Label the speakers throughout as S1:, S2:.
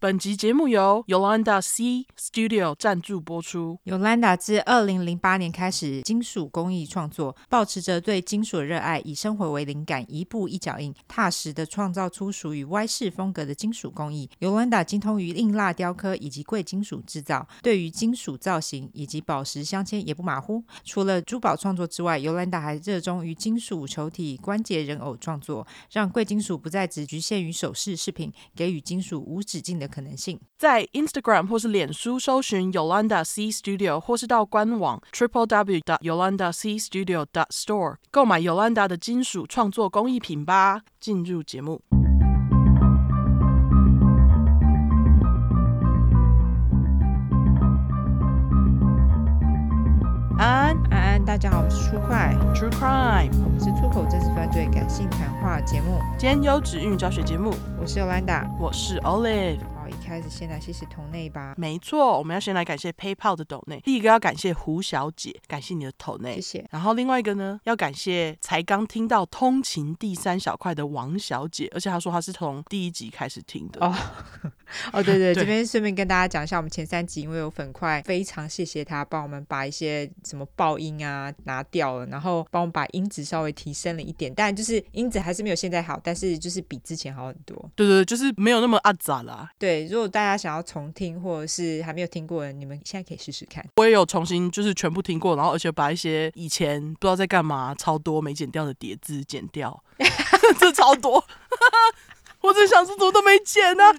S1: 本集节目由 Yolanda C Studio 赞助播出。
S2: Yolanda 自二零零八年开始金属工艺创作，保持着对金属的热爱，以生活为灵感，一步一脚印，踏实的创造出属于 Y 式风格的金属工艺。Yolanda 精通于硬蜡雕刻以及贵金属制造，对于金属造型以及宝石镶嵌也不马虎。除了珠宝创作之外，Yolanda 还热衷于金属球体、关节、人偶创作，让贵金属不再只局限于首饰饰品，给予金属无止境的可能性。
S1: 在 Instagram 或是脸书搜寻 Yolanda C Studio，或是到官网 triple w Yolanda C Studio store 购买 Yolanda 的金属创作工艺品吧。进入节目，安
S2: 安安，大家好，我是出快，
S1: True Crime
S2: 我们是出口真实犯罪感性谈话节目，
S1: 兼优质英语教学节目，
S2: 我是 Yolanda。
S1: 我是 Olive。
S2: 好，一开始先来谢谢同类吧，
S1: 没错，我们要先来感谢 PayPal 的抖内，第一个要感谢胡小姐，感谢你的抖内
S2: 谢。谢。
S1: 然后另外一个呢，要感谢才刚听到通勤第三小块的王小姐，而且她说她是从第一集开始听的。
S2: 哦 哦，对对，
S1: 对
S2: 这边顺便跟大家讲一下，我们前三集因为有粉块，非常谢谢他帮我们把一些什么爆音啊拿掉了，然后帮我们把音质稍微提升了一点，但就是音质还是没有现在好，但是就是比之前好很多。
S1: 对对对，就是没有那么阿杂啦。
S2: 对，如果大家想要重听或者是还没有听过的，你们现在可以试试看。
S1: 我也有重新就是全部听过，然后而且把一些以前不知道在干嘛超多没剪掉的叠字剪掉， 这超多。 我真想说怎么都没剪啊呢、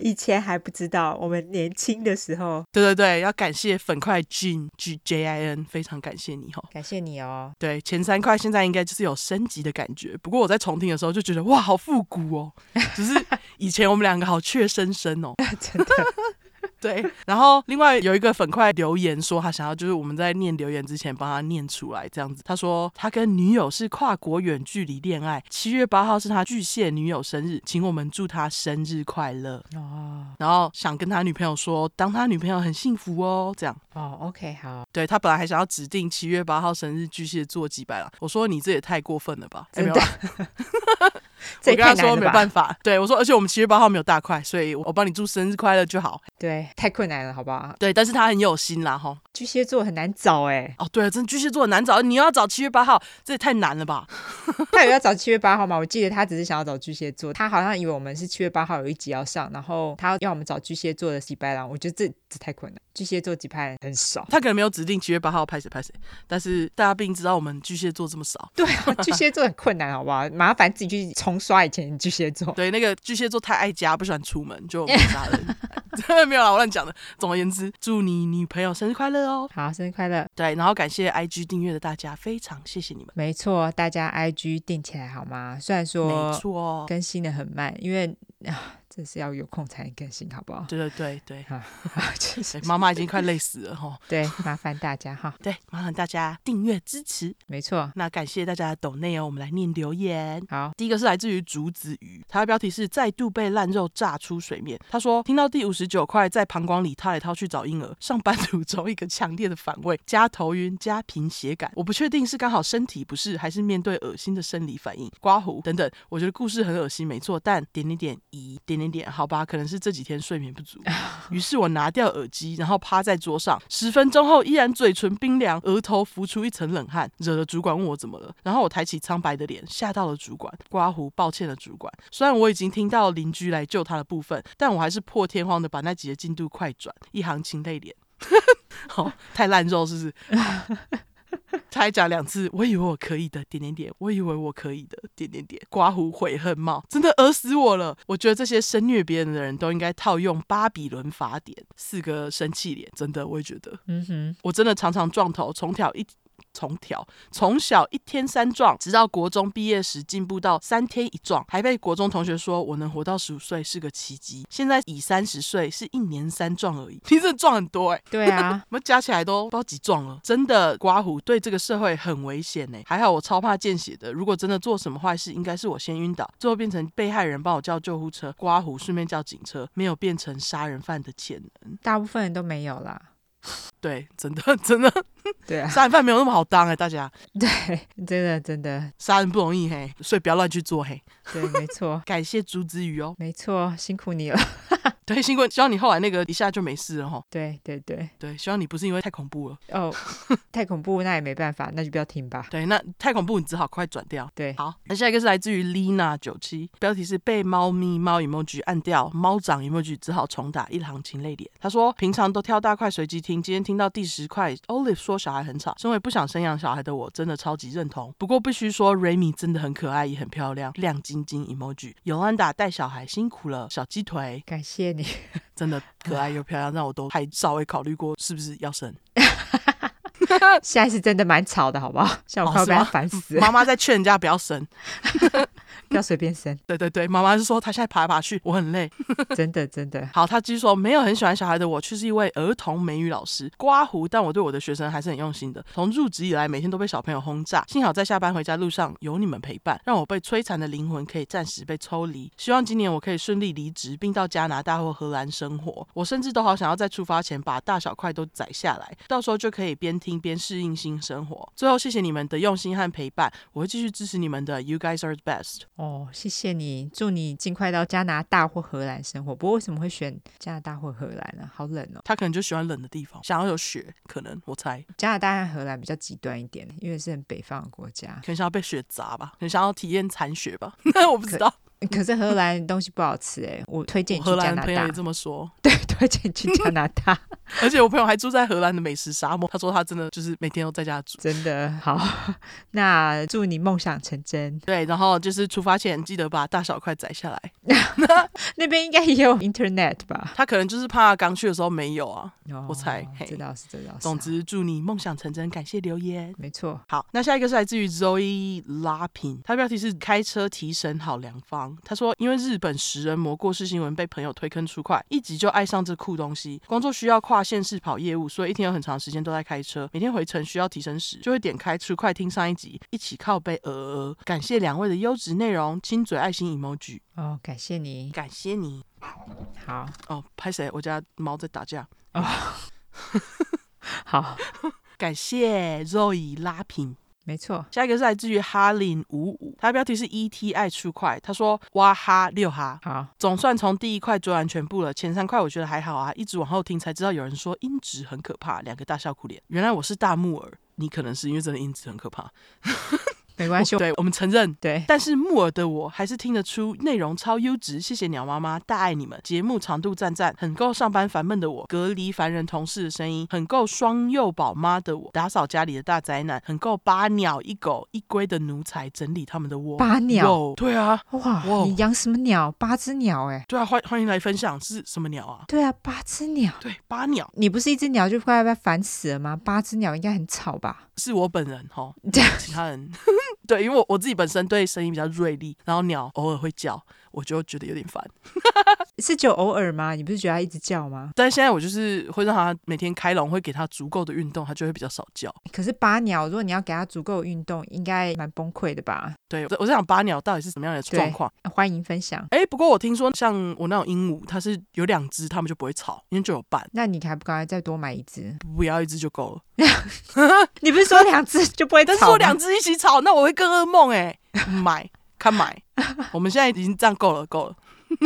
S2: 以前还不知道，我们年轻的时候，
S1: 对对对，要感谢粉块 Jin G J I N，非常感谢你哦。
S2: 感谢你哦。
S1: 对，前三块现在应该就是有升级的感觉。不过我在重听的时候就觉得哇，好复古哦，只是以前我们两个好怯生生哦。
S2: 真 的，
S1: 对，然后另外有一个粉块留言说他想要，就是我们在念留言之前帮他念出来这样子。他说他跟女友是跨国远距离恋爱，七月八号是他巨蟹女友生日，请我们祝他生日快乐。
S2: 哦
S1: 然后想跟他女朋友说，当他女朋友很幸福哦，这样。
S2: 哦，OK，好，
S1: 对他本来还想要指定七月八号生日巨蟹座几百了，我说你这也太过分了吧？哎
S2: 真
S1: 没有
S2: 的
S1: 啦
S2: 啊 这
S1: 我
S2: 也
S1: 跟
S2: 太
S1: 他
S2: 难
S1: 说
S2: 了
S1: 没
S2: 吧？
S1: 办法， 对我说，而且我们七月八号没有大块，所以我帮你祝生日快乐就好。
S2: 对，太困难了，好不好？
S1: 对，但是他很有心啦，吼。
S2: 巨蟹座很难找哎、
S1: 哦，对了，真的巨蟹座很难找，你又要找七月八号，这也太难了吧？。
S2: 他有要找七月八号吗？我记得他只是想要找巨蟹座，他好像以为我们是七月八号有一集要上，然后他要我们找巨蟹座的几拍郎，我觉得这这太困难，巨蟹座几拍人很少
S1: 他可能没有指定七月八号拍谁拍谁，但是大家并知道我们巨蟹座这么少。
S2: 对啊，巨蟹座很困难，好不好？麻烦自己去重刷以前的巨蟹座。
S1: 对，那个巨蟹座太爱家，不喜欢出门，就没杀 人。真的没有啦，我乱讲的。总而言之，祝你女朋友生日快乐哦。
S2: 好，生日快乐！
S1: 对，然后感谢 IG 订阅的大家，非常谢谢你们。
S2: 没错，大家 IG 定起来好吗？虽然
S1: 没
S2: 说
S1: 错，哦
S2: 更新的很慢，因为啊，这是要有空才能更新，好不好？
S1: 对对对对。
S2: 啊，啊 就是
S1: 对妈妈已经快累死了哈，
S2: 对，麻烦大家哈，
S1: 对，麻烦大家订阅支持。
S2: 没错。
S1: 那感谢大家的抖内哦，我们来念留言。
S2: 好，
S1: 第一个是来自于竹子鱼，它的标题是“再度被烂肉炸出水面”。他说听到第五十九块，在膀胱里掏来掏去找婴儿，上班途中一个强烈的反胃，加头晕，加贫血感。我不确定是刚好身体不适，还是面对恶心的生理反应、刮胡等等。我觉得故事很恶心，没错，但点点点咦，点点点，好吧，可能是这几天睡眠不足。于是我拿掉耳机，然后趴在桌上。十分钟后，依然嘴唇冰凉，额头浮出一层冷汗，惹得主管问我怎么了。然后我抬起苍白的脸，吓到了主管，刮胡，抱歉了主管。虽然我已经听到邻居来救他的部分，但我还是破天荒的把那几的进度快转，一行情泪脸。 好、太烂肉是不是？他还讲两次，我以为我可以的，点点点，我以为我可以的，点点点，刮胡悔恨帽，真的恶死我了！我觉得这些深虐别人的人都应该套用巴比伦法典，四个生气脸，真的，我也觉得，
S2: 嗯哼，
S1: 我真的常常撞头，从挑一。从挑，从小一天三撞，直到国中毕业时进步到三天一撞，还被国中同学说我能活到十五岁是个奇迹。现在已三十岁，是一年三撞而已。你这撞很多哎、
S2: 对啊，
S1: 我们加起来都不知道几撞了，真的刮胡对这个社会很危险呢、还好我超怕见血的，如果真的做什么坏事，应该是我先晕倒，最后变成被害人帮我叫救护车，刮胡顺便叫警车，没有变成杀人犯的潜能。
S2: 大部分人都没有啦。
S1: 对，真的真的，
S2: 对啊，
S1: 杀人犯没有那么好当哎、大家
S2: 对，真的真的，
S1: 杀人不容易嘿，所以不要乱去做嘿。
S2: 对，没错，
S1: 感谢竹子鱼哦。
S2: 没错，辛苦你了。
S1: 对，幸亏希望你后来那个一下就没事了哈。
S2: 对对对，
S1: 对，希望你不是因为太恐怖了。
S2: 哦，太恐怖那也没办法，那就不要听吧。
S1: 对，那太恐怖，你只好快转掉。
S2: 对，
S1: 好，那下一个是来自于 Lina 九七，标题是被猫咪猫 emoji 按掉，猫掌 emoji 只好重打一行情泪点。他说平常都挑大块随机听，今天听到第十块，Olive 说小孩很吵，身为不想生养小孩的我，真的超级认同。不过必须说 Remy 真的很可爱，也很漂亮，亮晶晶 emoji。尤安达带小孩辛苦了，小鸡腿
S2: 感谢 你。
S1: 真的可爱又漂亮，让我都还稍微考虑过是不是要生。
S2: 现在是真的蛮吵的，好不好？像我
S1: 哦
S2: 快要被他烦死了，
S1: 妈妈在劝人家不要生，
S2: 不要随便生，
S1: 对对对，妈妈是说她现在爬来爬去，我很累。
S2: 真的真的。
S1: 好，他继续说，没有很喜欢小孩的我，却是一位儿童美语老师，刮胡，但我对我的学生还是很用心的。从入职以来，每天都被小朋友轰炸，幸好在下班回家路上有你们陪伴，让我被摧残的灵魂可以暂时被抽离。希望今年我可以顺利离职，并到加拿大或荷兰生活。我甚至都好想要在出发前把大小块都载下来，到时候就可以边听边适应新生活。最后，谢谢你们的用心和陪伴，我会继续支持你们的。You guys are the best。
S2: 哦，谢谢你，祝你尽快到加拿大或荷兰生活。不过为什么会选加拿大或荷兰呢、好冷哦。
S1: 他可能就喜欢冷的地方，想要有雪，可能我猜。
S2: 加拿大和荷兰比较极端一点，因为是很北方的国家。
S1: 可能想要被雪砸吧，很想要体验残雪吧， 那我不知道。
S2: 可是荷兰东西不好吃哎、我推荐
S1: 嗯
S2: 你
S1: 荷
S2: 去加
S1: 兰
S2: 拿
S1: 朋友
S2: 大
S1: 也。这么说，
S2: 对，推荐你去加拿大，
S1: 而且我朋友还住在荷兰的美食沙漠，他说他真的就是每天都在家煮。
S2: 真的好。那祝你梦想成真。
S1: 对，然后就是出发前记得把大小块摘下来。
S2: 那边应该也有 Internet 吧？
S1: 他可能就是怕刚去的时候没有啊。
S2: 哦
S1: 我猜嘿
S2: 这倒是，这倒是。
S1: 总，之，祝你梦想成真，感谢留言。
S2: 没错。
S1: 好，那下一个是来自于 Zoe 拉平，他标题是“开车提神好良方”。他说，因为日本食人魔过世新闻被朋友推坑出快，一集就爱上这酷东西。工作需要跨县市跑业务，所以一天有很长时间都在开车。每天回程需要提神时，就会点开出快听上一集，一起靠背呃呃。呃感谢两位的优质内容，亲嘴爱心 emoji，
S2: 哦，感谢你。
S1: 感谢你
S2: 好，
S1: 哦。拍谁？我家猫在打架。
S2: 好，
S1: 感谢 Zoe 拉平。
S2: 没错。
S1: 下一个是来自于哈林五五，他的标题是 ET 爱出快，他说哇哈六哈。
S2: 好，
S1: 总算从第一块追完全部了，前三块我觉得还好啊，一直往后听才知道有人说音质很可怕，两个大笑苦脸。原来我是大木耳，你可能是因为真的音质很可怕，
S2: 没关系。
S1: 对我们承认。
S2: 对，
S1: 但是木耳的我还是听得出内容超优质，谢谢鸟妈妈，大爱你们！节目长度赞赞，很够上班烦闷的我，隔离烦人同事的声音，很够双幼宝妈的我，打扫家里的大灾难，很够八鸟一狗一龟的奴才整理他们的窝。
S2: 八鸟。
S1: 哟对啊，
S2: 哇，
S1: 哇
S2: 你养什么鸟？八只鸟哎、
S1: 对啊，欢欢迎来分享是什么鸟啊？
S2: 对啊，八只鸟。
S1: 对，八鸟
S2: 你不是一只鸟就快要被烦死了吗？八只鸟应该很吵吧？
S1: 是我本人 哈，其他人 对，因为我我自己本身对声音比较锐利，然后鸟偶尔会叫，我就觉得有点烦。
S2: 是只有偶尔吗？你不是觉得它一直叫吗？
S1: 但是现在我就是会让它每天开笼，会给它足够的运动，它就会比较少叫。
S2: 可是八鸟，如果你要给它足够的运动，应该蛮崩溃的吧？
S1: 对，我我在想八鸟到底是什么样的状况？
S2: 啊欢迎分享。
S1: 哎，不过我听说像我那种鹦鹉，它是有两只，它们就不会吵，因为就有伴，
S2: 那你还不赶快再多买一只？
S1: 不要一只就够了。
S2: 你不是说两只就不会吵
S1: 但
S2: 吗？
S1: 是我两只一起吵，那我会更噩梦哎、买，看买，我们现在已经这样够了，够了。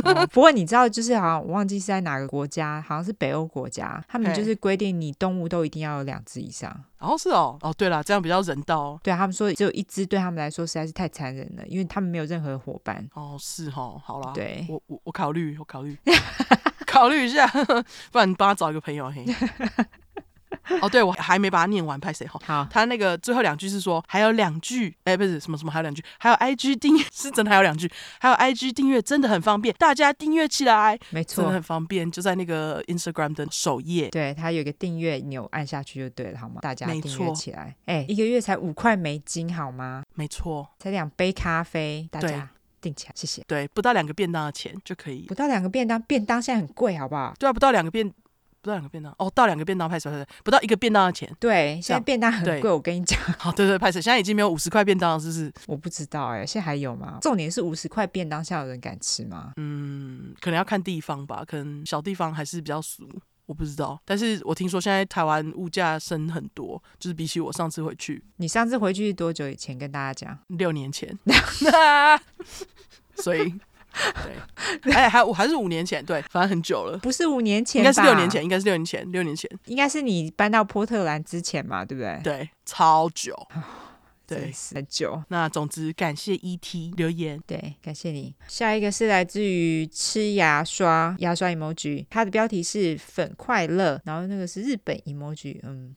S2: 哦不过你知道，就是好像我忘记是在哪个国家，好像是北欧国家，他们
S1: 嘿
S2: 就是规定你动物都一定要有两只以上。
S1: 然后是哦，哦对了，这样比较人道哦。
S2: 对啊他们说，只有一只对他们来说实在是太残忍了，因为他们没有任何伙伴。
S1: 哦，是哦，好啦，
S2: 对
S1: 我我我考虑，我考虑， 考虑一下， 不然你帮他找一个朋 友嘿。哦，对，我还没把它念完，拍谁好？
S2: 好，
S1: 他那个最后两句是说还有两句，哎、不是什么什么，还有两句，还有 IG 订阅是真的，还有两句，还有 IG 订阅真的很方便，大家订阅起来，
S2: 没
S1: 真的
S2: 错
S1: 很，方便，就在那个 Instagram 的首页。
S2: 对，它有一个订阅钮，按下去就对了，好吗？大家
S1: 没
S2: 订阅
S1: 错
S2: 起来。哎，一个月才五块美金，好吗？
S1: 没错，
S2: 才两杯咖啡，大
S1: 对
S2: 家订起来，谢谢。
S1: 对，不到两个便当的钱就可以
S2: 不。到两个便当，便当现在很贵，好不好？
S1: 对啊，不到两个便，不到两个便当，哦，到两个便当拍谁？拍谁不到一个便当的钱。
S2: 对，现在
S1: 样
S2: 便当很
S1: 对
S2: 贵，我跟你讲，
S1: 好，对对，拍谁？现在已经没有五十块便当了，是不是？
S2: 我不知道哎、现在还有吗？重点是五十块便当，现在有人敢吃吗？
S1: 嗯，可能要看地方吧，可能小地方还是比较俗，我不知道。但是我听说现在台湾物价升很多，就是比起我上次回去
S2: 你上 次回去是多久以前跟大家讲？
S1: 六年前，所以对，哎，还我还是五年前，对，反正很久了，
S2: 不是五年前，
S1: 应该是六年前，，应该是六年前，六年前，
S2: 应该是你搬到波特兰之前嘛，对不对？
S1: 对，超久，对
S2: 真。是很久。
S1: 那总之，感谢 ET 留言，
S2: 对，感谢你。下一个是来自于吃牙刷牙刷 emoji，它的标题是“粉快乐”，然后那个是日本 emoji，嗯，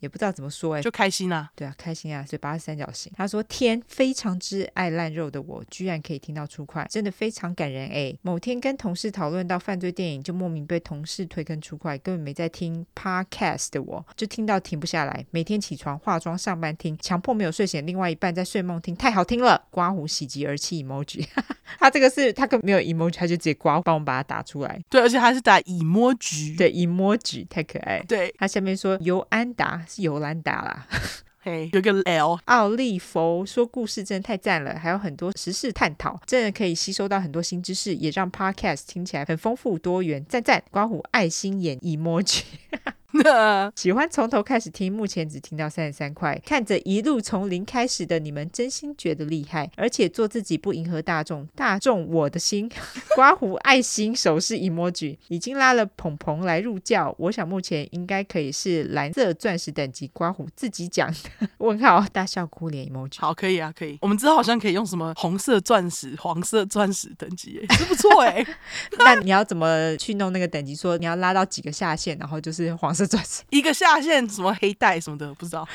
S2: 也不知道怎么说哎、
S1: 就开心啦、
S2: 对啊，开心啊，嘴巴是三角形。他说：“天，非常之爱烂肉的我，居然可以听到出块，真的非常感人哎。某天跟同事讨论到犯罪电影，就莫名被同事推坑出块，根本没在听 podcast 的我，就听到停不下来。每天起床化妆上班听，强迫没有睡醒，另外一半在睡梦听，太好听了。刮胡喜极而泣 emoji，他 这个是他根本没有 emoji，他就直接刮，帮我们把它打出来。
S1: 对，而且还是打以摸局，
S2: 对 emoji 太可爱。
S1: 对，
S2: 他下面说尤安达是尤兰达啦。”
S1: 嘿，有一个 L，
S2: 奥利弗说故事真的太赞了，还有很多时事探讨，真的可以吸收到很多新知识，也让 podcast 听起来很丰富多元，赞赞！刮胡爱心眼 emoji，
S1: 那
S2: 喜欢从头开始听，目前只听到三十三块，看着一路从零开始的你们，真心觉得厉害，而且做自己不迎合大众，大众我的心， 刮胡爱心手势 emoji，已经拉了鹏鹏来入教，我想目前应该可以是蓝色钻石等级刮胡自己讲的， 问号大笑哭脸 emoji。
S1: 好，可以啊，可以。我们之后好像可以用什么红色钻石、黄色钻石等级耶，是不错哎。
S2: 那你要怎么去弄那个等级？说你要拉到几个下限，然后就是黄色钻石。
S1: 一个下线什么黑带什么的，不知道。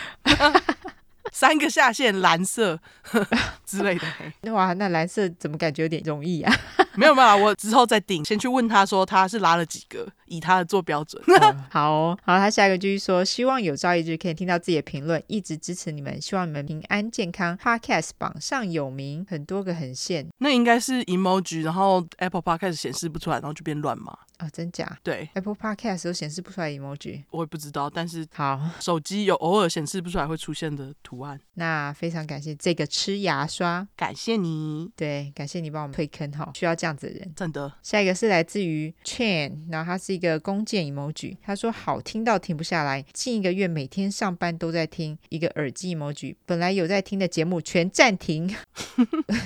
S1: 三个下线蓝色 之类的，嘿
S2: 哇，那蓝色怎么感觉有点容易啊？
S1: 没有没有啦，我之后再定，先去问他说他是拉了几个，以他的做标准。
S2: 哦 好哦、好，他下一个继续说，希望有朝一日可以听到自己的评论，一直支持你们，希望你们平安健康。Podcast 榜上有名，很多个横线
S1: 那应该是 emoji，然后 Apple Park 开始显示不出来，然后就变乱码。
S2: 哦，真假
S1: 对，
S2: ？Apple Podcast 都显示不出来 emoji。
S1: 我也不知道，但是
S2: 好，
S1: 手机有偶尔显示不出来会出现的图案。
S2: 那非常感谢这个吃牙刷，
S1: 感谢你，
S2: 对，感谢你帮我们推坑哈，需要这样子的人。
S1: 真的
S2: 下一个是来自于 Chan，然后他是一个弓箭 emoji，他说好听到停不下来，近一个月每天上班都在听一个耳机 emoji，本来有在听的节目全暂停，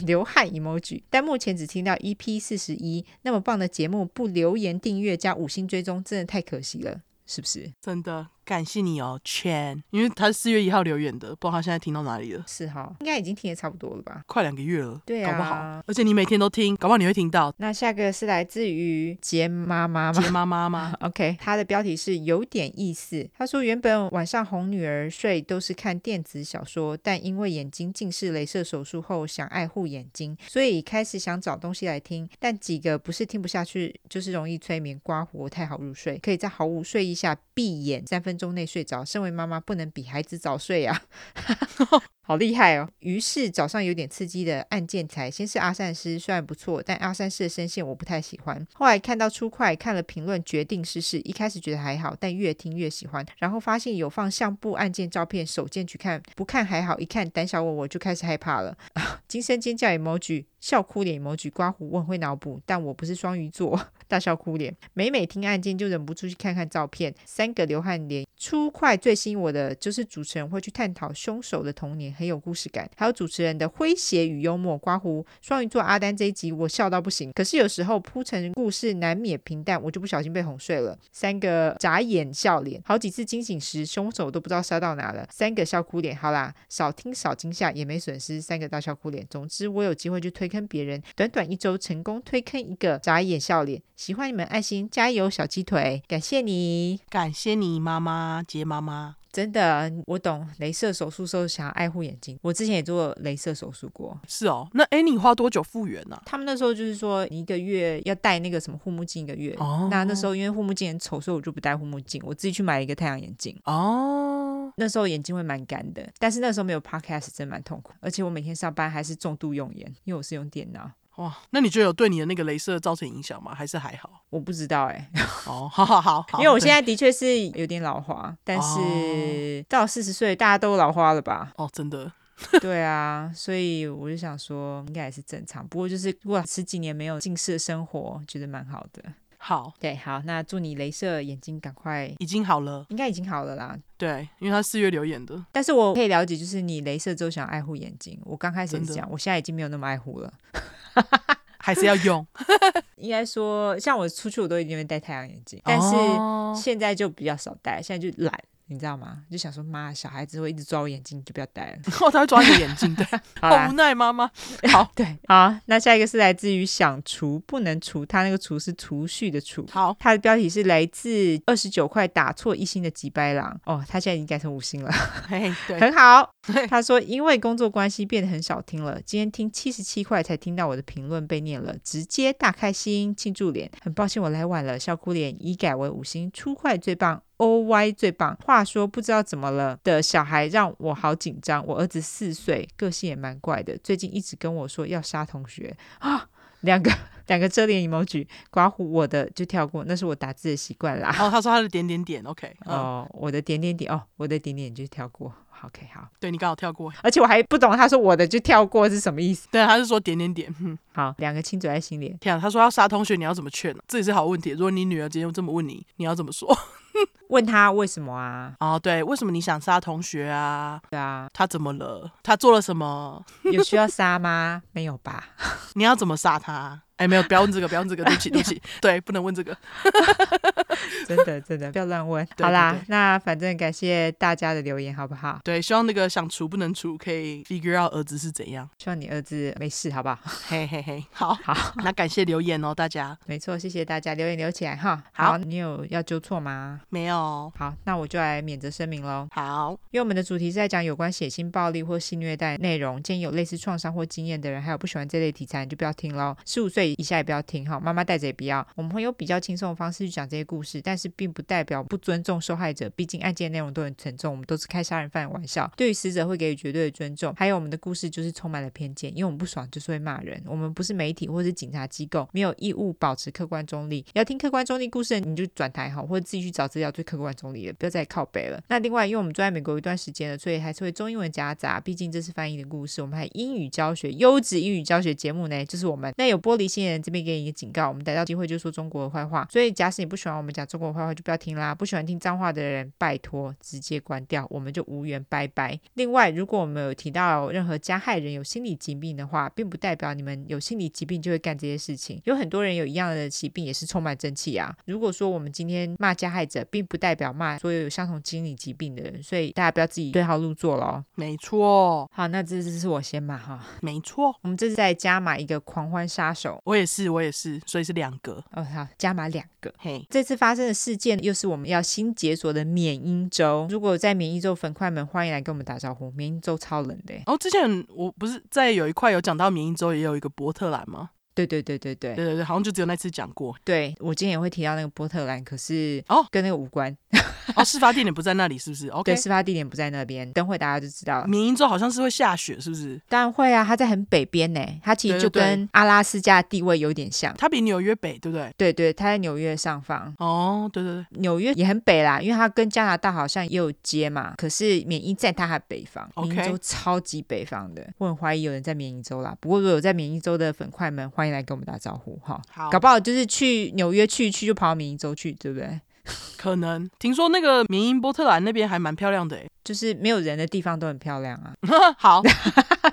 S2: 流汗 emoji，但目前只听到 EP 四十一，那么棒的节目不留言订阅加五星追踪，真的太可惜了，是不是？
S1: 真的感谢你哦，Chan，因为他是四月一号留言的，不知道他现在听到哪里了，
S2: 是哈，应该已经听的差不多了吧？
S1: 快两个月了，
S2: 对啊
S1: 搞不好，而且你每天都听，搞不好你会听到。
S2: 那下个是来自于杰妈妈吗？
S1: 杰妈妈吗？
S2: OK，它的标题是有点意思。他说原本晚上哄女儿睡都是看电子小说，但因为眼睛近视雷射手术后想爱护眼睛，所以开始想找东西来听。但几个不是听不下去，就是容易催眠、刮胡，太好入睡，可以在毫无睡意下闭眼三分钟内睡着。身为妈妈不能比孩子早睡啊。好厉害哦！于是早上有点刺激的按键才，先是阿善师，虽然不错，但阿善师的声线我不太喜欢。后来看到出快，看了评论，决定试试。一开始觉得还好，但越听越喜欢。然后发现有放相簿、按键、照片，手贱去看，不看还好，一看胆小我我就开始害怕了。 惊声尖叫 emoji，笑哭脸 emoji，刮胡我很会脑补，但我不是双鱼座，大笑哭脸。每每听案件就忍不住去看看照片，三个流汗脸。出快最吸引我的就是主持人会去探讨凶手的童年，很有故事感，还有主持人的诙谐与幽默。刮胡双鱼座阿丹这一集我笑到不行，可是有时候铺陈故事难免平淡，我就不小心被哄睡了。三个眨眼笑脸，好几次惊醒时凶手都不知道杀到哪了。三个笑哭脸，好啦，少听少惊吓也没损失。三个大笑哭脸，总之我有机会去推坑别人，短短一周成功推坑一个眨眼笑脸。喜欢你们，爱心加油，小鸡腿，感谢你。
S1: 感谢你妈妈，杰妈妈。
S2: 真的，我懂，镭射手术时候想要爱护眼睛，我之前也做镭射手术过。
S1: 是哦，那哎，你花多久复原啊呢、
S2: 他们那时候就是说，你一个月要戴那个什么护目镜一个月。
S1: 哦
S2: 那那时候因为护目镜很丑，所以我就不戴护目镜，我自己去买了一个太阳眼镜。
S1: 哦，
S2: 那时候眼睛会蛮干的，但是那时候没有 podcast 真蛮痛苦，而且我每天上班还是重度用眼，因为我是用电脑。
S1: 哇，哦那你觉得有对你的那个镭射造成影响吗？还是还好？
S2: 我不知道哎、
S1: 哦，好好好，好
S2: 因为 我现
S1: 对？
S2: 在的确是有点老花，但是到四十岁大家都老花了吧
S1: 哦，真的
S2: 对啊，所以我就想说应该也是正常。不过就是如果十几年没有近视的生活，觉得蛮好的。
S1: 好，
S2: 对，好，那祝你镭射眼睛赶快，
S1: 已经好了。
S2: 应该已经好了啦。
S1: 对，因为他四月留言的，
S2: 但是我可以了解，就是你镭射之后想要爱护眼睛，我刚开始也是
S1: 真
S2: 这
S1: 的
S2: 样，我现在已经没有那么爱护了。
S1: 还是要用。
S2: 应该说，像我出去我都一定会戴太阳眼镜， 但
S1: 哦
S2: 是现在就比较少戴，现在就懒，你知道吗？就想说，妈，小孩子会一直抓我眼睛，就不要戴了。
S1: 然后哦他会抓你的眼睛，对，好
S2: 好啦
S1: 无，奈妈妈。
S2: 对，好，那下一个是来自于想除不能除，他那个除是除序的除。
S1: 好，
S2: 它的标题是来自二十九块打错一星的吉白狼哦，他现在已经改成五星了。
S1: 嘿， 对，
S2: 很好。他说，因为工作关系变得很少听了，今天听七十七块才听到我的评论被念了，直接大开心庆祝脸。很抱歉我来晚了，笑哭脸已改为五星，出快最棒。O Y 最棒。话说不知道怎么了的小孩让我好紧张。我儿子四岁，个性也蛮怪的，最近一直跟我说要杀同学啊，两个 两个遮脸 emoji，刮胡我的就跳过，那是我打字的习惯啦。
S1: 然哦后他说他的点点点，OK，嗯，
S2: 哦，我的点点点哦，我的点点就跳过。好 OK，好，
S1: 对你刚好跳过，
S2: 而且我还不懂他说我的就跳过是什么意思。
S1: 对，他是说点点点，嗯，
S2: 好，两个亲嘴在心里
S1: 天啊，他说要杀同学，你要怎么劝呢？这也是好问题。如果你女儿今天这么问你，你要怎么说？
S2: 问他为什么啊？
S1: 哦，对，为什么你想杀同学啊？
S2: 对啊，
S1: 他怎么了？他做了什么？
S2: 有需要杀吗？ 没有吧？
S1: 你要怎么杀他？哎，没有，不要问这个，不要问这个，对不起，对不起，对，不能问这个。
S2: 真的真的不要乱问。
S1: 对
S2: 好啦
S1: 对对
S2: 那反正感谢大家的留言，好不好？
S1: 对，希望那个想除不能除，可以 figure out 儿子是怎样。
S2: 希望你儿子没事，好不好？
S1: 嘿嘿嘿，好，
S2: 好，
S1: 那感谢留言哦，大家
S2: 没错，谢谢大家留言留起来哈。
S1: 好
S2: 你有要纠错吗？
S1: 没有
S2: 好，那我就来免责声明喽。
S1: 好，
S2: 因为我们的主题是在讲有关血腥暴力或性虐待内容，建议有类似创伤或经验的人，还有不喜欢这类题材，你就不要听喽。十五岁以下也不要听哈，妈妈带着也不要。我们会用比较轻松的方式去讲这些故事，但是并不代表不尊重受害者，毕竟案件内容都很沉重，我们都是开杀人犯的玩笑，对于死者会给予绝对的尊重。还有我们的故事就是充满了偏见，因为我们不爽就是会骂人，我们不是媒体或是警察机构，没有义务保持客观中立。要听客观中立故事的，你就转台哈，或者自己去找资料最客观中立的，不要再靠北了。那另外，因为我们住在美国有一段时间了，所以还是会中英文夹杂，毕竟这是翻译的故事。我们还英语教学，优质英语教学节目呢，就是我们。那有玻璃心的人这边给你一个警告，我们逮到机会就说中国的坏话。所以，假使你不喜欢我们讲中国的坏话，就不要听啦。不喜欢听脏话的人，拜托直接关掉，我们就无缘拜拜。另外，如果我们有提到任何加害人有心理疾病的话，并不代表你们有心理疾病就会干这些事情。有很多人有一样的疾病，也是充满正气啊。如果说我们今天骂加害者，并不代表骂所有有相同心理疾病的人，所以大家不要自己对号入座喽。
S1: 没错，
S2: 好，那这次是我先骂哈，
S1: 没错，
S2: 我们这次再加码一个狂欢杀手
S1: 我也是，我也是，所以是两个。
S2: 哦，好，加码两个。
S1: 嘿，
S2: 这次发生的事件又是我们要新解锁的缅因州。如果有在缅因州粉块们，欢迎来跟我们打招呼。缅因州超冷的耶，欸
S1: 然后哦之前我不是在有一块有讲到缅因州也有一个波特兰吗？
S2: 对对对对对
S1: 对对对，好像就只有那次讲过。
S2: 对，我今天也会提到那个波特兰，可是
S1: 哦
S2: 跟那个无关。
S1: 哦，事发地点不在那里，是不 是？OK，
S2: 对，事发地点不在那边，等会大家就知道了。
S1: 缅因州好像是会下雪，是不是？
S2: 当然会啊，它在很北边呢，它其实
S1: 对
S2: 就
S1: 对对
S2: 跟阿拉斯加的地位有点像。
S1: 它比纽约北，对不对？
S2: 对对，它在纽约上方，
S1: 哦，对对对，
S2: 纽约也很北啦，因为它跟加拿大好像也有接嘛。可是缅因在它还北方，
S1: OK
S2: 缅因州超级北方的，我很怀疑有人在缅因州啦。不过如果有在缅因州的粉块们，欢迎来跟我们打招呼哈。
S1: 好，
S2: 搞不好就是去纽约去一去就跑到缅因州去，对不对？
S1: 可能听说那个缅因波特兰那边还蛮漂亮的诶。
S2: 就是没有人的地方都很漂亮啊，
S1: 好，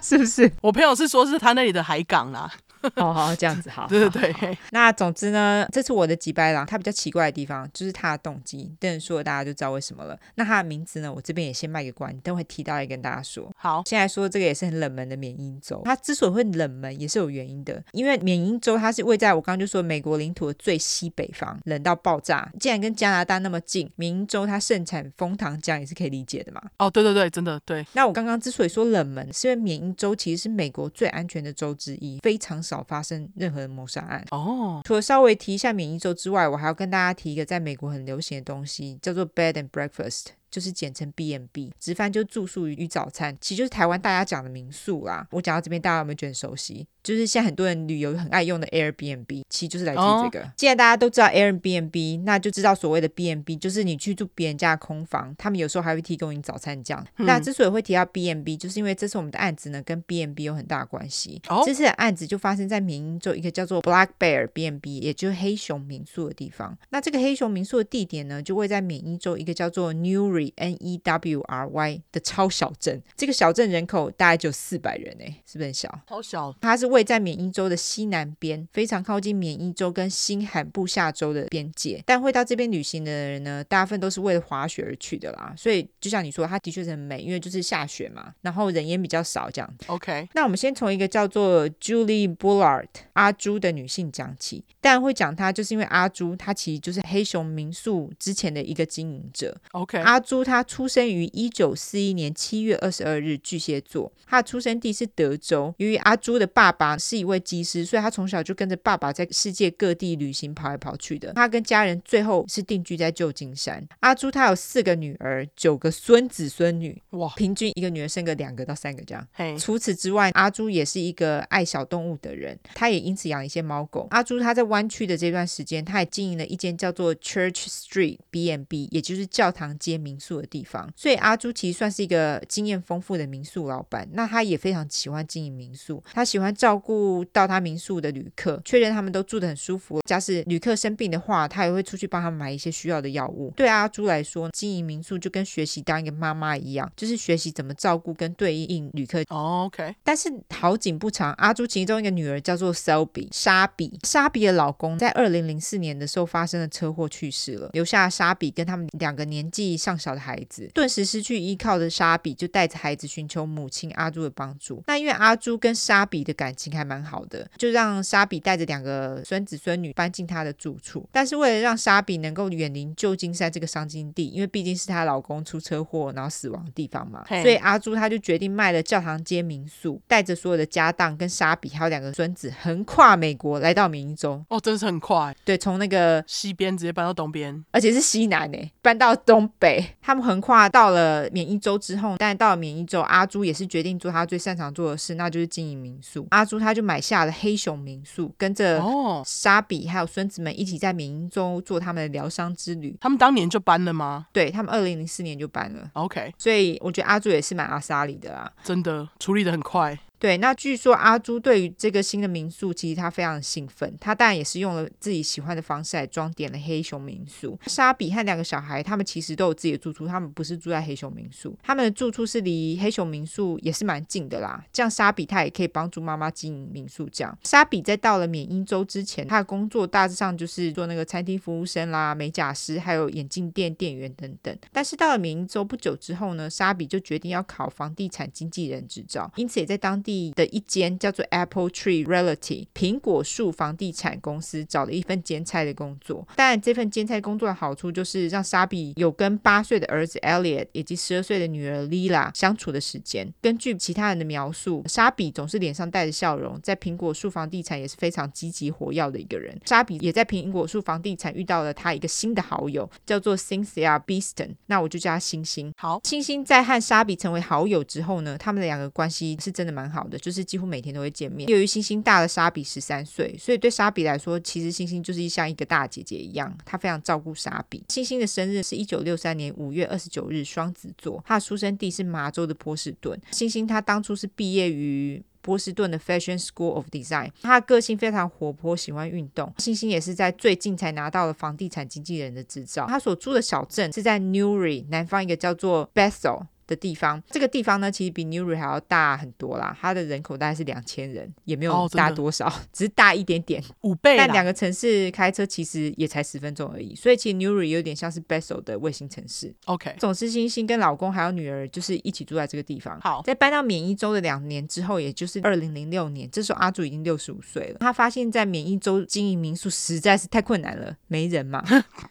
S2: 是不是？
S1: 我朋友是说是他那里的海港啦。
S2: 好好这样子 好，
S1: 对
S2: 好
S1: 对对，
S2: 那总之呢，这次我的吉白狼，它比较奇怪的地方就是它的动机，等说大家就知道为什么了。那它的名字呢，我这边也先卖个关，等会提到也跟大家说。
S1: 好，
S2: 现在说这个也是很冷门的缅因州，它之所以会冷门也是有原因的，因为缅因州它是位在我刚刚就说美国领土的最西北方，冷到爆炸。既然跟加拿大那么近，缅因州它盛产枫糖浆也是可以理解的嘛。
S1: 哦，对对对，真的对，
S2: 那我刚刚之所以说冷门，是因为缅因州其实是美国最安全的州之一，非常少发生任何的谋杀案。
S1: 哦，
S2: 除了稍微提一下免疫州之外，我还要跟大家提一个在美国很流行的东西，叫做 bed and breakfast。就是简称 B&B，直翻就是住宿与早餐，其实就是台湾大家讲的民宿啦。我讲到这边，大家有没有觉得很熟悉？就是现在很多人旅游很爱用的 Airbnb，其实就是来自于这个。哦既然大家都知道 Airbnb，那就知道所谓的 B&B 就是你去住别人家的空房，他们有时候还会提供你早餐这样。那之所以会提到 B&B，就是因为这次我们的案子呢跟 B&B 有很大的关系。
S1: 哦
S2: 这次的案子就发生在缅因州一个叫做 Black Bear B&B，也就是黑熊民宿的地方。那这个黑熊民宿的地点呢，就位在缅因州一个叫做 Newry Newry N E W R Y 的超小镇。这个小镇人口大概只有四百人诶，是不是很小？
S1: 超小，
S2: 它是位在缅因州的西南边，非常靠近缅因州跟新罕布夏州的边界。但会到这边旅行的人呢，大部分都是为了滑雪而去的啦。所以就像你说，它的确是很美，因为就是下雪嘛，然后人烟比较少这样。
S1: OK，
S2: 那我们先从一个叫做 Julie Bullard 阿朱的女性讲起。当然会讲她，就是因为阿朱她其实就是黑熊民宿之前的一个经营者。
S1: OK，
S2: 阿朱她出生于一九四一年七月二十二日，巨蟹座。她的出生地是德州。由于阿朱的爸爸是一位技师，所以她从小就跟着爸爸在世界各地旅行跑来跑去的。她跟家人最后是定居在旧金山。阿朱她有四个女儿，九个孙子孙女，
S1: 哇，
S2: 平均一个女儿生个两个到三个这样。
S1: 嘿，
S2: 除此之外，阿朱也是一个爱小动物的人，他也因此养了一些猫狗。阿朱他在湾区的这段时间，他也经营了一间叫做 Church Street B&B，也就是教堂街民宿的地方。所以阿朱其实算是一个经验丰富的民宿老板。那他也非常喜欢经营民宿，他喜欢照顾到他民宿的旅客，确认他们都住得很舒服。假使旅客生病的话，他也会出去帮他们买一些需要的药物。对阿朱来说，经营民宿就跟学习当一个妈妈一样，就是学习怎么照顾跟对应旅客
S1: 哦 OK，
S2: 但是好景不长，阿朱其中一个女儿叫做 Selby 莎比，莎比的老公在二零零四年的时候发生了车祸去世了，留下莎比跟他们两个年纪尚小的孩子。顿时失去依靠的莎比就带着孩子寻求母亲阿朱的帮助。那因为阿朱跟莎比的感情还蛮好的，就让莎比带着两个孙子孙女搬进她的住处。但是为了让莎比能够远离旧金山这个伤心地，因为毕竟是她老公出车祸然后死亡的地方嘛，
S1: 嘿
S2: 所以阿朱他就决定卖了教堂街民宿，带着所有的家当跟莎比还有两个孙子，横跨美国来到明州。
S1: 哦，真是很快，
S2: 对，从那个
S1: 西边直接搬到东边，
S2: 而且是西南呢，搬到东北。他们横跨到了缅因州之后，但到了缅因州，阿朱也是决定做他最擅长做的事，那就是经营民宿。阿朱他就买下了黑熊民宿，跟着
S1: 哦，
S2: 莎比还有孙子们一起在缅因州做他们的疗伤之旅。
S1: 他们当年就搬了吗
S2: 对他们，二零零四年就搬了。
S1: ？OK，
S2: 所以我觉得阿朱也是蛮阿莎里的啊啦。
S1: 真的处理的很快，
S2: 对，那据说阿朱对于这个新的民宿，其实他非常兴奋。他当然也是用了自己喜欢的方式来装点了黑熊民宿。莎比和两个小孩，他们其实都有自己的住处，他们不是住在黑熊民宿，他们的住处是离黑熊民宿也是蛮近的啦。这样莎比他也可以帮助妈妈经营民宿。这样，莎比在到了缅因州之前，他的工作大致上就是做那个餐厅服务生啦、美甲师，还有眼镜店店员等等。但是到了缅因州不久之后呢，莎比就决定要考房地产经纪人执照，因此也在当地的一间叫做 Apple Tree Realty 苹果树房地产公司找了一份兼差的工作。当然，这份兼差工作的好处就是让莎比有跟八岁的儿子 Elliot 以及十二岁的女儿 Lila 相处的时间。根据其他人的描述，莎比总是脸上带着笑容，在苹果树房地产也是非常积极活跃的一个人。莎比也在苹果树房地产遇到了他一个新的好友，叫做 Cynthia Beeston，那我就叫她星星。
S1: 好，
S2: 星星在和莎比成为好友之后呢，他们的两个关系是真的蛮好的，就是几乎每天都会见面。由于星星大了莎比十三岁，所以对莎比来说，其实星星就是像一个大姐姐一样，她非常照顾莎比。星星的生日是一九六三年五月二十九日，双子座，她的出生地是麻州的波士顿。星星她当初是毕业于波士顿的 Fashion School of Design。他的个性非常活泼，喜欢运动。星星也是在最近才拿到了房地产经纪人的执照。他所住的小镇是在 Newry 南方一个叫做 Bethel。的地方，这个地方呢，其实比 Newry 还要大很多啦。它的人口大概是两千人，也没有
S1: 哦真的
S2: 大多少， 只是大一点点。
S1: 五倍
S2: 但两
S1: 啦，
S2: 个城市开车其实也才十分钟而已，所以其实 Newry 有点像是 Bethel 的卫星城市。
S1: OK，
S2: 总之，星星跟老公还有女儿就是一起住在这个地方。
S1: 好
S2: 在搬到缅因州的两年之后，也就是二零零六年，这时候阿朱已经六十五岁了。他发现，在缅因州经营民宿实在是太困难了，没人嘛，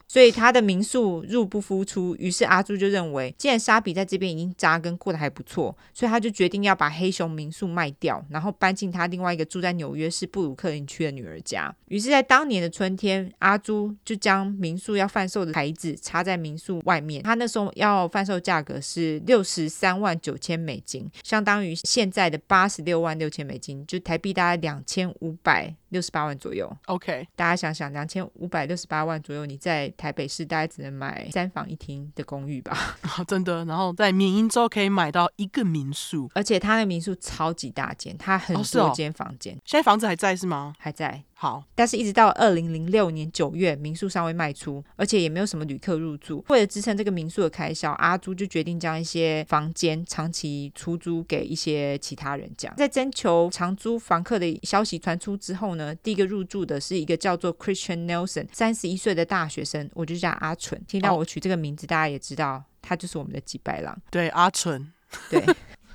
S2: 所以他的民宿入不敷出。于是阿朱就认为，既然莎比在这边已经扎根过得还不错，所以他就决定要把黑熊民宿卖掉，然后搬进他另外一个住在纽约市布鲁克林区的女儿家。于是，在当年的春天，阿朱就将民宿要贩售的牌子插在民宿外面。他那时候要贩售价格是六十三万九千美金，相当于现在的八十六万六千美金，就台币大概两千五百六十八万左右。
S1: OK，
S2: 大家想想，两千五百六十八万左右，你在台北市大概只能买三房一厅的公寓吧。
S1: 真的，然后在缅因州可以买到一个民宿，
S2: 而且他的民宿超级大间，他很
S1: 哦是哦
S2: 多间房间、
S1: 现在房子还在是吗？
S2: 还在。
S1: 好，
S2: 但是一直到二零零六年九月，民宿尚未卖出，而且也没有什么旅客入住。为了支撑这个民宿的开销，阿朱就决定将一些房间长期出租给一些其他人。这样，在征求长租房客的消息传出之后呢，第一个入住的是一个叫做 Christian Nelson 三十一岁的大学生，我就叫阿纯。听到
S1: 哦
S2: 我取这个名字，大家也知道他就是我们的吉白狼。
S1: 对阿纯，
S2: 对，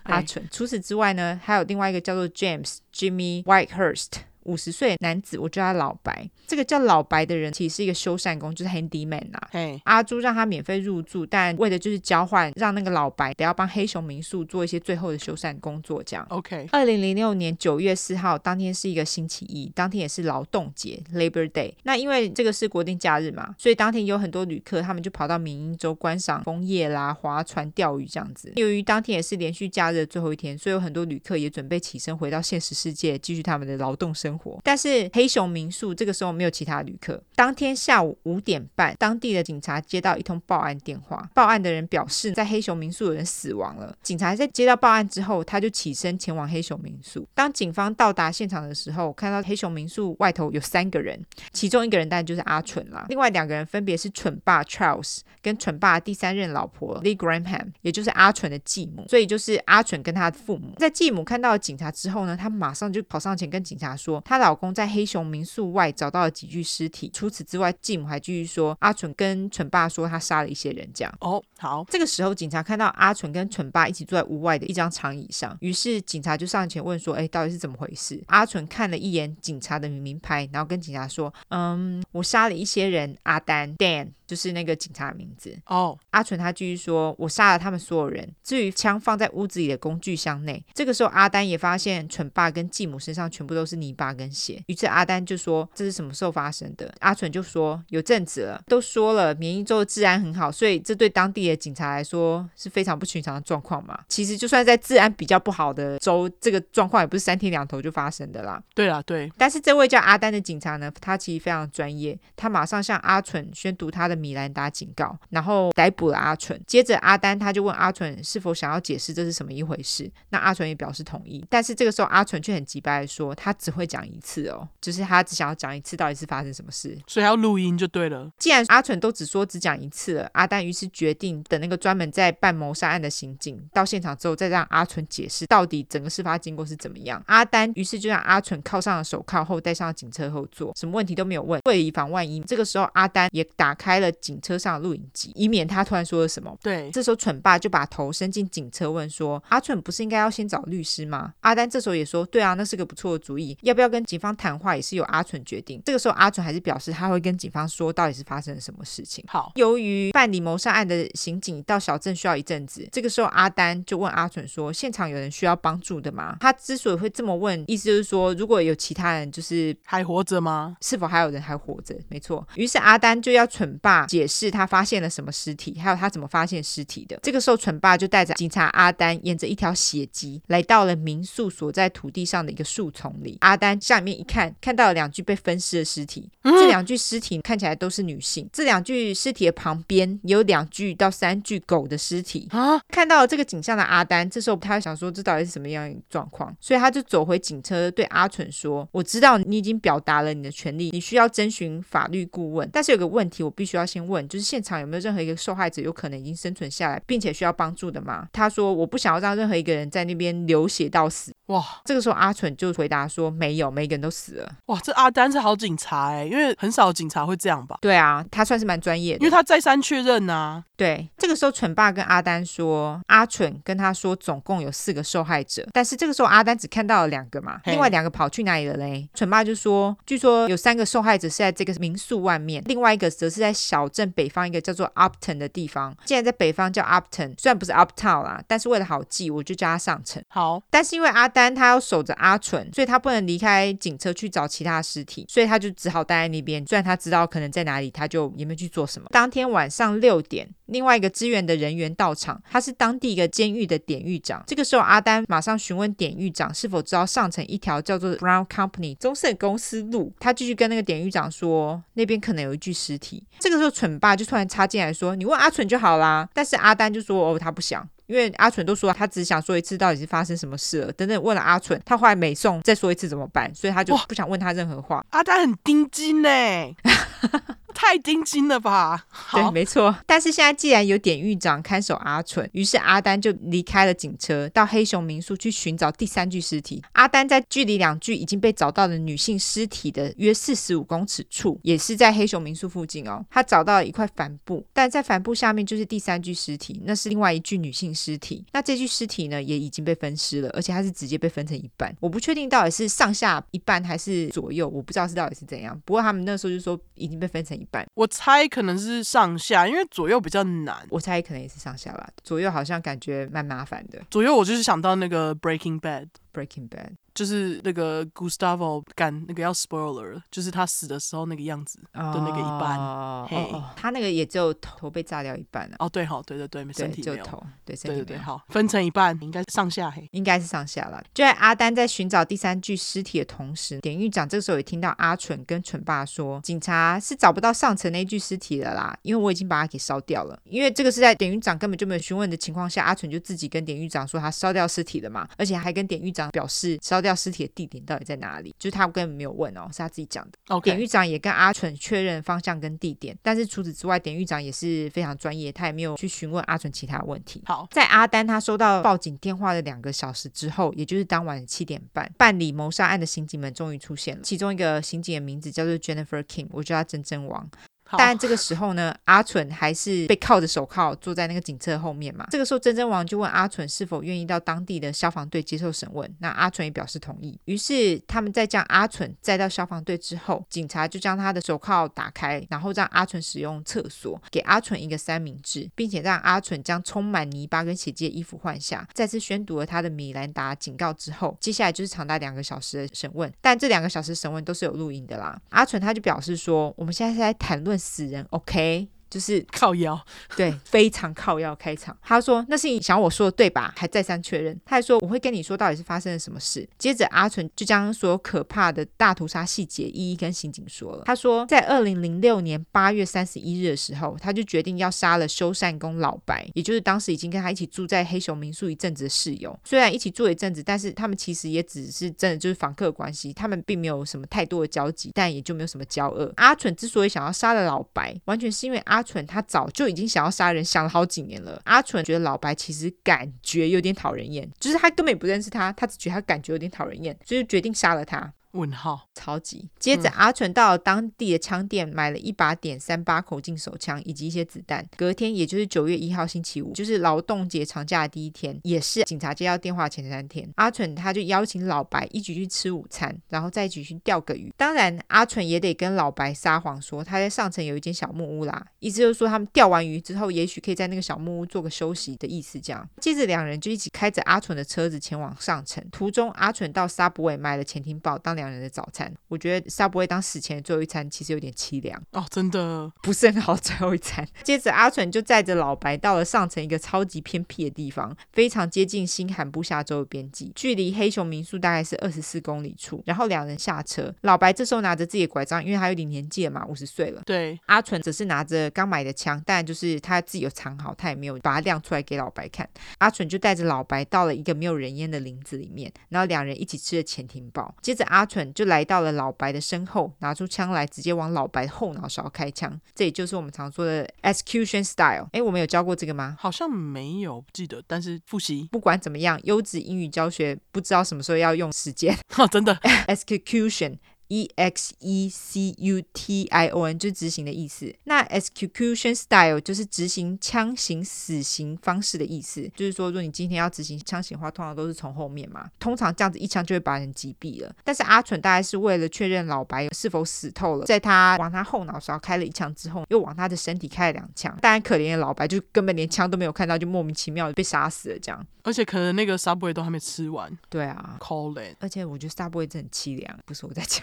S2: 阿纯。除此之外呢，还有另外一个叫做 James Jimmy Whitehurst。五十岁的男子，我叫他老白。这个叫老白的人其实是一个修缮工，就是 handyman 啊。
S1: 嘿，
S2: 阿朱让他免费入住，但为的就是交换，让那个老白得要帮黑熊民宿做一些最后的修缮工作，这样。
S1: OK，
S2: 二零零六年九月四号，当天是一个星期一，当天也是劳动节 （Labor Day）。那因为这个是国定假日嘛，所以当天有很多旅客，他们就跑到明英州观赏枫叶啦、划船、钓鱼这样子。由于当天也是连续假日的最后一天，所以有很多旅客也准备起身回到现实世界，继续他们的劳动生活。但是黑熊民宿这个时候没有其他旅客。当天下午五点半，当地的警察接到一通报案电话，报案的人表示在黑熊民宿有人死亡了。警察在接到报案之后，他就起身前往黑熊民宿。当警方到达现场的时候，看到黑熊民宿外头有三个人，其中一个人当然就是阿蠢啦，另外两个人分别是蠢爸 Charles 跟蠢爸的第三任老婆 Lee Graham，也就是阿蠢的继母，所以就是阿蠢跟他的父母。在继母看到了警察之后呢，她马上就跑上前跟警察说，她老公在黑熊民宿外找到了几具尸体。除此之外，继母还继续说，阿蠢跟蠢爸说他杀了一些人，这样。
S1: 哦，好，
S2: 这个时候，警察看到阿纯跟蠢爸一起坐在屋外的一张长椅上，于是警察就上前问说：“哎，到底是怎么回事？”阿纯看了一眼警察的名牌，然后跟警察说：“嗯，我杀了一些人，阿丹 Dan 就是那个警察的名字。”
S1: 哦，
S2: 阿纯他继续说：“我杀了他们所有人。至于枪放在屋子里的工具箱内。”这个时候，阿丹也发现蠢爸跟继母身上全部都是泥巴跟血。于是阿丹就说：“这是什么时候发生的？”阿纯就说：“有阵子了，都说了，缅因州的治安很好，所以这对当地的警察来说是非常不寻常的状况嘛。其实就算在治安比较不好的州，这个状况也不是三天两头就发生的啦。
S1: 对啦，对，
S2: 但是这位叫阿丹的警察呢，他其实非常专业，他马上向阿蠢宣读他的米兰达警告，然后逮捕了阿蠢。接着阿丹他就问阿蠢是否想要解释这是什么一回事，那阿蠢也表示同意。但是这个时候阿蠢却很急白的说，他只会讲一次哦，就是他只想要讲一次到底是发生什么事。
S1: 所以还要录音就对了。
S2: 既然阿蠢都只说只讲一次了，阿丹于是决定等那个专门在办谋杀案的刑警到现场之后，再让阿蠢解释到底整个事发经过是怎么样。阿丹于是就让阿蠢铐上了手铐后，戴上了警车后座，什么问题都没有问。为了以防万一，这个时候阿丹也打开了警车上的录影机，以免他突然说了什么。
S1: 对，
S2: 这时候蠢爸就把头伸进警车问说：“阿蠢不是应该要先找律师吗？”阿丹这时候也说：“对啊，那是个不错的主意，要不要跟警方谈话也是由阿蠢决定。”这个时候阿蠢还是表示他会跟警方说到底是发生了什么事情。
S1: 好，
S2: 由于办理谋杀案的刑警到小镇需要一阵子，这个时候阿丹就问阿蠢说：“现场有人需要帮助的吗？”他之所以会这么问，意思就是说，如果有其他人就是
S1: 还活着吗？
S2: 是否还有人还活着？没错。于是阿丹就要蠢爸解释他发现了什么尸体，还有他怎么发现尸体的。这个时候，蠢爸就带着警察阿丹沿着一条血迹来到了民宿所在土地上的一个树丛里。阿丹下面一看，看到了两具被分尸的尸体，这两具尸体看起来都是女性。这两具尸体的旁边有两具到三具狗的尸体。
S1: 啊，
S2: 看到了这个景象的阿丹，这时候他想说这到底是什么样的状况，所以他就走回警车，对阿蠢说：“我知道你已经表达了你的权利，你需要征询法律顾问，但是有个问题我必须要先问，就是现场有没有任何一个受害者有可能已经生存下来，并且需要帮助的吗？”他说：“我不想要让任何一个人在那边流血到死。”
S1: 哇
S2: 这个时候阿蠢就回答说：“没有，每个人都死了。
S1: 哇，这阿丹是好警察哎、因为很少警察会这样吧”，
S2: 对啊，他算是蛮专业的
S1: 因为。他再三确认啊呐、
S2: 对，这个时候蠢爸跟阿丹说，阿蠢跟他说总共有四个受害者，但是这个时候阿丹只看到了两个嘛，
S1: 嘿
S2: 另外两个跑去哪里了嘞？蠢爸就说，据说有三个受害者是在这个民宿外面，另外一个则是在小镇北方一个叫做 Upton 的地方。既然在北方叫 Upton，虽然不是 Uptown 啦，但是为了好记，我就叫他上城。
S1: 好，
S2: 但是因为阿丹他要守着阿纯，所以他不能离开警车去找其他尸体，所以他就只好待在那边。虽然他知道可能在哪里，他就也没有去做什么。当天晚上六点，另外一个支援的人员到场，他是当地一个监狱的典狱长。这个时候，阿丹马上询问典狱长是否知道上层一条叫做 Brown Company 中盛公司路。他继续跟那个典狱长说，那边可能有一具尸体。这个时候，蠢爸就突然插进来说：“你问阿蠢就好啦。”但是阿丹就说：“哦，他不想。”因为阿纯都说他只想说一次到底是发生什么事了，等等问了阿纯，他后来每送再说一次怎么办，所以他就
S1: 哇
S2: 不想问他任何话。
S1: 阿丹很钉金呢， 太钉金了吧？
S2: 对，
S1: 好，
S2: 没错。但是现在既然有典狱长看守阿纯，于是阿丹就离开了警车，到黑熊民宿去寻找第三具尸体。阿丹在距离两具已经被找到的女性尸体的约四十五公尺处，也是在黑熊民宿附近哦，他找到了一块帆布，但在帆布下面就是第三具尸体，那是另外一具女性尸体。那这具尸体呢，也已经被分尸了，而且它是直接被分成一半。我不确定到底是上下一半还是左右，我不知道是到底是怎样。不过他们那时候就说已经被分成一半。
S1: 我猜可能是上下，因为左右比较难。
S2: 我猜可能也是上下吧，左右好像感觉蛮麻烦的。
S1: 左右我就是想到那个 Breaking Bad，
S2: Breaking Bad
S1: 就是那个 Gustavo 干那个要 spoiler，了就是他死的时候那个样子。
S2: 的
S1: 那个一半
S2: 哦
S1: 嘿
S2: 哦哦，他那个也只有头被炸掉一半啊，
S1: 哦，对，好，对对对，没
S2: 对，
S1: 身体
S2: 就
S1: 没有。
S2: 头，对，身
S1: 对
S2: 体
S1: 对
S2: 没
S1: 对，
S2: 有。
S1: 好，分成一半，应该上下嘿。
S2: 应该是上下了。就在阿丹在寻找第三具尸体的同时，典狱长这个时候也听到阿蠢跟蠢爸说，警察是找不到上层那具尸体的啦，因为我已经把它给烧掉了。因为这个是在典狱长根本就没有询问的情况下，阿蠢就自己跟典狱长说他烧掉尸体了嘛，而且还跟典狱长表示烧掉尸体的地点到底在哪里，就是他根本没有问哦，是他自己讲的。典
S1: OK，
S2: 狱长也跟阿纯确认方向跟地点，但是除此之外，典狱长也是非常专业，他也没有去询问阿纯其他问题。
S1: 好，
S2: 在阿丹他收到报警电话的两个小时之后，也就是当晚七点半，办理谋杀案的刑警们终于出现了。其中一个刑警的名字叫做 Jennifer Kim，我叫她珍珍王。
S1: 好，
S2: 但这个时候呢，阿纯还是被铐着手铐坐在那个警车后面嘛。这个时候，真真王就问阿纯是否愿意到当地的消防队接受审问，那阿纯也表示同意。于是他们在将阿纯载到消防队之后，警察就将他的手铐打开，然后让阿纯使用厕所，给阿纯一个三明治，并且让阿纯将充满泥巴跟血迹的衣服换下。再次宣读了他的米兰达警告之后，接下来就是长达两个小时的审问，但这两个小时审问都是有录音的啦。阿纯他就表示说，我们现在是在谈论死人，OK？就是
S1: 靠腰，
S2: 对，非常靠要开场。他说：“那是你想我说的对吧？”还再三确认。他还说：“我会跟你说到底是发生了什么事。”接着阿纯就将所有可怕的大屠杀细节一一跟刑警说了。他说，在二零零六年八月三十一日的时候，他就决定要杀了修缮工老白，也就是当时已经跟他一起住在黑熊民宿一阵子的室友。虽然一起住了一阵子，但是他们其实也只是真的就是房客关系，他们并没有什么太多的交集，但也就没有什么交恶。阿蠢之所以想要杀了老白，完全是因为阿蠢他早就已经想要杀人，想了好几年了。阿蠢觉得老白其实感觉有点讨人厌，就是他根本也不认识他，他只觉得他感觉有点讨人厌，所以就决定杀了他。
S1: 问号，
S2: 超级。接着，阿纯到了当地的枪店买了一把点三八口径手枪以及一些子弹。隔天，也就是九月一号星期五，就是劳动节长假的第一天，也是警察接到电话前三天，阿纯他就邀请老白一起去吃午餐，然后再一起去钓个鱼。当然，阿纯也得跟老白撒谎说他在上层有一间小木屋啦，意思就是说他们钓完鱼之后，也许可以在那个小木屋做个休息的意思。这样，接着两人就一起开着阿纯的车子前往上层。途中，阿纯到 Subway 买了潜艇堡当两人的早餐。我觉得 Subway 当死前的最后一餐其实有点凄凉。
S1: 哦，真的，
S2: 不是很好最后一餐。 接着阿纯就载着老白到了上层一个超级偏僻的地方，非常接近新罕布夏州的边际，距离黑熊民宿大概是二十四公里处。然后两人下车，老白这时候拿着自己的拐杖，因为他有点年纪了嘛，五十岁了。
S1: 对，
S2: 阿纯则是拿着刚买的枪，但就是他自己有藏好，他也没有把它亮出来给老白看。阿纯就带着老白到了一个没有人烟的林子里面，然后两人一起吃了潜艇堡。接着阿纯就来到了老白的身后，拿出枪来，直接往老白的后脑勺开枪。这也就是我们常说的 execution style。诶，我们有教过这个吗？
S1: 好像没有不记得，但是复习，
S2: 不管怎么样，优质英语教学不知道什么时候要用时间。
S1: 哦，真的，
S2: execution。E X E C U T I O N 就是执行的意思。那 execution style 就是执行枪刑死刑方式的意思，就是说，如果你今天要执行枪刑的话，通常都是从后面嘛，通常这样子一枪就会把人击毙了。但是阿蠢大概是为了确认老白是否死透了，在他往他后脑勺开了一枪之后，又往他的身体开了两枪。当然，可怜的老白就根本连枪都没有看到，就莫名其妙地被杀死了。这样，
S1: 而且可能那个 Subway 都还没吃完
S2: 对啊，
S1: ，call it，
S2: 而且我觉得 Subway 真的很凄凉，不是我在讲。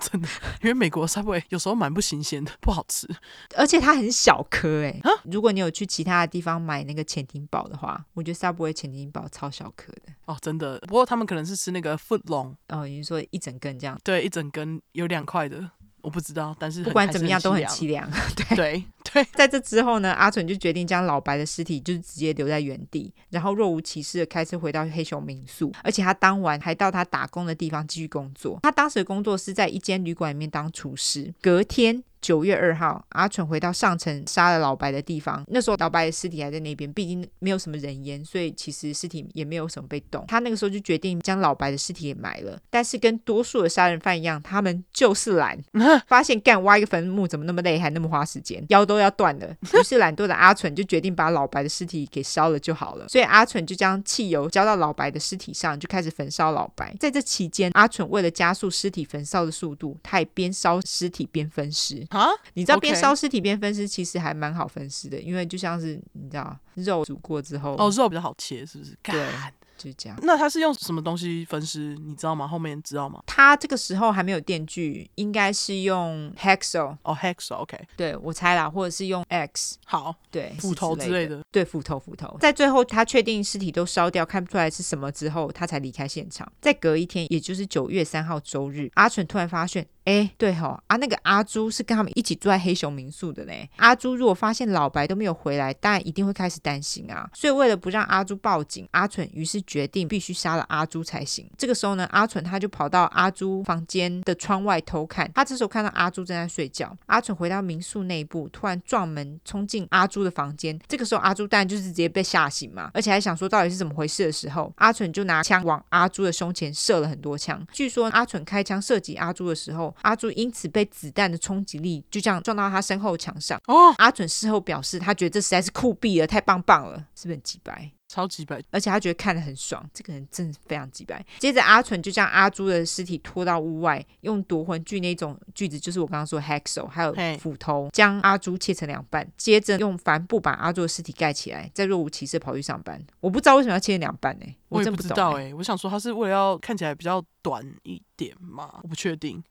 S1: 真的，因为美国 Subway 有时候蛮不新鲜的，不好吃。
S2: 而且它很小颗哎、如果你有去其他的地方买那个潜艇堡的话，我觉得 Subway 潜艇堡超小颗的。
S1: 哦，真的。不过他们可能是吃那个 foot long，
S2: 哦，你是说一整根这样，
S1: 对，一整根有两块的，我不知道，但是很
S2: 不管怎么样都很
S1: 还是
S2: 凄凉。
S1: 很凉。对 对，
S2: 在这之后呢，阿纯就决定将老白的尸体就是直接留在原地，然后若无其事的开车回到黑熊民宿，而且他当晚还到他打工的地方继续工作。他当时的工作是在一间旅馆里面当厨师。隔天。九月二号，阿纯回到上层杀了老白的地方。那时候老白的尸体还在那边，毕竟没有什么人烟，所以其实尸体也没有什么被动。他那个时候就决定将老白的尸体也埋了。但是跟多数的杀人犯一样，他们就是懒，发现干挖一个坟墓怎么那么累，还那么花时间，腰都要断 了。于是懒惰的阿纯就决定把老白的尸体给烧了就好了。所以阿纯就将汽油浇到老白的尸体上，就开始焚烧老白。在这期间，阿纯为了加速尸体焚烧的速度，他也边烧尸体边分尸。
S1: 啊，
S2: 你知道
S1: OK
S2: 边烧尸体边分尸，其实还蛮好分尸的，因为就像是你知道肉煮过之后，
S1: 哦，肉比较好切，是不是？
S2: 对
S1: 干，
S2: 就这样。
S1: 那他是用什么东西分尸？你知道吗？后面知道吗？
S2: 他这个时候还没有电锯，应该是用 hexo，
S1: 哦，hex，OK，
S2: 对我猜啦，或者是用 x，
S1: 好，
S2: 对，
S1: 斧头
S2: 之
S1: 之类的。
S2: 对，斧头，斧头。在最后他确定尸体都烧掉，看不出来是什么之后，他才离开现场。再隔一天，也就是九月三号周日，阿纯突然发现。哎，对吼、啊，那个阿朱是跟他们一起住在黑熊民宿的嘞。阿朱如果发现老白都没有回来，当然一定会开始担心啊。所以为了不让阿朱报警，阿纯于是决定必须杀了阿朱才行。这个时候呢，阿纯他就跑到阿朱房间的窗外偷看，他这时候看到阿朱正在睡觉。阿纯回到民宿内部，突然撞门冲进阿朱的房间。这个时候阿朱当然就是直接被吓醒嘛，而且还想说到底是怎么回事的时候，阿纯就拿枪往阿朱的胸前射了很多枪。据说阿纯开枪射击阿朱的时候，阿朱因此被子弹的冲击力就这样撞到他身后墙上。
S1: 哦，
S2: 阿准事后表示，他觉得这实在是酷毙了，太棒棒了，是不是很鸡掰？
S1: 超级白，
S2: 而且他觉得看得很爽，这个人真的非常鸡掰。接着阿纯就将阿朱的尸体拖到屋外，用夺魂锯那种锯子，就是我刚刚说 hexo，还有
S1: 嘿
S2: 斧头，将阿朱切成两半。接着用帆布把阿朱的尸体盖起来，再若无其事地跑去上班。我不知道为什么要切成两半呢、
S1: 我也
S2: 真
S1: 不
S2: 不
S1: 知
S2: 懂
S1: 道
S2: 欸
S1: 哎、我想说他是为了要看起来比较短一点嘛，我不确定。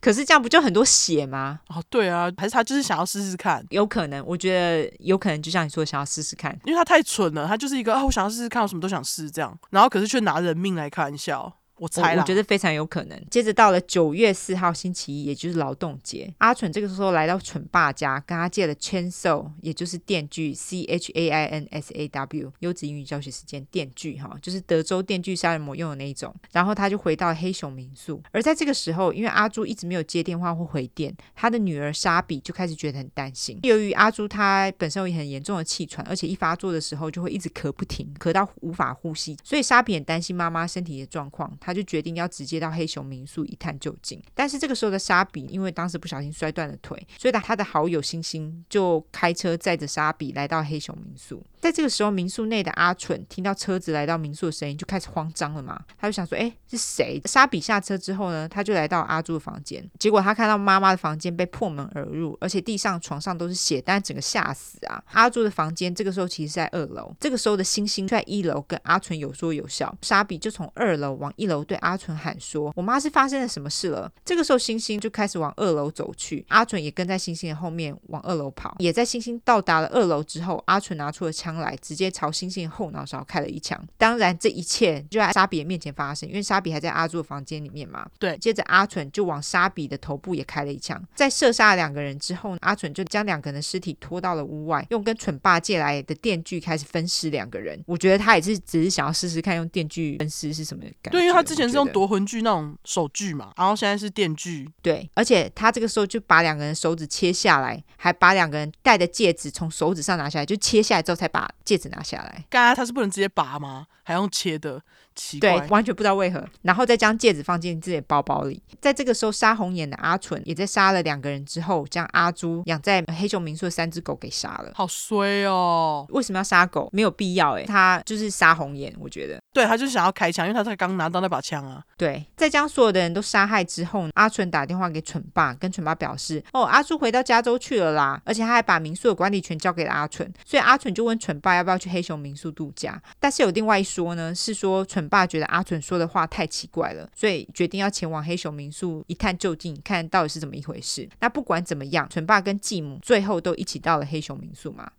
S2: 可是这样不就很多血吗？
S1: 哦，对啊，还是他就是想要试试看，
S2: 有可能，我觉得有可能，就像你说，想要试试看。
S1: 因为他太蠢了，他就是一个啊，我想要试试看，我什么都想试这样，然后可是却拿人命来开玩笑，我
S2: 我
S1: 猜啦。
S2: 我觉得非常有可能。接着到了九月四号星期一，也就是劳动节，阿蠢这个时候来到蠢爸家，跟他借了 chainsaw，也就是电锯 （c h a i n s a w） 优质英语教学时间电锯哈，就是德州电锯杀人魔用的那一种。然后他就回到黑熊民宿，而在这个时候，因为阿朱一直没有接电话或回电，他的女儿莎比就开始觉得很担心。由于阿朱她本身有很严重的气喘，而且一发作的时候就会一直咳不停，咳到无法呼吸，所以莎比很担心妈妈身体的状况，她就决定要直接到黑熊民宿一探究竟。但是这个时候的莎比，因为当时不小心摔断了腿，所以她的好友星星就开车载着莎比来到黑熊民宿。在这个时候，民宿内的阿蠢听到车子来到民宿的声音，就开始慌张了嘛。他就想说：“哎、是谁？”莎比下车之后呢，他就来到阿朱的房间，结果他看到妈妈的房间被破门而入，而且地上、床上都是血，但整个吓死啊！阿朱的房间这个时候其实在二楼，这个时候的星星却在一楼跟阿纯有说有笑。莎比就从二楼往一楼对阿纯喊说：“我妈是发生了什么事了？”这个时候星星就开始往二楼走去，阿纯也跟在星星的后面往二楼跑。也在星星到达了二楼之后，阿纯拿出了枪来，直接朝星星的后脑勺开了一枪。当然，这一切就在莎比的面前发生，因为莎比还在阿朱的房间里面嘛。
S1: 对
S2: 接着阿纯就往莎比的头部也开了一枪。在射杀了两个人之后，阿纯就将两个人的尸体拖到了屋外，用跟蠢爸借来的电锯开始分尸两个人。我觉得他也是只是想要试试看用电锯分尸是什么感觉。
S1: 对，因为他之前
S2: 我
S1: 是
S2: 觉得
S1: 用夺魂锯那种手锯嘛，然后现在是电锯，
S2: 对，而且他这个时候就把两个人手指切下来，还把两个人戴的戒指从手指上拿下来，就切下来之后才把戒指拿下来。
S1: 刚啊才他是不能直接拔吗？还用切的，奇
S2: 对
S1: 怪，。
S2: 完全不知道为何，然后再将戒指放进自己的包包里。在这个时候，杀红眼的阿纯也在杀了两个人之后，将阿朱养在黑熊民宿的三只狗给杀了。
S1: 好衰哦！
S2: 为什么要杀狗？没有必要诶、他就是杀红眼，我觉得。
S1: 对他就是想要开枪，因为他才刚拿到那把枪啊。
S2: 对，在将所有的人都杀害之后，阿纯打电话给蠢爸，跟蠢爸表示：“哦，阿朱回到加州去了啦，而且他还把民宿的管理权交给了阿纯。”所以阿纯就问蠢爸要不要去黑熊民宿度假。但是有另外一说呢，是说蠢爸觉得阿纯说的话太奇怪了，所以决定要前往黑熊民宿一探究竟，看到底是怎么一回事。那不管怎么样，蠢爸跟继母最后都一起到了黑熊民宿嘛。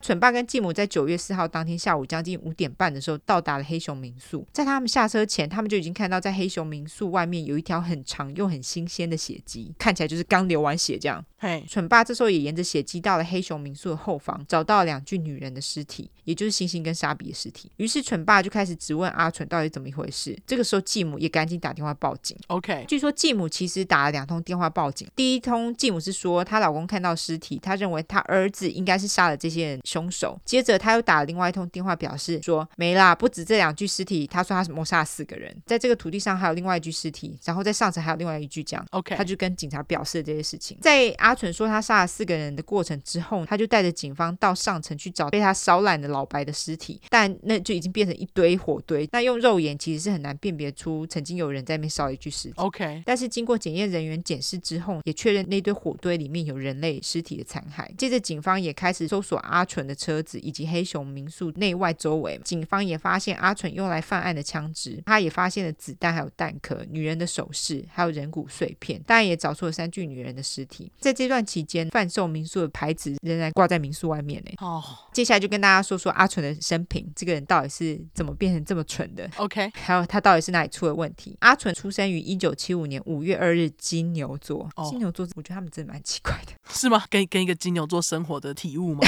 S2: 蠢爸跟继母在九月四号当天下午将近五点半的时候到达了黑熊民宿。在他们下车前，他们就已经看到在黑熊民宿外面有一条很长又很新鲜的血迹，看起来就是刚流完血这样。
S1: 嘿，
S2: 蠢爸这时候也沿着血迹到了黑熊民宿的后方，找到了两具女人的尸体，也就是星星跟莎比的尸体。于是蠢爸就开始质问阿蠢到底怎么一回事。这个时候继母也赶紧打电话报警。
S1: OK，
S2: 据说继母其实打了两通电话报警，第一通继母是说她老公看到尸体，她认为她儿子应该是杀了这些人凶手。接着她又打了另外一通电话表示说没啦，不止这两具尸体，她说她是谋杀了四个人，在这个土地上还有另外一具尸体，然后在上层还有另外一具这样。
S1: OK，
S2: 他就跟警察表示了这些事情。在阿纯说他杀了四个人的过程之后，他就带着警方到上层去找被他烧烂的老白的尸体，但那就已经变成一堆火堆。那用肉眼其实是很难辨别出曾经有人在那边烧一具尸体。
S1: OK，
S2: 但是经过检验人员检视之后，也确认那堆火堆里面有人类尸体的残骸。接着，警方也开始搜索阿纯的车子以及黑熊民宿内外周围。警方也发现阿纯用来犯案的枪支，他也发现了子弹还有弹壳、女人的首饰，还有人骨碎片。当然，也找出了三具女人的尸体。在这段期间，贩售民宿的牌子仍然挂在民宿外面呢。
S1: 哦
S2: 接下来就跟大家说说阿纯的生平，这个人到底是怎么变成这么蠢的？
S1: ，OK，
S2: 还有他到底是哪里出了问题？阿纯出生于一九七五年五月二日，金牛座。
S1: 哦
S2: 金牛座，我觉得他们真的蛮奇怪的。
S1: 是吗？跟跟一个金牛座生活的体悟吗？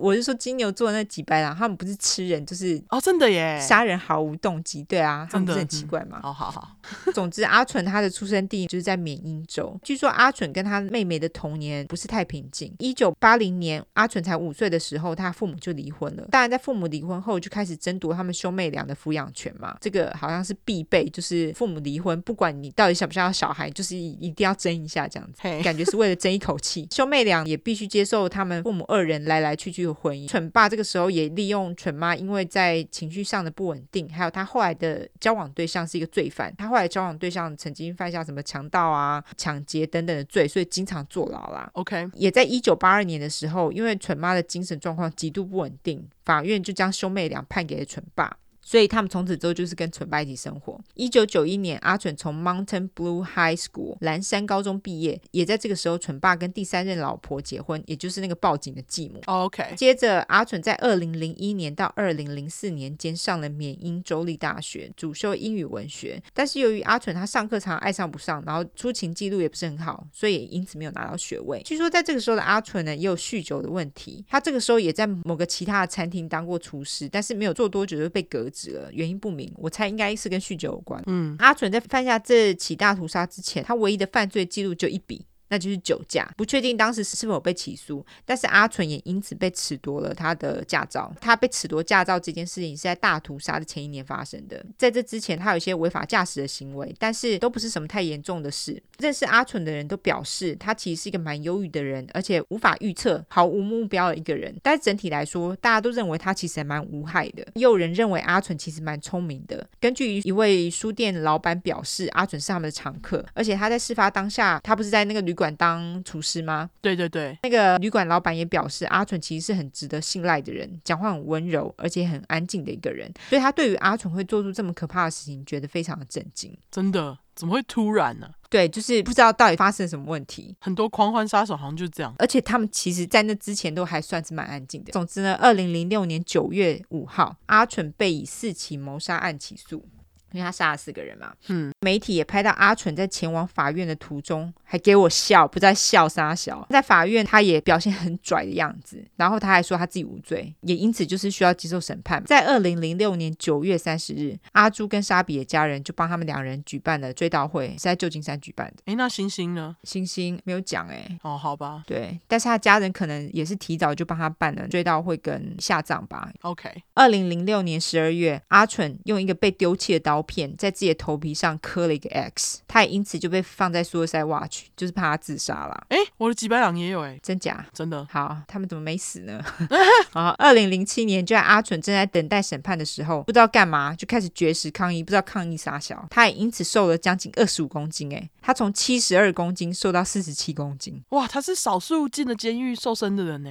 S2: 我是说金牛座那几白狼，他们不是吃人就是
S1: 哦，真的 耶，
S2: 杀人毫无动机，对啊，他们
S1: 真的嗯
S2: 不是很奇怪吗？
S1: 好好好，
S2: 总之，阿纯他的出生地就是在缅因州。据说阿纯跟他妹妹的童年不是太平静。一九八零年，阿纯才五岁的时候，他父母就离婚了。当然，在父母离婚后，就开始争夺他们兄妹俩的抚养权嘛。这个好像是必备，就是父母离婚，不管你到底想不想要小孩，就是一定要争一下这样子。
S1: 嘿，
S2: 感觉是为了争一口气。 兄妹俩也必须接受他们父母二人来来去去的婚姻。蠢爸这个时候也利用蠢妈，因为在情绪上的不稳定，还有他后来的交往对象是一个罪犯，他后来交往对象曾经犯下什么强盗啊、抢劫等等的罪，所以经常坐牢啦。
S1: OK，
S2: 也在一九八二年的时候，因为蠢妈的精神状况极度不稳定，法院就将兄妹俩判给了蠢爸。所以他们从此之后就是跟蠢爸一起生活。一九九一年，阿蠢从 Mountain Blue High School 蓝山高中毕业，也在这个时候，蠢爸跟第三任老婆结婚，也就是那个报警的继母。
S1: 哦 OK，
S2: 接着，阿蠢在二零零一年到二零零四年间上了缅因州立大学，主修英语文学。但是由于阿蠢他上课常常爱上不上，然后出勤记录也不是很好，所以也因此没有拿到学位。据说在这个时候的阿蠢呢，也有酗酒的问题。他这个时候也在某个其他的餐厅当过厨师，但是没有做多久就被革职了，原因不明。我猜应该是跟酗酒有关。
S1: 嗯，
S2: 阿蠢在犯下这起大屠杀之前，他唯一的犯罪记录就一笔。那就是酒驾，不确定当时是否被起诉，但是阿纯也因此被褫夺了他的驾照。他被褫夺驾照这件事情是在大屠杀的前一年发生的，在这之前他有一些违法驾驶的行为，但是都不是什么太严重的事。认识阿纯的人都表示，他其实是一个蛮忧郁的人，而且无法预测、毫无目标的一个人。但是整体来说，大家都认为他其实还蛮无害的。也有人认为阿纯其实蛮聪明的。根据一位书店老板表示，阿纯是他们的常客，而且他在事发当下，他不是在那个旅馆当厨师吗？
S1: 对对对，
S2: 那个旅馆老板也表示，阿纯其实是很值得信赖的人，讲话很温柔，而且很安静的一个人。所以他对于阿纯会做出这么可怕的事情，觉得非常的震惊。
S1: 真的，怎么会突然呢、
S2: 对，就是不知道到底发生了什么问题。
S1: 很多狂欢杀手好像就这样。
S2: 而且他们其实，在那之前都还算是蛮安静的。总之呢，二零零六年九月五号，阿纯被以四起谋杀案起诉，因为他杀了四个人嘛。
S1: 嗯，
S2: 媒体也拍到阿纯在前往法院的途中，还给我笑，不在笑啥笑。在法院，他也表现很拽的样子，然后他还说他自己无罪，也因此就是需要接受审判。在二零零六年九月三十日，阿朱跟莎比的家人就帮他们两人举办了追悼会，是在旧金山举办的。
S1: 诶，那星星呢？
S2: 星星没有讲哎、
S1: 哦，好吧
S2: 对，但是他家人可能也是提早就帮他办了追悼会跟下葬吧。
S1: ，OK，
S2: 二零零六年十二月，阿蠢用一个被丢弃的刀片在自己的头皮上刻了一个 X，他也因此就被放在 Suicide Watch，就是怕他自杀啦。
S1: 诶，我的几百两也有诶，
S2: 真假？
S1: 真的
S2: 好，他们怎么没死呢？ 啊，二零零七年，就在阿蠢正在等待审判的时候，不知道干嘛就开始绝食抗议，不知道抗议啥小，他也因此瘦了将近二十五公斤，诶，他从七十二公斤瘦到四十七公斤。
S1: 哇，他是少数进了监狱瘦身的人呢。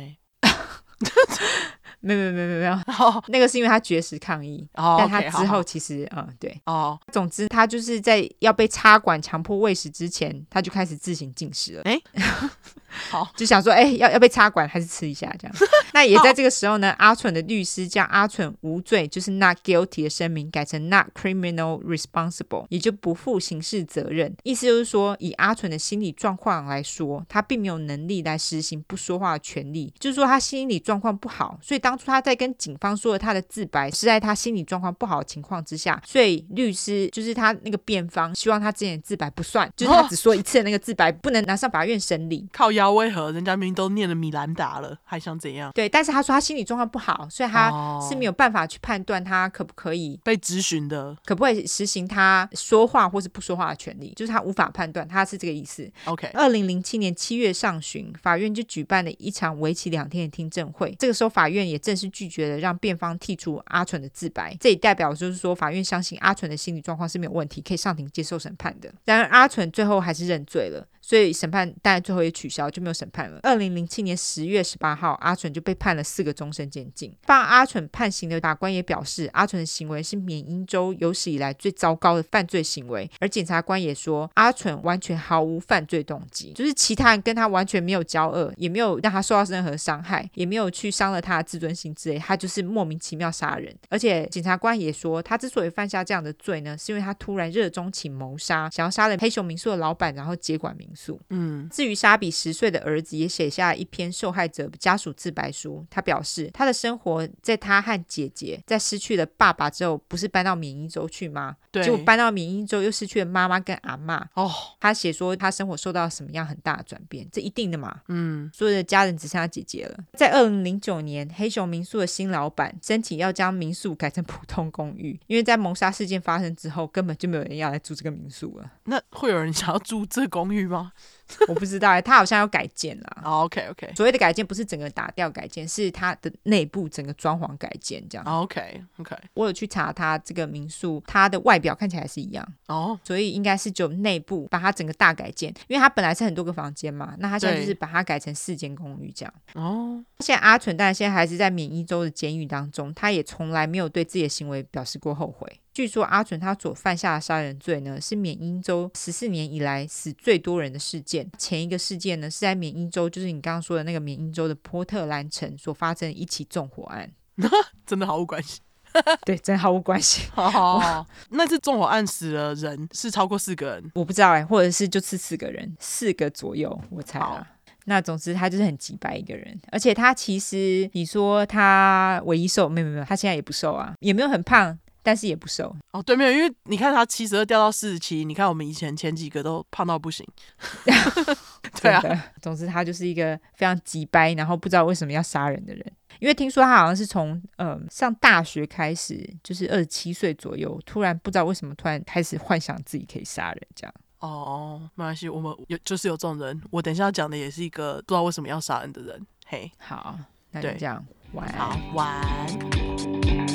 S2: 没有没有没有没有没 有，
S1: 哦，
S2: 那个是因为他绝食抗议，
S1: 哦
S2: 但他
S1: OK，好
S2: 之
S1: 好
S2: 后其实嗯对，
S1: 哦，
S2: 总之他就是在要被插管强迫喂食之前，他就开始自行进食了。
S1: 诶好，
S2: 就想说，哎、要要被插管还是吃一下这样。那也在这个时候呢，阿蠢的律师将阿蠢无罪就是 not guilty 的声明改成 not criminal responsible，也就不负刑事责任。意思就是说，以阿蠢的心理状况来说，他并没有能力来实行不说话的权利，就是说他心理状况不好，所以当初他在跟警方说了他的自白是在他心理状况不好的情况之下，所以律师就是他那个辩方希望他之前的自白不算，就是他只说一次的那个自白不能拿上法院审理。
S1: 靠腰为何？人家明明都念了米兰达了，还想怎样？
S2: 对，但是他说他心理状况不好，所以他
S1: 哦
S2: 是没有办法去判断他可不可以。
S1: 被质询的。
S2: 可不可以实行他说话或是不说话的权利？就是他无法判断，他是这个意思。
S1: OK，
S2: 二零零七年七月上旬，法院就举办了一场为期两天的听证会。这个时候，法院也正式拒绝了让辩方剔除阿纯的自白，这也代表就是说，法院相信阿纯的心理状况是没有问题，可以上庭接受审判的。然而，阿纯最后还是认罪了。所以审判当然最后也取消，就没有审判了。二零零七年十月十八号，阿纯就被判了四个终身监禁。把阿纯判刑的法官也表示，阿纯的行为是缅因州有史以来最糟糕的犯罪行为。而检察官也说，阿纯完全毫无犯罪动机，就是其他人跟他完全没有交恶，也没有让他受到任何伤害，也没有去伤了他的自尊心之类，他就是莫名其妙杀人。而且检察官也说，他之所以犯下这样的罪呢，是因为他突然热衷起谋杀，想要杀了黑熊民宿的老板，然后接管民宿。
S1: 嗯，
S2: 至于沙比十岁的儿子，也写下一篇受害者家属自白书。他表示，他的生活在他和姐姐在失去了爸爸之后，不是搬到缅因州去吗？
S1: 对。
S2: 结果搬到缅因州又失去了妈妈跟阿嬷。
S1: 哦，
S2: 他写说，他生活受到什么样很大的转变，这一定的嘛。
S1: 嗯，
S2: 所有的家人只剩下姐姐了。在二零零九年，黑熊民宿的新老板申请要将民宿改成普通公寓，因为在谋杀事件发生之后，根本就没有人要来住这个民宿了。
S1: 那会有人想要住这公寓吗、哦
S2: 我不知道、欸，他好像要改建啦。
S1: o k OK
S2: 所谓的改建不是整个打掉改建，是它的内部整个装潢改建这
S1: 哦
S2: 样。
S1: OK OK，
S2: 我有去查它这个民宿，它的外表看起来是一样，
S1: 哦，
S2: 所以应该是只有内部把它整个大改建，因为它本来是很多个房间嘛，那它现在
S1: 对
S2: 就是把它改成四间公寓这样。
S1: 哦，
S2: 现在阿纯当然现在还是在缅因州的监狱当中，他也从来没有对自己的行为表示过后悔。据说阿纯他所犯下的杀人罪呢，是缅因州十四年以来死最多人的事件。前一个事件呢是在缅因州，就是你刚刚说的那个缅因州的波特兰城所发生的一起纵火案。
S1: 真的毫无关系。
S2: 对，真毫无关系。
S1: 好好好，那次纵火案死了人是超过四个人，
S2: 我不知道哎、或者是就是四个人，四个左右，我猜
S1: 好
S2: 啦。那总之他就是很急白一个人，而且他其实你说他唯一瘦，没有没有没有，他现在也不瘦啊，也没有很胖，但是也不瘦。
S1: 哦，对，没有，因为你看他七十二掉到四十七，你看我们以前前几个都胖到不 行。 对啊
S2: 真，的，总之他就是一个非常急掰，然后不知道为什么要杀人的人。因为听说他好像是从呃上大学开始，就是二十七岁左右，突然不知道为什么突然开始幻想自己可以杀人这样。
S1: 哦哦，没关系，我们有就是有这种人。我等一下要讲的也是一个不知道为什么要杀人的人。嘿，
S2: 好，那就
S1: 对
S2: 这样，晚安
S1: 好。，晚安。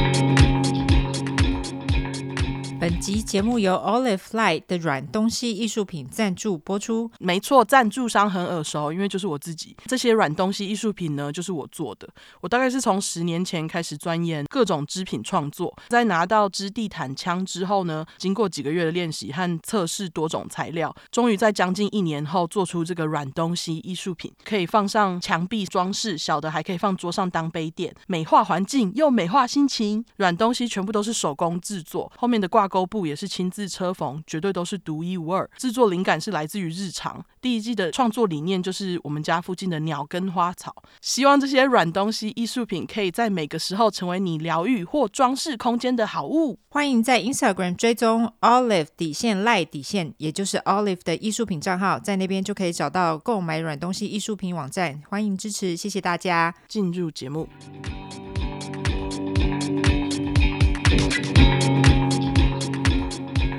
S2: 本集节目由 Olive Light 的软东西艺术品赞助播出。
S1: 没错，赞助商很耳熟，因为就是我自己。这些软东西艺术品呢，就是我做的。我大概是从十年前开始钻研各种织品创作，在拿到织地毯枪之后呢，经过几个月的练习和测试多种材料，终于在将近一年后做出这个软东西艺术品，可以放上墙壁装饰，小的还可以放桌上当杯垫，美化环境又美化心情。软东西全部都是手工制作，后面的挂钩布也是亲自车缝，绝对都是独一无二。制作灵感是来自于日常。第一季的创作理念就是我们家附近的鸟跟花草，希望这些软东西艺术品可以在每个时候成为你疗愈或装饰空间的好物。
S2: 欢迎在 Instagram 追踪 Olive 底线赖底线，也就是 Olive 的艺术品账号，在那边就可以找到购买软东西艺术品网站。欢迎支持，谢谢大家。
S1: 进入节目，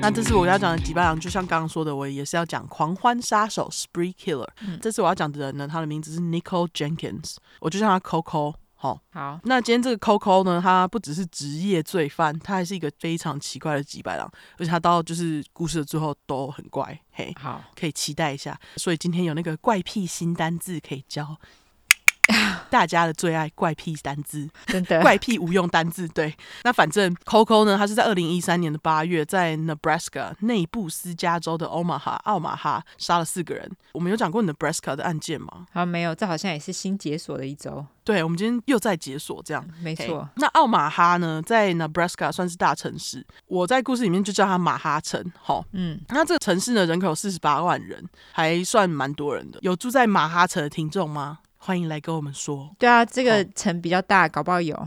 S1: 那这次我要讲的几伴郎，就像刚刚说的，我也是要讲狂欢杀手 （Spree Killer）。这次我要讲的人呢，他的名字是 Nicole Jenkins，我就叫他 Coco。好，
S2: 好，
S1: 那今天这个 Coco 呢，他不只是职业罪犯，他还是一个非常奇怪的几百郎，而且他到就是故事的最后都很怪，嘿，
S2: 好，
S1: 可以期待一下。所以今天有那个怪癖新单字可以教。大家的最爱怪癖单 字。
S2: 真的
S1: 怪癖无用单字。对，那反正 Coco 呢，他是在二零一三年的八月，在 Nebraska 内布斯加州的 Omaha 奥马哈杀了四个人。我们有讲过 Nebraska 的案件吗？
S2: 好没有，这好像也是新解锁的一周，
S1: 对，我们今天又在解锁这样。
S2: 没错
S1: 嘿。那奥马哈呢，在 Nebraska 算是大城市，我在故事里面就叫它马哈城。好，
S2: 嗯，
S1: 那这个城市呢，人口四十八万人，还算蛮多人的。有住在马哈城的听众吗？欢迎来跟我们说。
S2: 对啊，这个城比较大，搞不好有，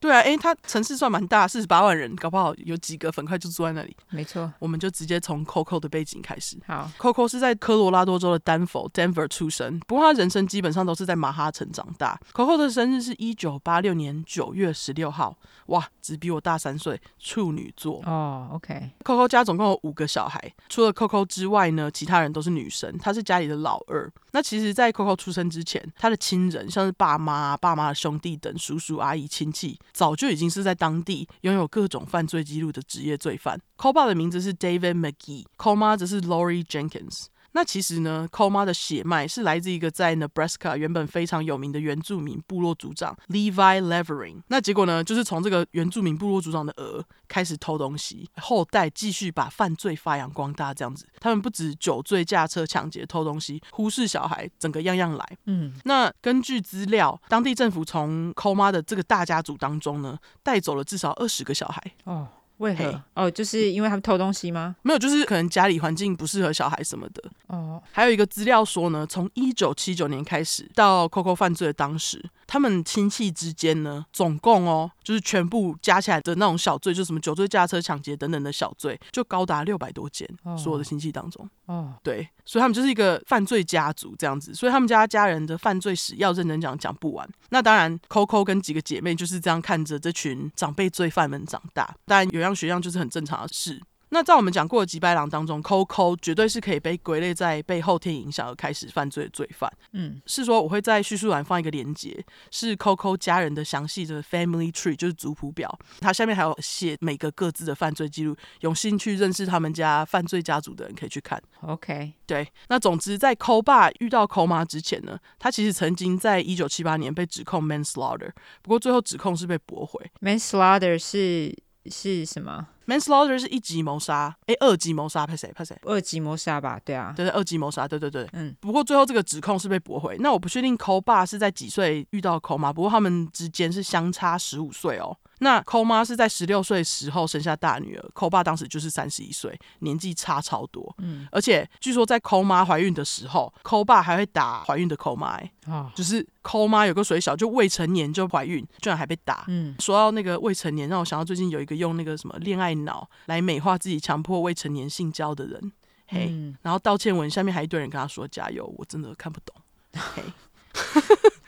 S1: 对啊，诶，它城市算蛮大，四十八万人，搞不好有几个很快就住在那里。
S2: 没错。
S1: 我们就直接从 Coco 的背景开始。
S2: 好，
S1: Coco 是在科罗拉多州的丹佛 （Denver） 出生，不过他人生基本上都是在马哈城长大。Coco 的生日是一九八六年九月十六号，哇，只比我大三岁，处女座。
S2: 哦，OK，
S1: Coco 家总共有五个小孩，除了 Coco 之外呢，其他人都是女生，她是家里的老二。那其实，在 Coco 出生之前，她的亲人像是爸妈、啊爸妈的兄弟等叔叔、阿姨、亲戚，早就已经是在当地拥有各种犯罪记录的职业罪犯。Co 爸的名字是 David McGee，Co 妈则是 Lori Jenkins。那其实呢，Co 妈的血脉是来自一个在 Nebraska 原本非常有名的原住民部落族长 Levi Levering。那结果呢，就是从这个原住民部落族长的鹅开始偷东西，后代继续把犯罪发扬光大，这样子。他们不止酒醉、驾车、抢劫、偷东西，忽视小孩，整个样样来。
S2: 嗯，
S1: 那根据资料，当地政府从 Co 妈的这个大家族当中呢，带走了至少二十个小孩。
S2: 哦，为
S1: 嘿
S2: 何？哦，就是因为他们偷东西吗？
S1: 没有，就是可能家里环境不适合小孩什么的。
S2: 哦，
S1: 还有一个资料说呢，从一九七九年开始到 Coco 犯罪的当时，他们亲戚之间呢，总共哦，就是全部加起来的那种小罪，就什么酒醉、驾车、抢劫等等的小罪，就高达六百多件，
S2: 哦
S1: 所有的亲戚当中。
S2: 哦，
S1: 对，所以他们就是一个犯罪家族这样子，所以他们家家人的犯罪史要认真讲讲不完。那当然，Coco 跟几个姐妹就是这样看着这群长辈罪犯们长大，当然有样学样就是很正常的事。那在我们讲过的几百狼当中，Coco 绝对是可以被归类在被后天影响而开始犯罪的罪犯。
S2: 嗯，
S1: 是说我会在叙述栏放一个连接，是 Coco 家人的详细的 family tree，就是族谱表。它下面还有写每个各自的犯罪记录，有兴趣认识他们家犯罪家族的人可以去看。
S2: OK，
S1: 对，那总之在抠爸遇到抠妈之前呢，他其实曾经在一九七八年被指控 manslaughter，不过最后指控是被驳回。
S2: manslaughter 是是什么？
S1: manslaughter 是一级谋杀，诶，二级谋杀，拍谁拍谁？
S2: 二级谋杀吧？对啊，
S1: 对对，二级谋杀，对对对。
S2: 嗯，
S1: 不过最后这个指控是被驳回。那我不确定抠爸是在几岁遇到抠妈，不过他们之间是相差十五岁哦。那抠妈是在十六岁时候生下大女儿，抠爸当时就是三十一岁，年纪差超多。嗯，而且据说在抠妈怀孕的时候，抠爸还会打怀孕的抠妈、欸，
S2: 哦，
S1: 就是抠妈有个水小就未成年就怀孕，居然还被打。
S2: 嗯，
S1: 说到那个未成年，让我想到最近有一个用那个什么恋爱脑来美化自己强迫未成年性交的人，嘿，
S2: 嗯
S1: 然后道歉文下面还一堆人跟他说加油，我真的看不懂。嘿，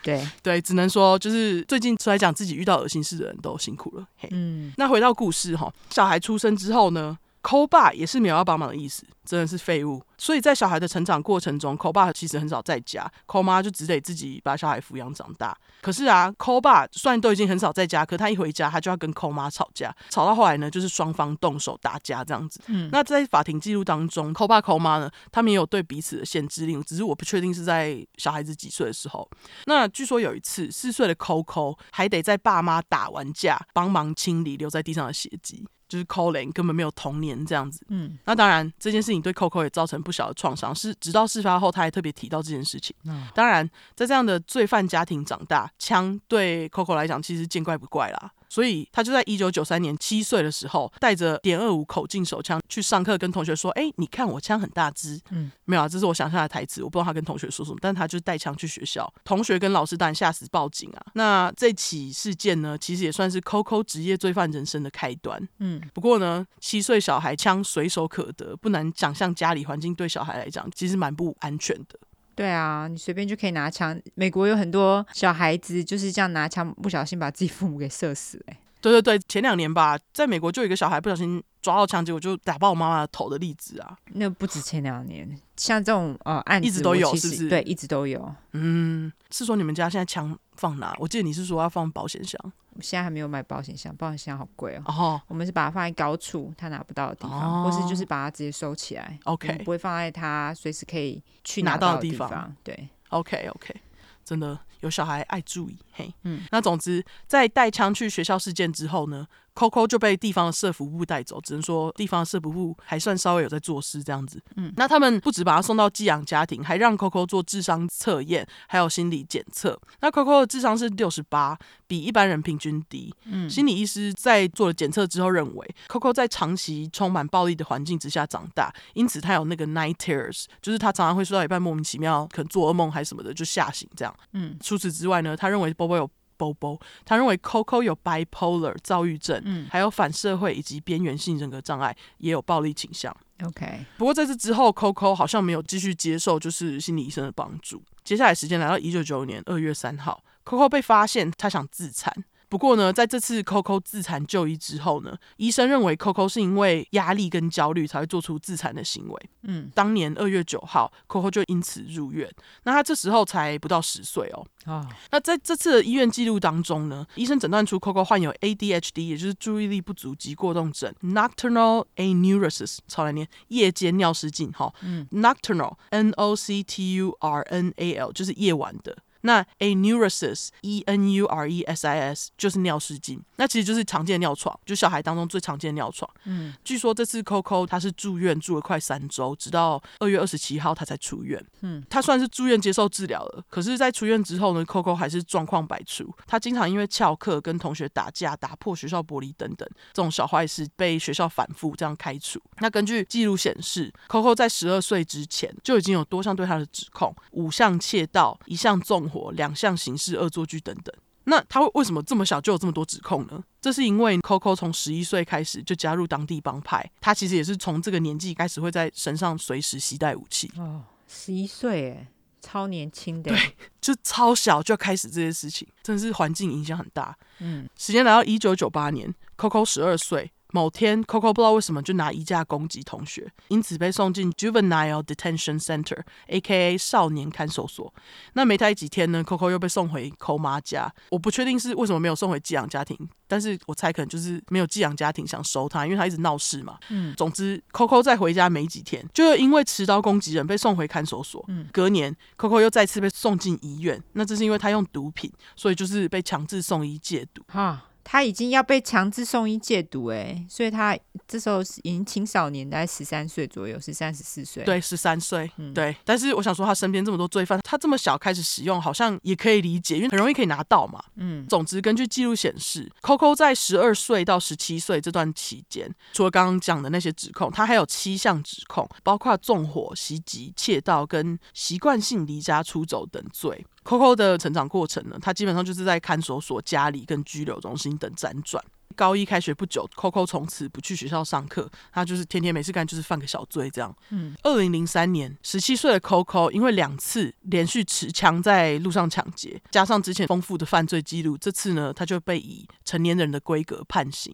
S2: 对，
S1: 对，只能说就是最近出来讲自己遇到恶心事的人都辛苦了。嘿，
S2: 嗯，
S1: 那回到故事哈，小孩出生之后呢，抠爸也是没有要帮忙的意思，真的是废物。所以在小孩的成长过程中，抠爸其实很少在家，抠妈就只得自己把小孩抚养长大。可是啊，抠爸虽然都已经很少在家，可他一回家，他就要跟抠妈吵架，吵到后来呢，就是双方动手打架这样子。
S2: 嗯
S1: 那在法庭记录当中，抠爸抠妈呢，他们也有对彼此的限制令，只是我不确定是在小孩子几岁的时候。那据说有一次，四岁的 Coco 还得在爸妈打完架，帮忙清理留在地上的血迹，就是 Colin 根本没有童年这样子。
S2: 嗯，
S1: 那当然，这件事情对 Coco 也造成不小的创伤，是直到事发后，他还特别提到这件事情。
S2: 哦
S1: 当然，在这样的罪犯家庭长大，枪对 Coco 来讲其实见怪不怪啦。所以他就在一九九三年七岁的时候，带着点二五口径手枪去上课，跟同学说：“哎、你看我枪很大支。”
S2: 嗯，
S1: 没有啊，这是我想象的台词，我不知道他跟同学说什么，但他就是带枪去学校，同学跟老师当然吓死报警啊。那这起事件呢，其实也算是 Coco 职业罪犯人生的开端。
S2: 嗯，
S1: 不过呢，七岁小孩枪随手可得，不难想象家里环境对小孩来讲其实蛮不安全的。
S2: 对啊，你随便就可以拿枪。美国有很多小孩子就是这样拿枪，不小心把自己父母给射死、欸。
S1: 对对对，前两年吧，在美国就有一个小孩不小心抓到枪，结果就打爆我妈妈的头的例子啊。
S2: 那不止前两年，像这种呃案子
S1: 一直都有
S2: 我其实
S1: 是不是
S2: 对，一直都有。
S1: 嗯，是说你们家现在枪放哪？我记得你是说要放保险箱，
S2: 我现在还没有买保险箱，保险箱好贵哦。
S1: 然、后
S2: 我们是把它放在高处，他拿不到的地
S1: 哦
S2: 方，或是就是把它直接收起来。
S1: OK
S2: 我们不会放在他随时可以去
S1: 拿
S2: 到
S1: 到的
S2: 地
S1: 地方
S2: 对，
S1: OK OK，真的有小孩爱注意。嘿，嗯，那总之，在带枪去学校事件之后呢，Coco 就被地方的社服部带走，只能说地方的社服部还算稍微有在做事这样子。嗯，那他们不止把他送到寄养家庭，还让 Coco 做智商测验，还有心理检测。那 Coco 的智商是六十八，比一般人平均低。嗯，心理医师在做了检测之后认为，Coco 在长期充满暴力的环境之下长大，因此他有那个 night terrors，就是他常常会睡到一半莫名其妙，可能做噩梦还是什么的就吓醒这样。嗯，除此之外呢，他认为 Bobo 有。Bobo，他认为 Coco 有 bipolar 躁郁症，还有反社会以及边缘性人格障碍，也有暴力倾向。
S2: OK，
S1: 不过在这之后，Coco 好像没有继续接受就是心理医生的帮助。接下来时间来到一九九九年二月三号，Coco 被发现他想自残。不过呢，在这次 Coco 自残就医之后呢，医生认为 Coco 是因为压力跟焦虑才会做出自残的行为。
S2: 嗯，
S1: 当年二月九号，Coco 就因此入院。那他这时候才不到十岁哦。
S2: 哦，
S1: 那在这次的医院记录当中呢，医生诊断出 Coco 患有 ADHD，也就是注意力不足及过动症 （Nocturnal Anuresis），超难念，夜间尿失禁。哈、n o c t u r n a l N O C T U R N A L 就是夜晚的。那 anuresis e n u r e s i s 就是尿失禁，那其实就是常见的尿床，就小孩当中最常见的尿床。
S2: 嗯，
S1: 据说这次 Coco 他是住院住了快三周，直到二月二十七号他才出院。
S2: 嗯，
S1: 他算是住院接受治疗了，可是，在出院之后呢，Coco 还是状况百出。他经常因为翘课跟同学打架，打破学校玻璃等等这种小坏事，被学校反复这样开除。那根据记录显示，Coco 在十二岁之前就已经有多项对他的指控：五项窃盗、一项纵火、两项刑事恶作剧等等。那他会为什么这么小就有这么多指控呢？这是因为 Coco 从十一岁开始就加入当地帮派，他其实也是从这个年纪开始会在身上随时携带武器，
S2: 哦，十一岁耶，超年轻的，
S1: 就超小就开始这些事情，真的是环境影响很大。
S2: 嗯，
S1: 时间来到一九九八年，Coco 十二岁。某天，Coco 不知道为什么就拿衣架攻击同学，因此被送进 Juvenile Detention Center（A.K.A. 少年看守所）。那没待几天呢，Coco 又被送回抠妈家。我不确定是为什么没有送回寄养家庭，但是我猜可能就是没有寄养家庭想收他，因为他一直闹事嘛。
S2: 嗯，
S1: 总之，Coco 再回家没几天，就因为持刀攻击人被送回看守所。
S2: 嗯，
S1: 隔年，Coco 又再次被送进医院。那这是因为他用毒品，所以就是被强制送医戒毒。
S2: 哈。他已经要被强制送医戒毒哎，所以他这时候是已经青少年，大概十三岁左右，十三十四岁。，
S1: 对，十三岁，对。但是我想说，他身边这么多罪犯，他这么小开始使用，好像也可以理解，因为很容易可以拿到嘛。
S2: 嗯
S1: 总之，根据记录显示，Coco 在十二岁到十七岁这段期间，除了刚刚讲的那些指控，他还有七项指控，包括纵火、袭击、窃盗跟习惯性离家出走等罪。Coco 的成长过程呢，他基本上就是在看守所、家里跟拘留中心等辗转。高一开学不久，Coco 从此不去学校上课，他就是天天没事干，就是犯个小罪这样。二零零三年，十七岁的 Coco 因为两次连续持枪在路上抢劫，加上之前丰富的犯罪记录，这次呢，他就被以成年人的规格判刑。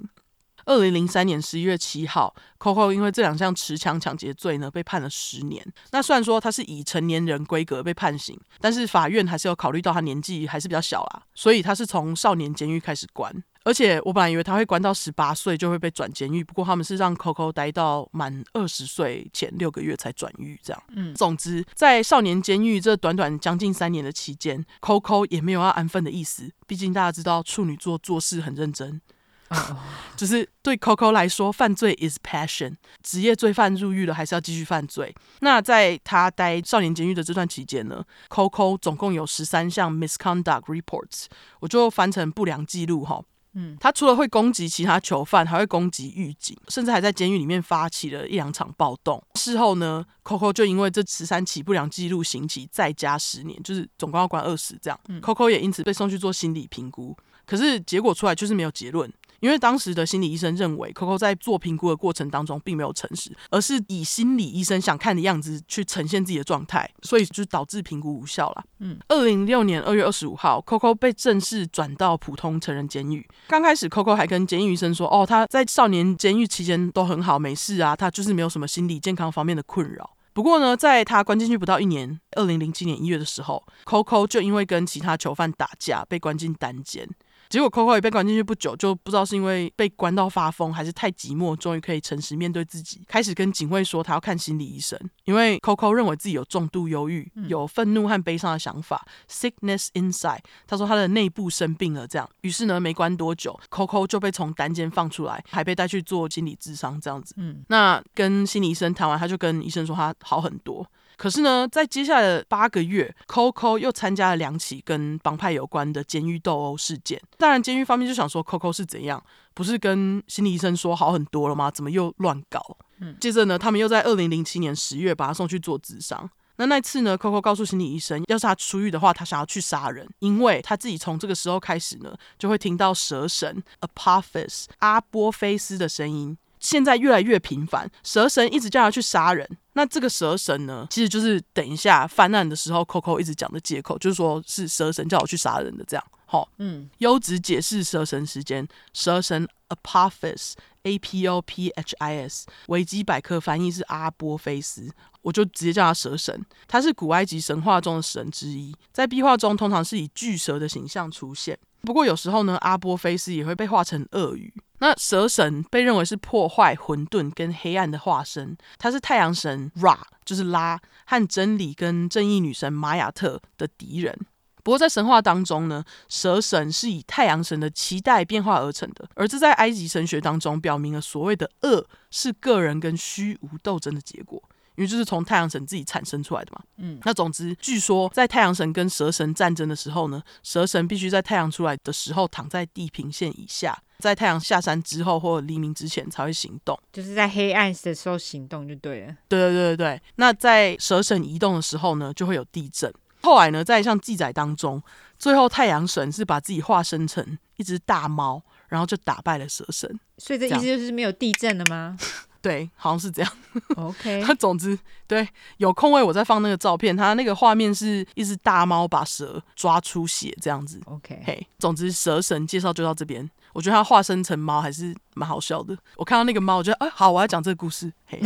S1: 二零零三年十一月七号，Coco 因为这两项持枪抢劫罪呢，被判了十年。那虽然说他是以成年人规格被判刑，但是法院还是有考虑到他年纪还是比较小啦，所以他是从少年监狱开始关。而且我本来以为他会关到十八岁就会被转监狱，不过他们是让 Coco 待到满二十岁前六个月才转狱，这样。
S2: 嗯
S1: 总之，在少年监狱这短短将近三年的期间，Coco 也没有要安分的意思。毕竟大家知道处女座做事很认真，
S2: 哦，
S1: 就是对 Coco 来说，犯罪 is passion。职业罪犯入狱了，还是要继续犯罪。那在他待少年监狱的这段期间呢，Coco 总共有十三项 misconduct reports，我就翻成不良记录哈。
S2: 嗯，
S1: 他除了会攻击其他囚犯，还会攻击狱警，甚至还在监狱里面发起了一两场暴动。事后呢，Coco 就因为这十三起不良记录刑期再加十年，就是总共要关二十这样。Coco
S2: 嗯
S1: 也因此被送去做心理评估，可是结果出来就是没有结论。因为当时的心理医生认为，Coco 在做评估的过程当中并没有诚实，而是以心理医生想看的样子去呈现自己的状态，所以就导致评估无效啦。
S2: 嗯，
S1: 二零零六年二月二十五号，Coco 被正式转到普通成人监狱。刚开始，Coco 还跟监狱医生说：“哦，他在少年监狱期间都很好，没事啊，他就是没有什么心理健康方面的困扰。”不过呢，在他关进去不到一年，二零零七年一月的时候，Coco 就因为跟其他囚犯打架被关进单监。结果 Coco 也被关进去不久，就不知道是因为被关到发疯，还是太寂寞，终于可以诚实面对自己，开始跟警卫说他要看心理医生，因为 Coco 认为自己有重度忧郁，有愤怒和悲伤的想法，sickness inside。他说他的内部生病了，这样。于是呢，没关多久，Coco 就被从单间放出来，还被带去做心理智商，这样子。
S2: 嗯，
S1: 那跟心理医生谈完，他就跟医生说他好很多。可是呢，在接下来的八个月，Coco 又参加了两起跟帮派有关的监狱斗殴事件。当然，监狱方面就想说 Coco 是怎样，不是跟心理医生说好很多了吗？怎么又乱搞？接着呢，他们又在二零零七年十月把他送去做治伤。那那次呢，Coco 告诉心理医生，要是他出狱的话，他想要去杀人，因为他自己从这个时候开始呢，就会听到蛇神 Apophis 阿波菲斯的声音。现在越来越频繁，蛇神一直叫他去杀人。那这个蛇神呢，其实就是等一下犯案的时候，Coco 一直讲的借口，就是说是蛇神叫我去杀人的这样。好、
S2: 嗯，
S1: 优质解释蛇神时间，蛇神 Apophis A P O P H I S，维基百科翻译是阿波菲斯，我就直接叫他蛇神。他是古埃及神话中的神之一，在壁画中通常是以巨蛇的形象出现。不过有时候呢，阿波菲斯也会被画成鳄鱼。那蛇神被认为是破坏、混沌跟黑暗的化身，他是太阳神 Ra，就是拉和真理跟正义女神玛雅特的敌人。不过在神话当中呢，蛇神是以太阳神的脐带变化而成的，而这在埃及神学当中表明了所谓的恶是个人跟虚无斗争的结果。因为就是从太阳神自己产生出来的嘛，嗯，那总之，据说在太阳神跟蛇神战争的时候呢，蛇神必须在太阳出来的时候躺在地平线以下，在太阳下山之后或黎明之前才会行动。
S2: 就是在黑暗的时候行动就对了。
S1: 对对对对对。那在蛇神移动的时候呢，就会有地震。后来呢，在一项记载当中，最后太阳神是把自己化身成一只大猫，然后就打败了蛇神。
S2: 所以这意
S1: 这
S2: 思
S1: 样
S2: 就是没有地震 了吗
S1: 对，好像是这样。
S2: ？OK，
S1: 那总之，对，有空位我再放那个照片，它那个画面是一只大猫把蛇抓出血这样子。
S2: OK，
S1: 嘿，总之蛇神介绍就到这边。我觉得它化身成猫还是蛮好笑的。我看到那个猫，我觉得哎，好，我要讲这个故事。嘿，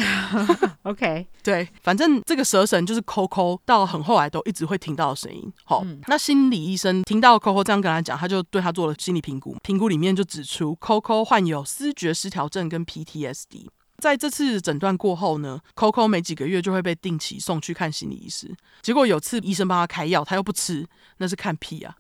S2: OK，
S1: 对，反正这个蛇神就是 Coco 到很后来都一直会听到的声音。好、那心理医生听到 Coco 这样跟他讲，他就对他做了心理评估，评估里面就指出 Coco 患有思觉失调症跟 PTSD。在这次诊断过后呢，Coco 每几个月就会被定期送去看心理医师。结果有次医生帮他开药，他又不吃，那是看屁啊！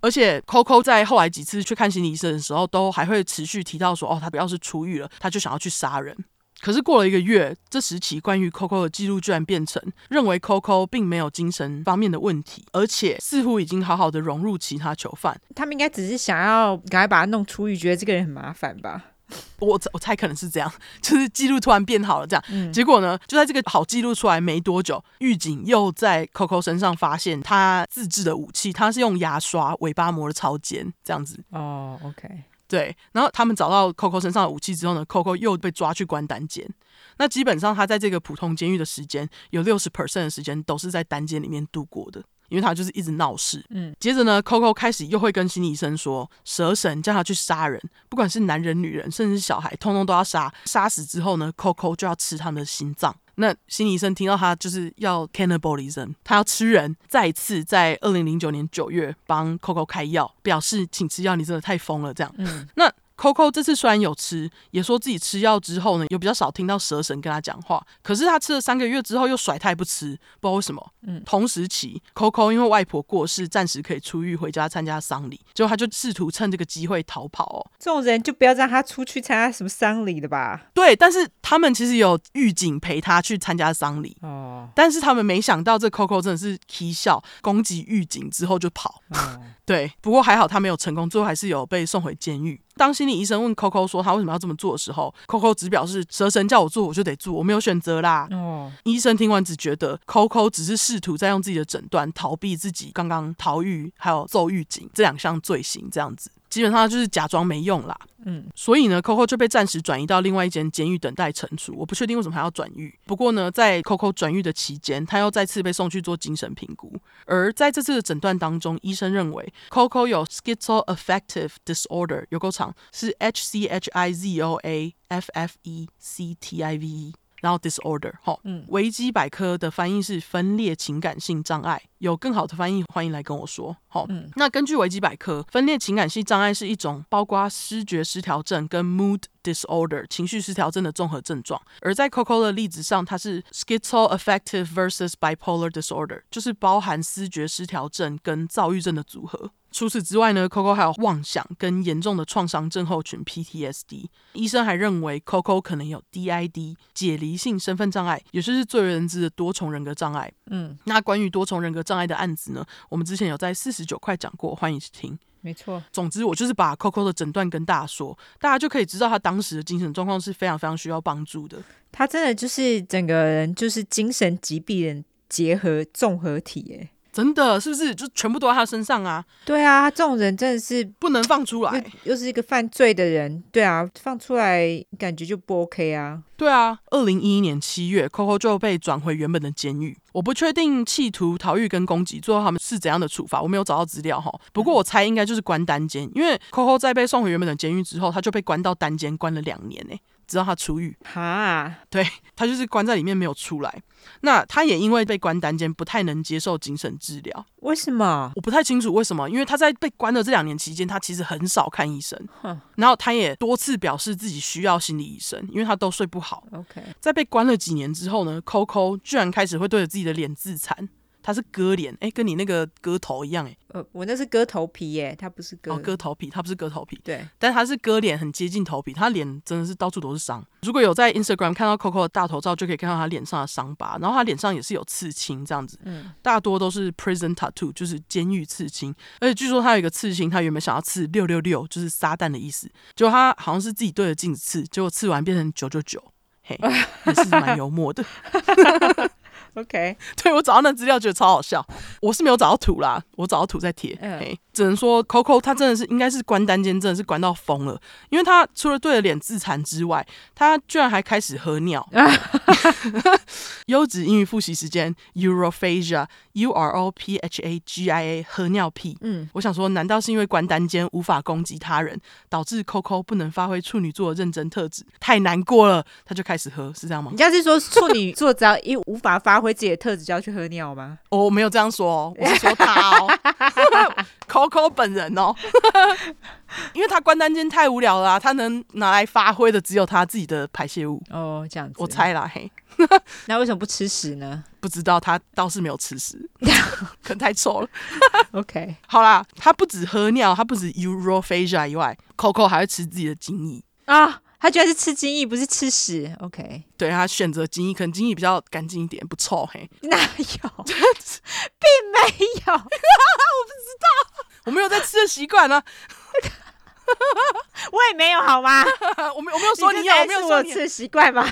S1: 而且 Coco 在后来几次去看心理医生的时候，都还会持续提到说，哦，他不要是出狱了，他就想要去杀人。可是过了一个月，这时期关于 Coco 的记录居然变成认为 Coco 并没有精神方面的问题，而且似乎已经好好的融入其他囚犯。
S2: 他们应该只是想要赶快把他弄出狱，觉得这个人很麻烦吧？
S1: 我我猜可能是这样， 就是记录突然变好了这样。结果呢，就在这个好记录出来没多久，狱警又在 Coco 身上发现他自制的武器，他是用牙刷、尾巴磨的超尖这样子。
S2: 哦，OK，
S1: 对，然后他们找到 Coco 身上的武器之后呢，Coco 又被抓去关单间。那基本上他在这个普通监狱的时间，有六十 percent 的时间都是在单间里面度过的，因为他就是一直闹事。
S2: 嗯，
S1: 接着呢，Coco 开始又会跟心理医生说，蛇神叫他去杀人，不管是男人、女人，甚至是小孩，通通都要杀。杀死之后呢，Coco 就要吃他们的心脏。那心理医生听到他就是要 cannibalism，他要吃人。再一次在二零零九年九月帮 Coco 开药，表示请吃药，你真的太疯了这样。那 Coco 这次虽然有吃，也说自己吃药之后呢，有比较少听到蛇神跟他讲话。可是他吃了三个月之后又甩他也不吃，不知道为什么。嗯，同时期 Coco 因为外婆过世，暂时可以出狱回家参加丧礼，结果他就试图趁这个机会逃跑哦。
S2: 这种人就不要让他出去参加什么丧礼的吧？
S1: 对，但是他们其实有狱警陪他去参加丧礼，
S2: 哦，
S1: 但是他们没想到这 Coco 真的是啼笑，攻击狱警之后就跑。
S2: 哦
S1: 对，不过还好他没有成功，最后还是有被送回监狱。当心理医生问 Coco 说他为什么要这么做的时候，Coco 只表示蛇神叫我做我就得做，我没有选择啦。
S2: 哦，
S1: 医生听完只觉得 Coco 只是试图在用自己的诊断逃避自己刚刚逃狱还有揍狱警这两项罪行，这样子基本上就是假装没用啦。
S2: 嗯，
S1: 所以呢，Coco 就被暂时转移到另外一间监狱等待惩处。我不确定为什么还要转狱，不过呢，在 Coco 转狱的期间，他又再次被送去做精神评估。而在这次的诊断当中，医生认为 Coco 有 schizoaffective disorder，有够长，是 H C H I Z O A F F E C T I V E。然后 disorder 哈，
S2: 嗯
S1: 维基百科的翻译是分裂情感性障碍，有更好的翻译欢迎来跟我说。好，
S2: 嗯
S1: 那根据维基百科，分裂情感性障碍是一种包括失觉失调症跟 mood disorder 情绪失调症的综合症状，而在 Coco 的例子上，它是 schizoaffective versus bipolar disorder，就是包含思觉失调症跟躁郁症的组合。除此之外呢，Coco 还有妄想跟严重的创伤症候群 PTSD。医生还认为 Coco 可能有 DID 解离性身份障碍，也就是最为人知的多重人格障碍。
S2: 嗯，
S1: 那关于多重人格障碍的案子呢，我们之前有在四十九块讲过，欢迎去听。
S2: 没错，
S1: 总之，我就是把 Coco 的诊断跟大家说，大家就可以知道他当时的精神状况是非常非常需要帮助的。
S2: 他真的就是整个人就是精神疾病的结合综合体，哎，
S1: 真的是不是就全部都在他身上啊？
S2: 对啊，他这种人真的是
S1: 不能放出来。
S2: 又又是一个犯罪的人，对啊，放出来感觉就不 OK 啊，
S1: 对啊，二零一一年七月，Coco 就被转回原本的监狱。我不确定企图逃狱跟攻击最后他们是怎样的处罚，我没有找到资料哈。不过我猜应该就是关单监，因为 Coco 在被送回原本的监狱之后，他就被关到单监关了两年呢、欸直到他出狱。
S2: 哈，
S1: 对他就是关在里面没有出来。那他也因为被关单间，不太能接受精神治疗。
S2: 为什么？
S1: 我不太清楚为什么，因为他在被关的这两年期间，他其实很少看医生
S2: 哼。
S1: 然后他也多次表示自己需要心理医生，因为他都睡不好。
S2: OK，
S1: 在被关了几年之后呢，Coco 居然开始会对着自己的脸自残。他是割脸，哎、跟你那个割头一样、诶
S2: 呃，我那是割头皮耶，他不是割，
S1: 哦，割头皮，他不是割头皮，
S2: 对，
S1: 但他是割脸，很接近头皮，他脸真的是到处都是伤。如果有在 Instagram 看到 Coco 的大头照，就可以看到他脸上的伤疤，然后他脸上也是有刺青这样子，
S2: 嗯
S1: 大多都是 prison tattoo，就是监狱刺青。而且据说他有一个刺青，他原本想要刺六六六，就是撒旦的意思，结果他好像是自己对着镜子刺，结果刺完变成九九九。嘿，也是蛮幽默的。
S2: ，OK，
S1: 对我找到那资料觉得超好笑，我是没有找到图啦，我找到图再贴。
S2: 嗯
S1: 嘿只能说 Coco 他真的是应该是关单间真的是关到疯了，因为他除了对着脸自残之外，他居然还开始喝 尿。优质英语复习时间 Europhagia U R O P H A G I A 喝尿屁。
S2: 嗯，
S1: 我想说，难道是因为关单间无法攻击他人，导致 Coco 不能发挥处女座的认真特质？太难过了，他就开始喝，是这样吗
S2: 你？家是说处女座只要一无法发挥自己的特质，就要去喝尿吗？
S1: 哦，我没有这样说哦，我是说他哦，Coco 本人哦，因为他关单间太无聊了啊、他能拿来发挥的只有他自己的排泄物，
S2: 哦，这样子，
S1: 我，猜啦，嘿，
S2: 那为什么不吃屎呢
S1: 不知道他倒是没有吃屎， 可能太臭了。
S2: ？OK，
S1: 好啦，他不止喝尿，他不止 Europhagia 以外，Coco 还会吃自己的精液。
S2: 啊，他居然是吃精益，不是吃屎，OK，
S1: 对他选择精液，可能精液比较干净一点，不臭。嘿，
S2: 哪有，并没有。
S1: 我没有在吃的习惯啊呢，
S2: 我也没有好 吗？
S1: 我没我没有说
S2: 你
S1: 你
S2: 这
S1: 有，我
S2: 才
S1: 没有
S2: 是
S1: 说
S2: 我
S1: 你有
S2: 吃的习惯吗？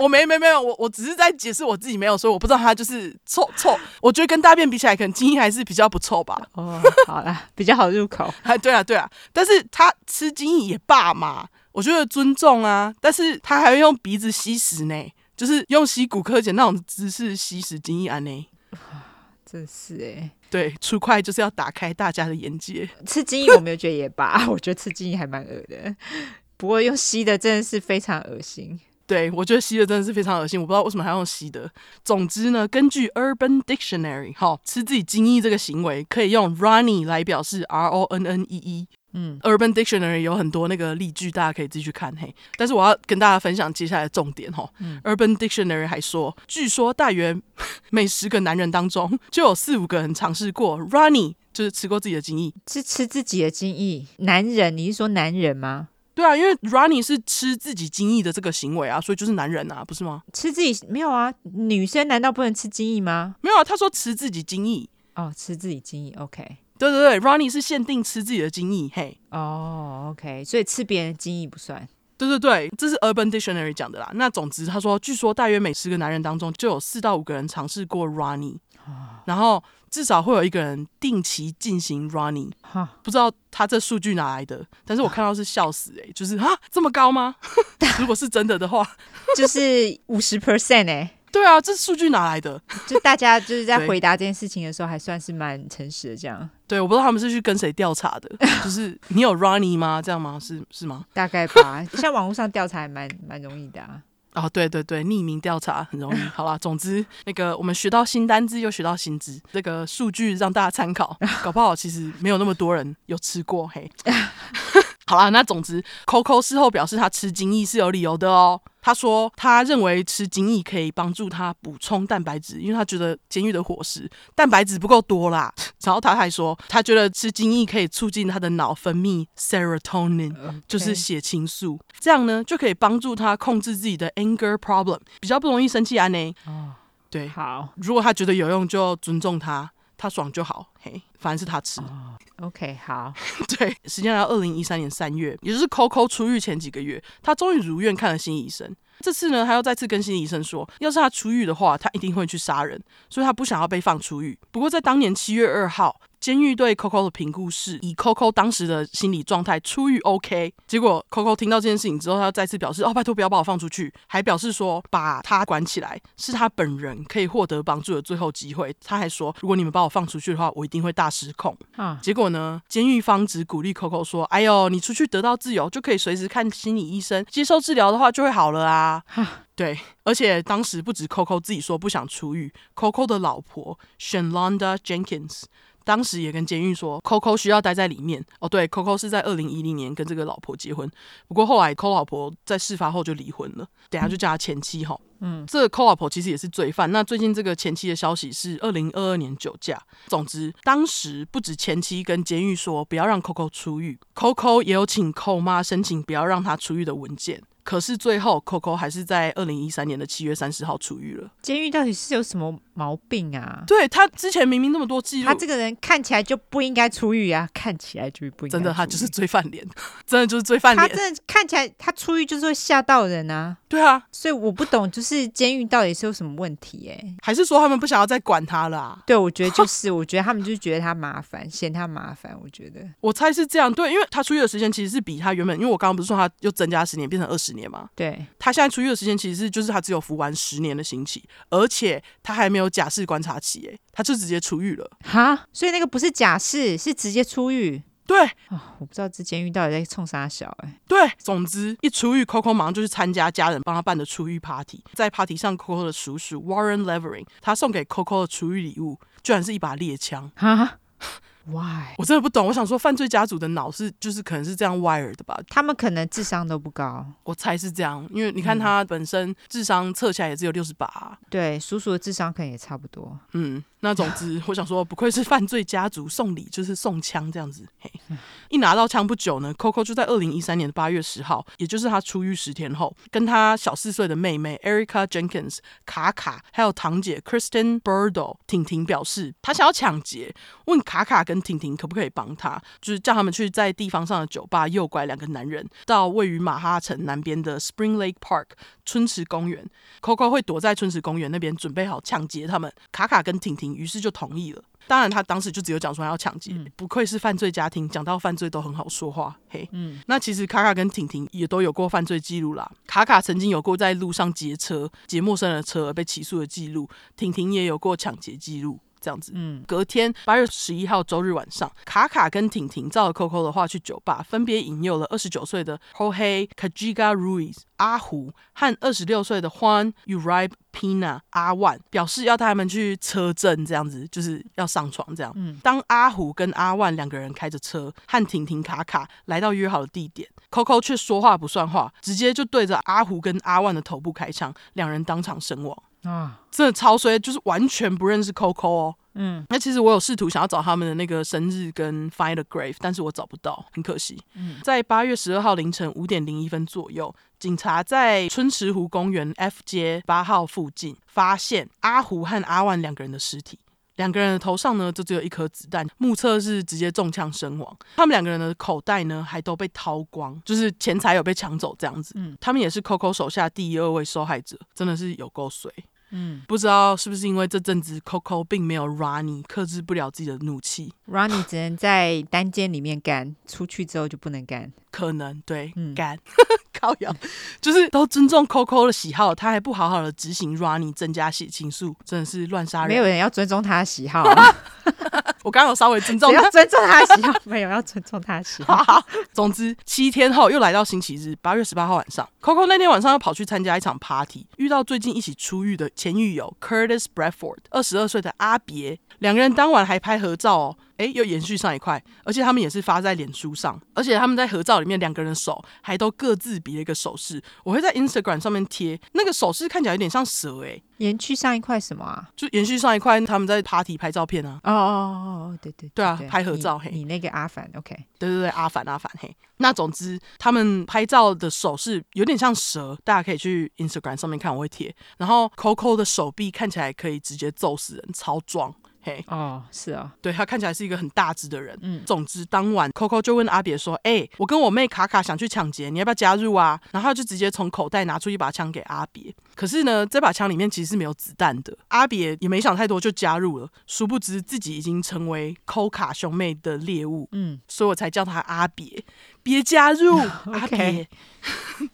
S1: 我没没没有，我我只是在解释我自己没有说，我不知道它就是臭臭。我觉得跟大便比起来，可能精液还是比较不臭吧。
S2: 哦，好啦，比较好入口。
S1: 哎，对啊对啊，但是他吃精液也罢嘛，我觉得尊重啊。但是他还会用鼻子吸食呢，就是用吸骨科碱那种姿势吸食精液安啊呢。
S2: 真是哎、
S1: 对，出快就是要打开大家的眼界。
S2: 吃金鱼我没有觉得也罢， 我觉得吃金鱼还蛮恶的。不过用吸的真的是非常恶心。
S1: 对，我觉得吸的真的是非常恶心，我不知道为什么还要用吸的。总之呢，根据 Urban Dictionary，哈，吃自己精液这个行为可以用 runny 来表示，R O N N E E。
S2: 嗯
S1: Urban Dictionary 有很多那个例句，大家可以自己去看嘿。但是我要跟大家分享接下来的重点哈。
S2: 嗯
S1: Urban Dictionary 还说，据说大约 每十个男人当中，就有四五个人尝试过 runny，就是吃过自己的精液。
S2: 是吃自己的精液，男人，你是说男人吗？
S1: 对啊，因为 runny 是吃自己精液的这个行为啊，所以就是男人啊，不是吗？
S2: 吃自己没有啊？女生难道不能吃精液吗？
S1: 没有啊，他说吃自己精液。
S2: 哦，吃自己精液，OK。
S1: 对对对，runny 是限定吃自己的精液嘿。
S2: 哦，OK，所以吃别人的精液不算。
S1: 对对对，这是 Urban Dictionary 讲的啦。那总之，他说，据说大约每十个男人当中，就有四到五个人尝试过 Ronnie，然后至少会有一个人定期进行 Ronnie。
S2: 哈，
S1: 不知道他这数据哪来的，但是我看到是笑死诶、就是啊这么高吗？ 如果是真的的话，
S2: 就是五十 percent 哎，
S1: 对啊，这数据哪来的？
S2: 就大家就是在
S1: 对
S2: 回答这件事情的时候，还算是蛮诚实的这样。
S1: 对，我不知道他们是去跟谁调查的，就是你有 Ronnie 吗？这样吗？是是吗？
S2: 大概吧，像网络上调查还蛮蛮容易的啊。
S1: 哦，对对对，匿名调查很容易。好啦，总之那个我们学到新单字，又学到新知，这个数据让大家参考，搞不好其实没有那么多人有吃过嘿。 好啦，那总之，Coco 事后表示他吃精益是有理由的哦。他说他认为吃精益可以帮助他补充蛋白质，因为他觉得监狱的伙食蛋白质不够多啦。然后他还说他觉得吃精益可以促进他的脑分泌 serotonin，就是血清素，这样呢就可以帮助他控制自己的 anger problem，比较不容易生气啊呢。
S2: 哦，
S1: 对，
S2: 好
S1: 如果他觉得有用，就尊重他，他爽就好。嘿，反正是他吃。
S2: ，OK，好，
S1: 对，时间来到二零一三年三月，也就是 Coco 出狱前几个月，他终于如愿看了心理医生。这次呢，他又再次跟心理医生说，要是他出狱的话，他一定会去杀人，所以他不想要被放出狱。不过在当年七月二号，监狱对 Coco 的评估是以 Coco 当时的心理状态出狱 OK。结果 Coco 听到这件事情之后，他再次表示：“哦，拜托不要把我放出去！”还表示说把他管起来是他本人可以获得帮助的最后机会。他还说：“如果你们把我放出去的话，我一定会大失控。”
S2: 啊，
S1: 结果呢，监狱方只鼓励 Coco 说：“哎呦，你出去得到自由，就可以随时看心理医生，接受治疗的话就会好了啊。”对，而且当时不止 Coco 自己说不想出狱，Coco 的老婆 Shalonda Jenkins 当时也跟监狱说，Coco 需要待在里面。哦，对，Coco 是在二零一零年跟这个老婆结婚，不过后来 Coco 老婆在事发后就离婚了，等下就叫她前妻哈。嗯，这个 Coco 老婆其实也是罪犯。那最近这个前妻的消息是二零二二年酒驾。总之，当时不止前妻跟监狱说不要让 Coco 出狱，Coco 也有请寇妈申请不要让她出狱的文件。可是最后，Coco 还是在二零一三年的七月三十号出狱了。
S2: 监狱到底是有什么毛病啊？
S1: 对他之前明明那么多记录，
S2: 他这个人看起来就不应该出狱啊，看起来就不应该出狱。
S1: 真的他就是罪犯脸， 真的就是罪犯
S2: 他
S1: 脸。
S2: 真的看起来，他出狱就是会吓到人啊。
S1: 对啊，
S2: 所以我不懂，就是监狱到底是有什么问题、欸？哎，
S1: 还是说他们不想要再管他了、啊？
S2: 对，我觉得就是，我觉得他们就是觉得他麻烦，嫌他麻烦。我觉得，
S1: 我猜是这样，对，因为他出狱的时间其实是比他原本，因为我刚刚不是说他又增加十年变成二十年嘛，
S2: 对，
S1: 他现在出狱的时间其实是就是他只有服完十年的刑期，而且他还没有假释观察期，哎，他就直接出狱了。
S2: 哈，所以那个不是假释，是直接出狱
S1: 对
S2: 啊、我不知道这监狱到底在冲啥小、欸，哎，
S1: 对，总之一出狱，Coco 马上就去参加家人帮他办的出狱 party。在 party 上，Coco 的叔叔 Warren Levering 他送给 Coco 的出狱礼物，居然是一把猎枪。
S2: 哈，why？
S1: 我真的不懂，我想说犯罪家族的脑是就是可能是这样 wire 的吧，
S2: 他们可能智商都不高，
S1: 我猜是这样，因为你看他本身智商测起来也只有六十八，啊
S2: 对，叔叔的智商可能也差不多。
S1: 嗯，那总之，我想说，不愧是犯罪家族，送礼就是送枪这样子。嘿，一拿到枪不久呢，Coco 就在二零一三年的八月十号，也就是他出狱十天后，跟他小四岁的妹妹 Erica Jenkins、卡卡，还有堂姐 Kristen Burdo、婷婷表示，他想要抢劫，问卡卡跟婷婷可不可以帮他，就是叫他们去在地方上的酒吧诱拐两个男人到位于马哈城南边的 Spring Lake Park 春池公园。Coco 会躲在春池公园那边准备好抢劫他们。卡卡跟婷婷于是就同意了。当然，他当时就只有讲说要抢劫，不愧是犯罪家庭，讲到犯罪都很好说话。嘿，嗯，那其实卡卡跟婷婷也都有过犯罪记录啦。卡卡曾经有过在路上劫车、劫陌生人的车而被起诉的记录，婷婷也有过抢劫记录。这样子，
S2: 嗯，
S1: 隔天八月十一号周日晚上，卡卡跟婷婷照了 Coco 的话去酒吧，分别引诱了二十九岁的 Jorge Cajiga Ruiz 阿胡和二十六岁的 Juan Uribe Pina 阿万，表示要带他们去车震，这样子就是要上床这样。当阿虎跟阿万两个人开着车和婷婷卡卡来到约好的地点，Coco 却说话不算话，直接就对着阿虎跟阿万的头部开枪，两人当场身亡。
S2: 啊、
S1: 真的超衰，就是完全不认识 Coco 哦。
S2: 嗯，
S1: 那其实我有试图想要找他们的那个生日跟 Find a Grave，但是我找不到，很可惜。嗯，在八月十二号凌晨五点零一分左右，警察在春池湖公园 F 街八号附近发现阿胡和阿万两个人的尸体。两个人的头上呢，就只有一颗子弹，目测是直接中枪身亡。他们两个人的口袋呢，还都被掏光，就是钱财有被抢走这样子。嗯，他们也是 Coco 手下第一二位受害者，真的是有够水。
S2: 嗯
S1: 不知道是不是因为这阵子 Coco 并没有 Rani 克制不了自己的怒气，
S2: r o n n i e 只能在单间里面干，出去之后就不能干。
S1: 可能对
S2: 嗯
S1: 干、 靠腰，就是都尊重 Coco 的喜好，他还不好好的执行 Rani 增加血清素，真的是乱杀人。
S2: 啊 没有人要尊重他的喜好。
S1: 我刚刚有稍微尊重
S2: 只
S1: 他
S2: 要。尊重他的喜好， 没有要尊重他的喜好。
S1: 哈哈，总之，七天后又来到星期日，八月十八号晚上，Coco 那天晚上又跑去参加一场 party，遇到最近一起出狱的前狱友 Curtis Bradford，二十二岁的阿别，两个人当晚还拍合照哦。诶，又延续上一块，而且他们也是发在脸书上，而且他们在合照里面两个人手还都各自比了一个手势，我会在 Instagram 上面贴，那个手势看起来有点像蛇诶，
S2: 延续上一块什么啊？
S1: 就延续上一块他们在 party 拍照片啊。
S2: 哦哦哦哦，对对
S1: 对啊拍合照嘿
S2: 你你那个阿凡，OK，
S1: 对对对，阿凡阿凡嘿。那总之，他们拍照的手势有点像蛇，大家可以去 Instagram 上面看，我会贴。然后 Coco 的手臂看起来可以直接揍死人，超壮。嘿，
S2: 哦，是哦，
S1: 对他看起来是一个很大只的人。嗯，总之当晚 Coco 就问阿别说：“哎、我跟我妹卡卡想去抢劫，你要不要加入啊？”然后他就直接从口袋拿出一把枪给阿别。可是呢，这把枪里面其实是没有子弹的。阿别也没想太多就加入了，殊不知自己已经成为 Coca 兄妹的猎物。
S2: 嗯，
S1: 所以我才叫他阿别，别加入阿别。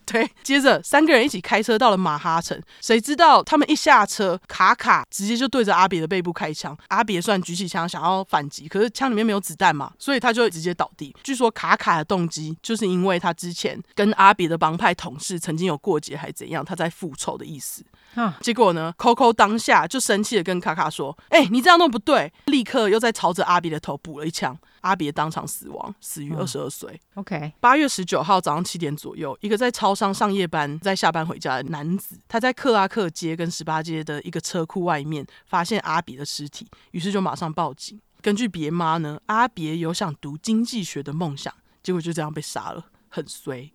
S1: 对，接着三个人一起开车到了马哈城，谁知道他们一下车，卡卡直接就对着阿别的背部开枪。阿别虽然举起枪想要反击，可是枪里面没有子弹嘛，所以他就直接倒地。据说卡卡的动机就是因为他之前跟阿别的帮派同事曾经有过节，还怎样，他在复仇的意思。
S2: 啊，
S1: 结果呢，Coco 当下就生气的跟卡卡说：“哎、你这样弄不对！”立刻又在朝着阿比的头补了一枪，阿比当场死亡，死于二十二岁。
S2: OK，
S1: 八月十九号早上七点左右，一个在超商上夜班、在下班回家的男子，他在克拉克街跟十八街的一个车库外面发现阿比的尸体，于是就马上报警。根据别妈呢，阿别有想读经济学的梦想，结果就这样被杀了，很衰。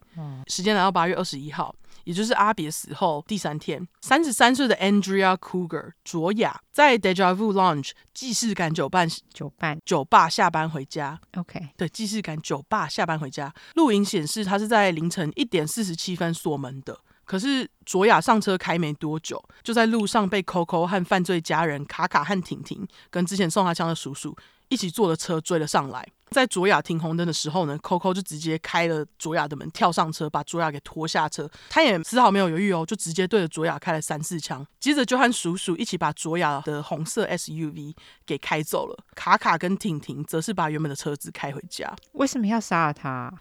S1: 时间来到八月二十一号，也就是阿别死后第三天，三十三岁的 Andrea Cougar 卓雅在 Deja Vu Lounge 既视感酒吧
S2: 九半
S1: 酒吧下班回家，
S2: ，OK，
S1: 对，既视感酒吧下班回家。录影显示他是在凌晨一点四十七分锁门的。可是卓雅上车开没多久，就在路上被 Coco 和犯罪家人卡卡和婷婷跟之前送他枪的叔叔一起坐的车追了上来。在卓雅停红灯的时候呢，Coco 就直接开了卓雅的门，跳上车，把卓雅给拖下车。他也丝毫没有犹豫哦，就直接对着卓雅开了三四枪，接着就和叔叔一起把卓雅的红色 SUV 给开走了。卡卡跟婷婷则是把原本的车子开回家。
S2: 为什么要杀了他？啊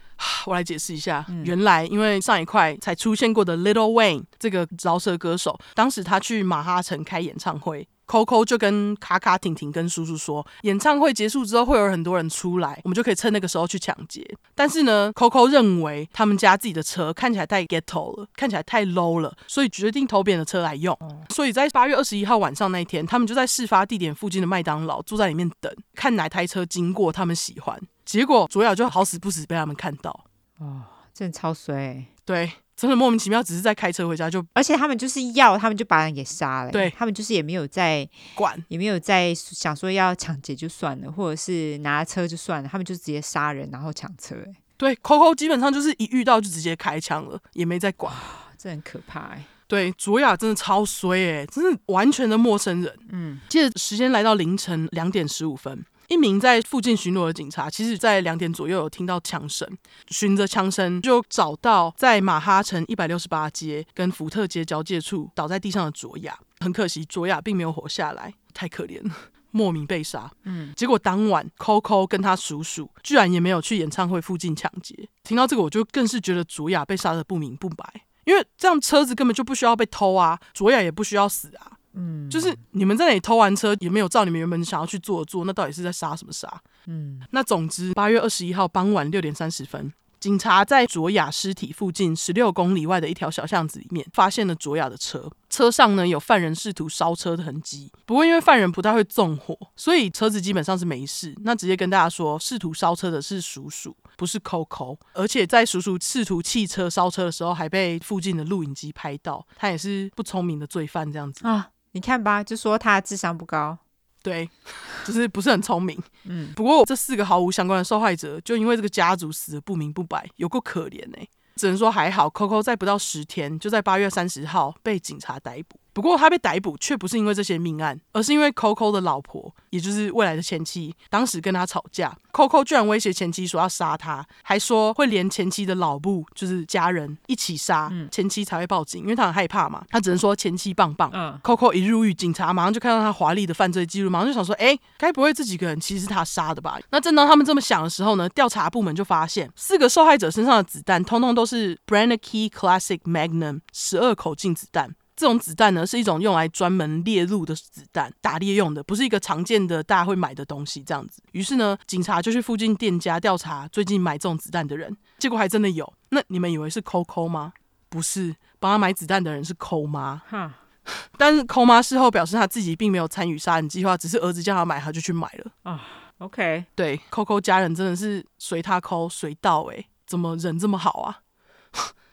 S1: 我来解释一下，原来因为上一块才出现过的 Little Wayne 这个饶舌歌手，当时他去马哈城开演唱会。Coco 就跟卡卡、婷婷跟叔叔说，演唱会结束之后会有很多人出来，我们就可以趁那个时候去抢劫。但是呢，Coco 认为他们家自己的车看起来太 ghetto 了，看起来太 low 了，所以决定偷别人的车来用。所以在八月二十一号晚上那一天，他们就在事发地点附近的麦当劳坐在里面等，看哪台车经过他们喜欢。结果左雅就好死不死被他们看到，
S2: 真的超衰欸，
S1: 对，真的莫名其妙，只是在开车回家就
S2: 而且他们就是要，他们就把人给杀了欸，
S1: 对
S2: 他们就是也没有在
S1: 管。
S2: 也没有在想说要抢劫就算了，或者是拿车就算了，他们就直接杀人然后抢车、欸，
S1: 对，Coco 基本上就是一遇到就直接开枪了，也没在管。
S2: 哎，这很可怕、欸，
S1: 对，卓雅真的超衰诶、真是完全的陌生人。嗯，接着时间来到凌晨两点十五分，一名在附近巡逻的警察，其实在两点左右有听到枪声，循着枪声就找到在马哈城一百六十八街跟福特街交界处倒在地上的卓雅。很可惜，卓雅并没有活下来，太可怜了。莫名被杀，嗯，结果当晚 Coco 跟他叔叔居然也没有去演唱会附近抢劫。听到这个，我就更是觉得卓雅被杀的不明不白，因为这样车子根本就不需要被偷啊，卓雅也不需要死啊。嗯，就是你们在那里偷完车，也没有照你们原本想要去做的做，那到底是在杀什么杀？嗯，那总之，八月二十一号傍晚六点三十分，警察在卓雅尸体附近十六公里外的一条小巷子里面，发现了卓雅的车。车上呢有犯人试图烧车的痕迹，不过因为犯人不太会纵火，所以车子基本上是没事。那直接跟大家说，试图烧车的是叔叔，不是 Coco。而且在叔叔试图弃车烧车的时候，还被附近的录影机拍到，他也是不聪明的罪犯这样子。
S2: 啊，你看吧，就说他智商不高，
S1: 对，就是不是很聪明。
S2: 嗯，
S1: 不过这四个毫无相关的受害者，就因为这个家族死的不明不白，有够可怜哎、只能说还好，Coco 在不到十天，就在八月三十号被警察逮捕。不不过他被逮捕却不是因为这些命案，而是因为 Coco 的老婆，也就是未来的前妻，当时跟他吵架，Coco 居然威胁前妻说要杀他，还说会连前妻的老部，就是家人一起杀，前妻才会报警，因为他很害怕嘛，他只能说前妻棒棒。
S2: 嗯，
S1: Coco 一入狱，警察马上就看到他华丽的犯罪记录，马上就想说，哎、该不会这几个人其实是他杀的吧？那正当他们这么想的时候呢，调查部门就发现四个受害者身上的子弹，通通都是 Brenneke Classic Magnum 十二口径子弹。这种子弹呢，是一种用来专门猎鹿的子弹，打猎用的，不是一个常见的大家会买的东西。这样子，于是呢，警察就去附近店家调查最近买这种子弹的人，结果还真的有。那你们以为是 Coco 吗？不是，帮他买子弹的人是抠妈。
S2: 哈，
S1: 但是抠妈事后表示，他自己并没有参与杀人计划，只是儿子叫他买，他就去买了。
S2: OK，
S1: 对，扣扣家人真的是随他抠随到哎、怎么人这么好啊？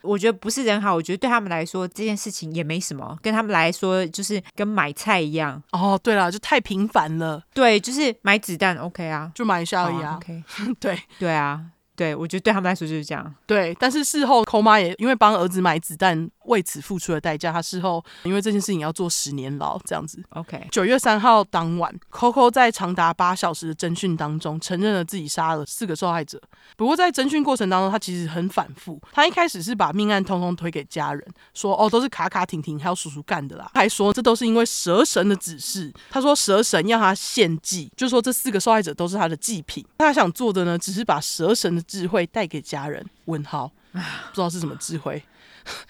S2: 我觉得不是人好，我觉得对他们来说这件事情也没什么，跟他们来说就是跟买菜一样，
S1: 哦，对了，就太频繁了，
S2: 对，就是买子弹 OK 啊，
S1: 就买一下而已啊。
S2: o k
S1: 对
S2: 对啊，对，我觉得对他们来说就是这样，
S1: 对，但是事后抠妈也因为帮儿子买子弹，为此付出了代价。他事后因为这件事情要坐十年牢，这样子。
S2: OK，
S1: 九月三号当晚，Coco 在长达八小时的侦讯当中，承认了自己杀了四个受害者。不过在侦讯过程当中，他其实很反复。他一开始是把命案通通推给家人，说哦都是卡卡婷婷还有叔叔干的啦，还说这都是因为蛇神的指示。他说蛇神要他献祭，就说这四个受害者都是他的祭品。他想做的呢，只是把蛇神的智慧带给家人。问号，不知道是什么智慧。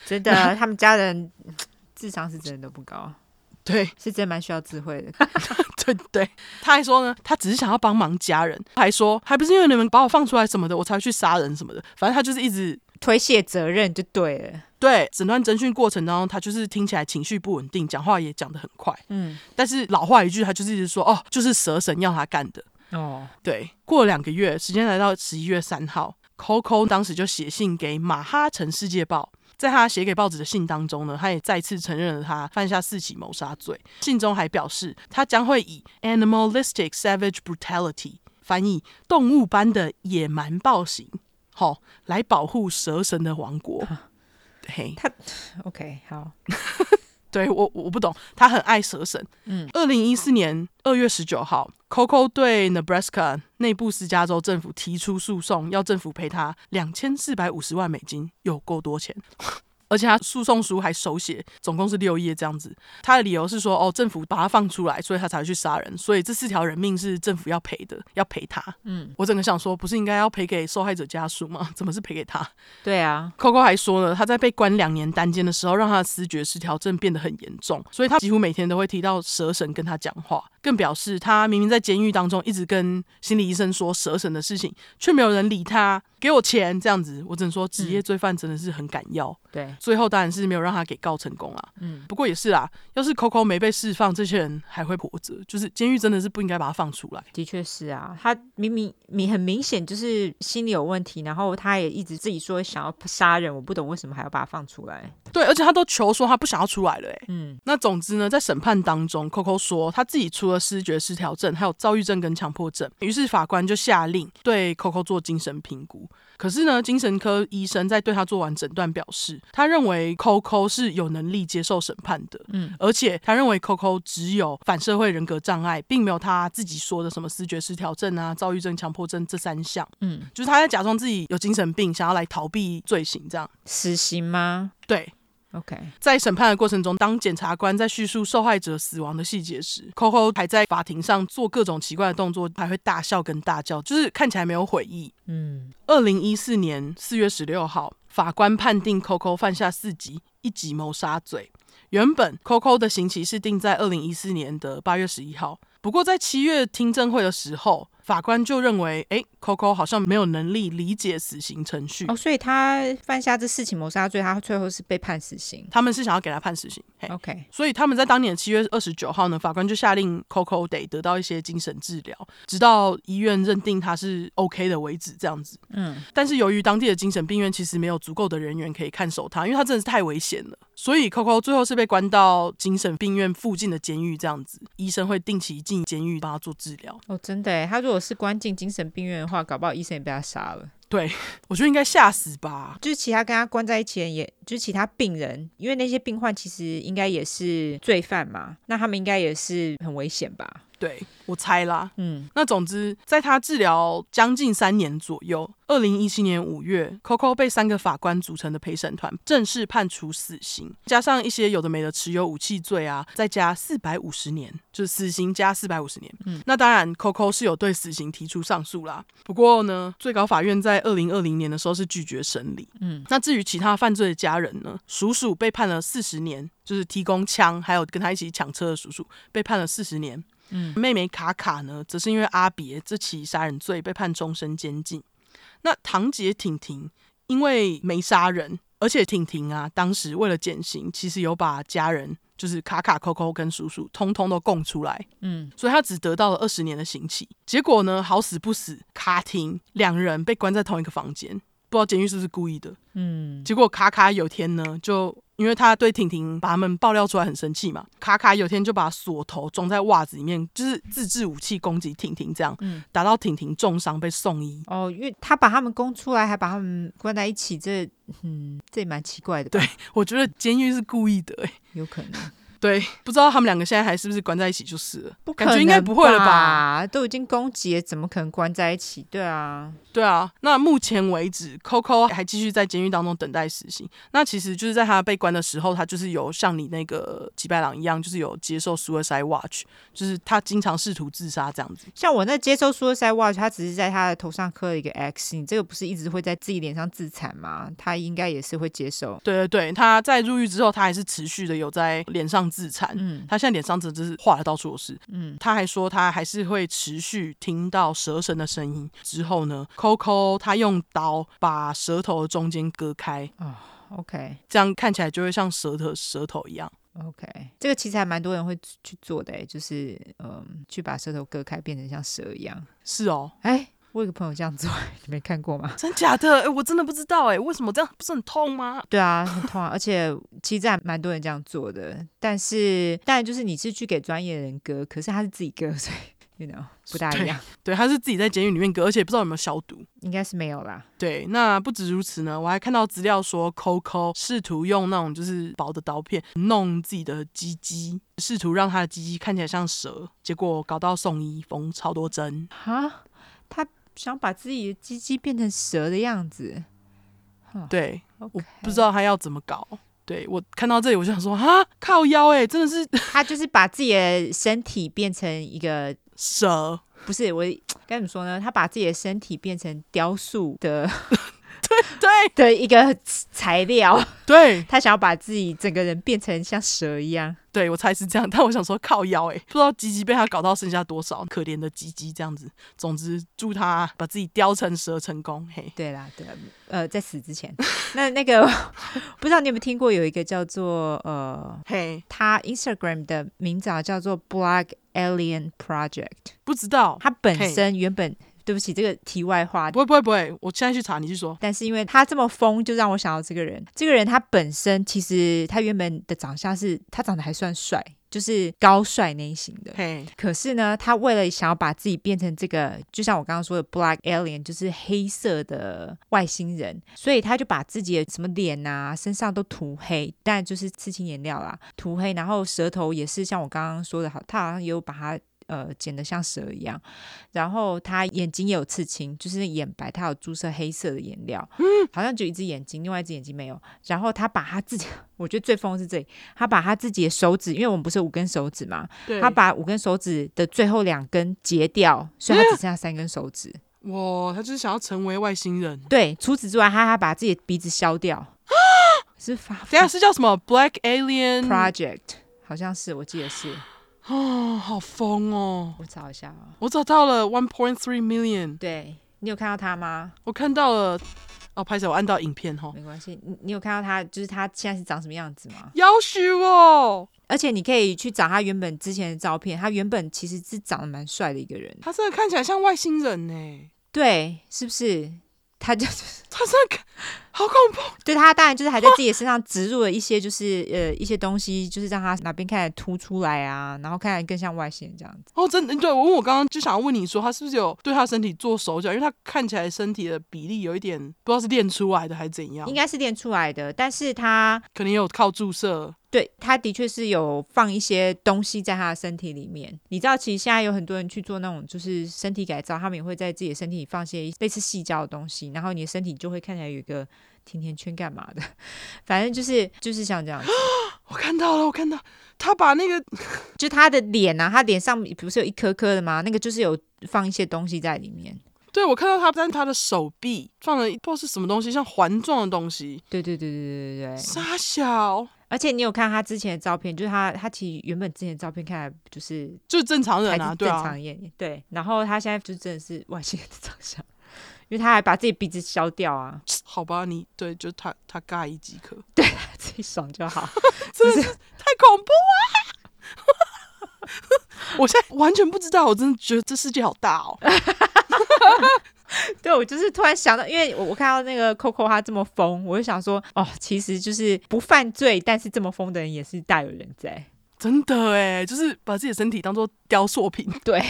S2: 真 的，他们家人智商是真的都不高，
S1: 对，
S2: 是真蛮需要智慧的。
S1: 对对，他还说呢，他只是想要帮忙家人，还说还不是因为你们把我放出来什么的，我才会去杀人什么的。反正他就是一直
S2: 推卸责任就对了。
S1: 对整段侦讯过程当中，他就是听起来情绪不稳定，讲话也讲得很快，
S2: 嗯，
S1: 但是老话一句，他就是一直说哦，就是蛇神要他干的。
S2: 哦，
S1: 对，过了两个月，时间来到十一月三号，Coco 当时就写信给《马哈城世界报》。在他写给报纸的信当中呢，他也再次承认了他犯下四起谋杀罪。信中还表示，他将会以 animalistic savage brutality 翻译动物般的野蛮暴行，好、来保护蛇神的王国。嘿，
S2: OK，好，
S1: 对我我不懂，他很爱蛇神。嗯，二零一四年二月十九号，Coco 对 Nebraska 内布斯加州政府提出诉讼，要政府赔他两千四百五十万美金，有够多钱。 而且他诉讼书还手写，总共是六页这样子。他的理由是说，哦，政府把他放出来，所以他才会去杀人，所以这四条人命是政府要赔的，要赔他。嗯，我整个想说，不是应该要赔给受害者家属吗？怎么是赔给他？
S2: 对啊，
S1: Coco 还说呢，他在被关两年单间的时候，让他的思觉失调症变得很严重，所以他几乎每天都会提到蛇神跟他讲话，更表示他明明在监狱当中一直跟心理医生说蛇神的事情，却没有人理他，给我钱这样子。我只能说，职业罪犯真的是很敢要。
S2: 对，
S1: 最后当然是没有让他给告成功啦。嗯，不过也是啦，要是 Coco 没被释放，这些人还会活着，就是监狱真的是不应该把他放出来。
S2: 的确是啊。他明明明很明显就是心理有问题，然后他也一直自己说想要杀人，我不懂为什么还要把他放出来。
S1: 对，而且他都求说他不想要出来了、欸，
S2: 嗯，
S1: 那总之呢，在审判当中，Coco 说他自己除了失觉失调症，还有躁郁症跟强迫症，于是法官就下令对 Coco 做精神评估。可是呢，精神科医生在对他做完诊断表示，他认为 Coco 是有能力接受审判的，嗯，而且他认为 Coco 只有反社会人格障碍，并没有他自己说的什么思觉失调症啊、躁郁症、强迫症这三项，
S2: 嗯，
S1: 就是他在假装自己有精神病，想要来逃避罪行，这样
S2: 死刑吗
S1: 对。
S2: ？OK，
S1: 在审判的过程中，当检察官在叙述受害者死亡的细节时，Coco 还在法庭上做各种奇怪的动作，还会大笑跟大叫，就是看起来没有悔意。
S2: 嗯，
S1: 二零一四年四月十六号，法官判定 Coco 犯下四级一级谋杀罪。原本 Coco 的刑期是定在二零一四年的八月十一号，不过在七月听证会的时候，法官就认为，诶 c o c o 好像没有能力理解死刑程序，
S2: 哦，所以他犯下这四起谋杀罪，他最后是被判死刑。
S1: 他们是想要给他判死刑。嘿
S2: OK，
S1: 所以他们在当年七月二十九号呢，法官就下令 Coco 得得到一些精神治疗，直到医院认定他是 OK 的为止，这样子。
S2: 嗯，
S1: 但是由于当地的精神病院其实没有足够的人员可以看守他，因为他真的是太危险了，所以 Coco 最后是被关到精神病院附近的监狱，这样子，医生会定期进监狱帮他做治疗。
S2: 欸哦，真的耶，他如果是关进精神病院的话，搞不好医生也被他杀了。
S1: 对我觉得应该吓死吧。
S2: 就是其他跟他关在一起的人也，就是其他病人，因为那些病患其实应该也是罪犯嘛，那他们应该也是很危险吧？
S1: 对我猜啦，
S2: 嗯，
S1: 那总之，在他治疗将近三年左右，二零一七年五月，Coco 被三个法官组成的陪审团正式判处死刑，加上一些有的没的持有武器罪啊，再加四百五十年，就是死刑加四百五十年。嗯，那当然，Coco 是有对死刑提出上诉啦。不过呢，最高法院在二零二零年的时候是拒绝审理。嗯，那至于其他犯罪的家人呢，叔叔被判了四十年，就是提供枪还有跟他一起抢车的叔叔被判了四十年。妹妹卡卡呢，则是因为阿别这起杀人罪被判终身监禁。那堂姐婷婷因为没杀人，而且婷婷啊，当时为了减刑，其实有把家人就是卡卡、扣扣跟叔叔通通都供出来，
S2: 嗯，
S1: 所以她只得到了二十年的刑期。结果呢，好死不死，卡婷两人被关在同一个房间，不知道监狱是不是故意的，
S2: 嗯，
S1: 结果卡卡有天呢，就因为他对婷婷把他们爆料出来很生气嘛，卡卡有天就把锁头装在袜子里面，就是自制武器攻击婷婷，这样、
S2: 嗯
S1: 打到婷婷重伤被送医。
S2: 哦，因为他把他们供出来，还把他们关在一起，这嗯，这也蛮奇怪的吧，
S1: 对我觉得监狱是故意的、欸，
S2: 有可能，
S1: 对，不知道他们两个现在还是不是关在一起就是了，
S2: 不可
S1: 感觉应该不会了吧？
S2: 吧？都已经攻击了，怎么可能关在一起？对啊，
S1: 对啊，那目前为止，Coco 还继续在监狱当中等待死刑。那其实就是在他被关的时候，他就是有像你那个吉白狼一样，就是有接受 suicide watch，就是他经常试图自杀这样子。
S2: 像我那接收 suicide watch，他只是在他的头上刻了一个 X，你这个不是一直会在自己脸上自残吗？他应该也是会接受。
S1: 对对对，他在入狱之后，他还是持续的有在脸上自残。
S2: 嗯
S1: 他现在脸上真的是画的到处都是。
S2: 嗯
S1: 他还说他还是会持续听到蛇神的声音。之后呢，Coco 他用刀把舌头的中间割开，
S2: ，OK
S1: 这样看起来就会像舌头舌头一样。
S2: OK，这个其实还蛮多人会去做的、欸，就是嗯，去把舌头割开，变成像蛇一样。
S1: 是哦，
S2: 哎，我有个朋友这样做， 你没看过吗？
S1: 真假的？哎、我真的不知道哎、为什么这样不是很痛吗？
S2: 对啊，很痛啊！而且其实还蛮多人这样做的，但是当然就是你是去给专业人割，可是他是自己割，所以 you know 不大一样，
S1: 对，他是自己在监狱里面割，而且不知道有没有消毒。
S2: 应该是没有啦。
S1: 对，那不止如此呢，我还看到资料说，Coco 试图用那种就是薄的刀片弄自己的鸡鸡，试图让他的鸡鸡看起来像蛇，结果搞到送医，缝超多针。
S2: 啊，他想把自己的鸡鸡变成蛇的样子，
S1: 对
S2: o
S1: 我不知道他要怎么搞。对我看到这里，我就想说啊，靠腰哎、真的是
S2: 他就是把自己的身体变成一个，
S1: 蛇，
S2: 不是我该怎么说呢？他把自己的身体变成雕塑的
S1: 对
S2: 的一个材料，
S1: 对
S2: 他想要把自己整个人变成像蛇一样。
S1: 对，我猜是这样，但我想说靠腰哎、不知道吉吉被他搞到剩下多少，可怜的吉吉这样子。总之，祝他把自己雕成蛇成功，嘿。
S2: 对啦，对啦，呃，在死之前， 那那个不知道你有没有听过有一个叫做呃，
S1: 嘿
S2: 他 Instagram 的名字啊叫做 Black Alien Project，
S1: 不知道，
S2: 他本
S1: 嘿
S2: 身原本对不起，这个题外话，
S1: 不会不会不会，我现在去查，你去说。
S2: 但是因为他这么疯，就让我想到这个人。这个人他本身其实他原本的长相是，他长得还算帅，就是高帅那一型的。
S1: 嘿，
S2: 可是呢，他为了想要把自己变成这个，就像我刚刚说的 black alien，就是黑色的外星人，所以他就把自己的什么脸啊、身上都涂黑，但就是刺青颜料啦，涂黑，然后舌头也是像我刚刚说的，好，他好像也有把它。呃，剪得像蛇一样，然后他眼睛也有刺青，就是眼白，他有注射黑色的颜料，好像就一只眼睛，另外一只眼睛没有。然后他把他自己， 我觉得最疯的是这里，他把他自己的手指，因为我们不是有五根手指嘛，
S1: 对
S2: 他把五根手指的最后两根截掉，所以他只剩下三根手指。
S1: 哇，他就是想要成为外星人。
S2: 对，除此之外，他还把自己的鼻子削 掉。是发
S1: 等一下是叫什么 Black Alien？
S2: project，好像是，我记得是。
S1: 哦，好疯哦！
S2: 我找一下啊。
S1: 我找到了 one point three million，
S2: 对你有看到他吗？
S1: 我看到了。哦，拍手，我按到影片哈。
S2: 没关系，你你有看到他，就是他现在是长什么样子吗？
S1: 要求哦，
S2: 而且你可以去找他原本之前的照片，他原本其实是长得蛮帅的一个人。
S1: 他真的看起来像外星人呢。
S2: 对，是不是？他就
S1: 他真的看，好恐怖！
S2: 对他当然就是还在自己的身上植入了一些，就是呃一些东西，就是让他哪边看起来凸出来啊，然后看起来更像外星人这样子。
S1: 哦，真的，对我问我刚刚就想要问你说，他是不是有对他身体做手脚？因为他看起来身体的比例有一点不知道是练出来的还是怎样
S2: 应，该是练出来的，但是他
S1: 可能也有靠注射。
S2: 对他的确是有放一些东西在他的身体里面。你知道，其实现在有很多人去做那种就是身体改造，他们也会在自己的身体里放一些类似细胶的东西，然后你的身体就会看起来有一个甜甜圈干嘛的，反正就是就是像这样子。
S1: 我看到了，我看到他把那个
S2: 就他的脸啊，他脸上不是有一颗颗的吗？那个就是有放一些东西在里面。
S1: 对，我看到他，但是他的手臂放了一不知道是什么东西，像环状的东西。
S2: 对对对对对对对。
S1: 傻小，
S2: 而且你有看他之前的照片，就是他他其实原本之前的照片看起来就是
S1: 就是正常
S2: 还
S1: 人啊，
S2: 是
S1: 对
S2: 正
S1: 啊
S2: 常，演员对。然后他现在就真的是外星人的长相，因为他还把自己鼻子削掉啊，
S1: 好吧，你对，就他他尬一即可，
S2: 自己爽就好。
S1: 真的是太恐怖啊！ 我现在完全不知道，我真的觉得这世界好大哦。
S2: 对，我就是突然想到，因为我我看到那个 Coco 他这么疯，我就想说，哦，其实就是不犯罪，但是这么疯的人也是大有人在。
S1: 真的哎，就是把自己的身体当做雕塑品。
S2: 对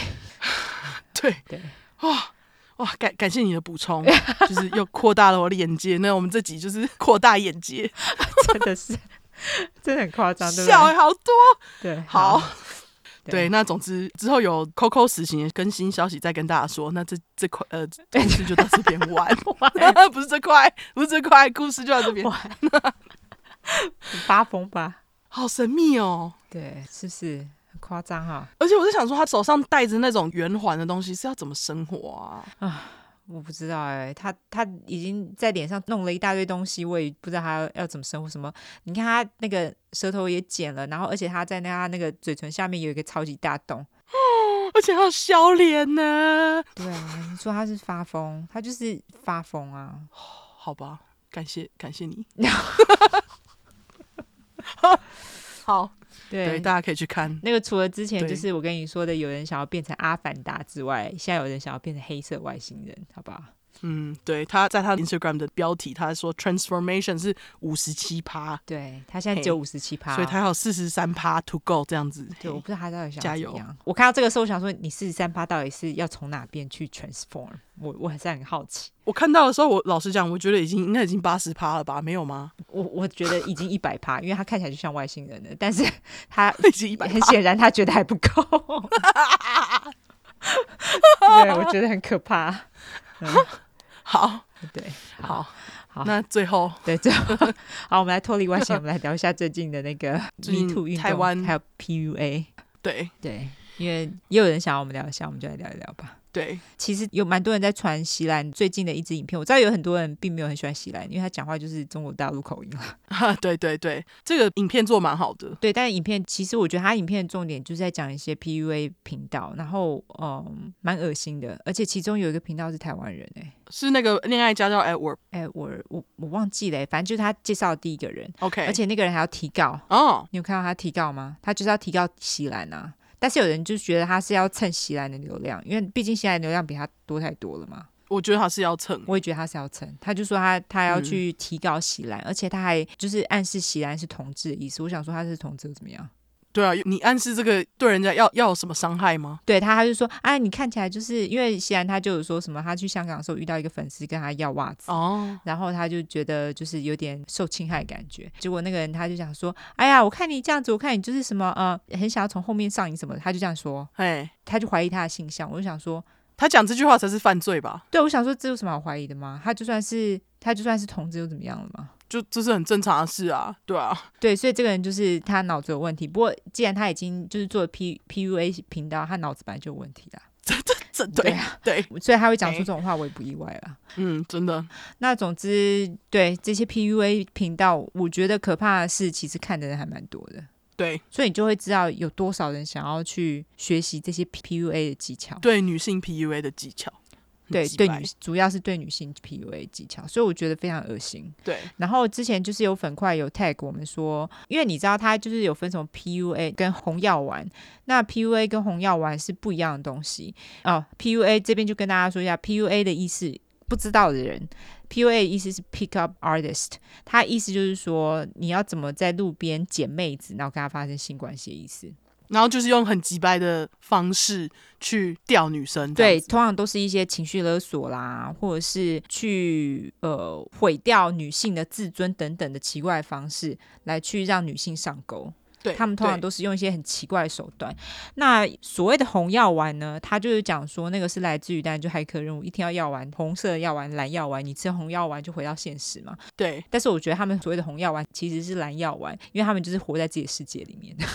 S1: 对
S2: 对，
S1: 哇哇，感感谢你的补充， 就是又扩大了我的眼界。那我们这集就是扩大眼界，
S2: 真的是， 真的很夸张，对不
S1: 笑
S2: 对？
S1: 欸好多。
S2: 对，
S1: 好，
S2: 对
S1: 对，那总之之后有 Coco 死刑的更新消息再跟大家说。那这这块 呃故事就到这边完， 不是这块，不是这块，故事就到这边
S2: 哇。发疯吧？
S1: 好神秘哦！
S2: 对，是不是很夸张哈？
S1: 而且我在想说，他手上戴着那种圆环的东西是要怎么生活啊？
S2: 我不知道哎、他他已经在脸上弄了一大堆东西，我也不知道他要怎么生活什么。你看他那个舌头也剪了，然后而且他在那他那个嘴唇下面有一个超级大洞。
S1: 而且还要削脸呢？
S2: 对啊，你说他是发疯，他就是发疯啊！
S1: 好吧，感谢感谢 你。好，对，
S2: 对，
S1: 大家可以去看。
S2: 那个除了之前
S1: 对
S2: 就是我跟你说的，有人想要变成阿凡达之外，现在有人想要变成黑色外星人，好不好？
S1: 嗯，对，他在他 Instagram 的标题，他说 transformation 是五十七趴，
S2: 对他现在只有五十七趴，
S1: 所以他还有四十三趴 to go 这样子。
S2: 对，我不知道他到底想
S1: 加
S2: 要
S1: 油
S2: 怎样。我看到这个时候，我想说，你四十三趴到底是要从哪边去 transform？我我还是很好奇。
S1: 我看到的时候，我老实讲，我觉得已经应该已经八十趴了吧？没有吗？
S2: 我我觉得已经一百趴，因为他看起来就像外星人了，但是他
S1: 已经一百
S2: 很显然他觉得还不 够。对，我觉得很可怕。嗯
S1: 好
S2: 对
S1: 好
S2: 好
S1: 那最后
S2: 对，最后好，我们来脱离外星人，我们来聊一下最近的那个
S1: 最近
S2: Me Too 运动，
S1: 台湾
S2: 还有 PUA。
S1: 对
S2: 对，因为也有人想要我们聊一下，我们就来聊一聊吧。
S1: 对
S2: 其实有蛮多人在传席兰最近的一支影片，我知道有很多人并没有很喜欢席兰，因为他讲话就是中国大陆口音啦。
S1: 哈对对对，这个影片做蛮好的。
S2: 对，但影片其实我觉得他影片的重点就是在讲一些 PUA 频道，然后嗯，蛮恶心的，而且其中有一个频道是台湾人哎、
S1: 是那个恋爱家教 Edward
S2: 哎、我我我忘记了、欸，反正就是他介绍的第一个人，
S1: OK，
S2: 而且那个人还要提告，
S1: 哦，
S2: 你有看到他提告吗？他就是要提告席兰啊，但是有人就觉得他是要蹭席兰的流量，因为毕竟席兰流量比他多太多了嘛。
S1: 我觉得他是要蹭，
S2: 我也觉得他是要蹭，他就说他他要去提告席兰，而且他还就是暗示席兰是同志的意思。我想说他是同志又怎么样？
S1: 对啊，你暗示这个对人家要要有什么伤害吗？
S2: 对他，他就说，哎，你看起来就是因为席兰他就有说什么，他去香港的时候遇到一个粉丝跟他要袜子，
S1: 哦，
S2: 然后他就觉得就是有点受侵害的感觉，结果那个人他就想说，哎呀，我看你这样子，我看你就是什么呃，很想要从后面上瘾什么的，他就这样说，
S1: 哎，
S2: 他就怀疑他的性向，我就想说，
S1: 他讲这句话才是犯罪吧？
S2: 对我想说这有什么好怀疑的吗？他就算是他就算是同志又怎么样了嘛？
S1: 就这是很正常的事啊，对 啊，
S2: 对，所以这个人就是他脑子有问题。不过既然他已经就是做 P PUA 频道，他脑子本来就有问题啦，
S1: 这
S2: 对啊
S1: 对对，
S2: 所以他会讲出这种话，我也不意外啦。
S1: 嗯，真的，
S2: 那总之，对这些 PUA 频道，我觉得可怕的是，其实看的人还蛮多的，
S1: 对
S2: 所以你就会知道有多少人想要去学习这些 PUA 的技巧。
S1: 对，女性 PUA 的技巧，很
S2: 对
S1: 鸡
S2: 对
S1: 掰
S2: 女，主要是对女性 PUA 技巧，所以我觉得非常恶心。
S1: 对
S2: 然后之前就是有粉块有 tag 我们说，因为你知道它就是有分什么 PUA 跟红药丸，那 PUA 跟红药丸是不一样的东西哦。PUA 这边就跟大家说一下，PUA 的意思不知道的人。PUA 意思是 pick up artist，它意思就是说你要怎么在路边捡妹子，然后跟她发生性关系的意思。
S1: 然后就是用很直白的方式去钓女生，这样
S2: 对，
S1: 子，
S2: 通常都是一些情绪勒索啦，或者是去呃毁掉女性的自尊等等的奇怪方式，来去让女性上钩。
S1: 对
S2: 他们通常
S1: 对
S2: 都是用一些很奇怪的手段。那所谓的红药丸呢，它就是讲说那个是来自于，当然就骇客任务，一天要药丸，红色的药丸、蓝药丸，你吃红药丸就回到现实嘛。
S1: 对，
S2: 但是我觉得他们所谓的红药丸其实是蓝药丸，因为他们就是活在自己的世界 里面。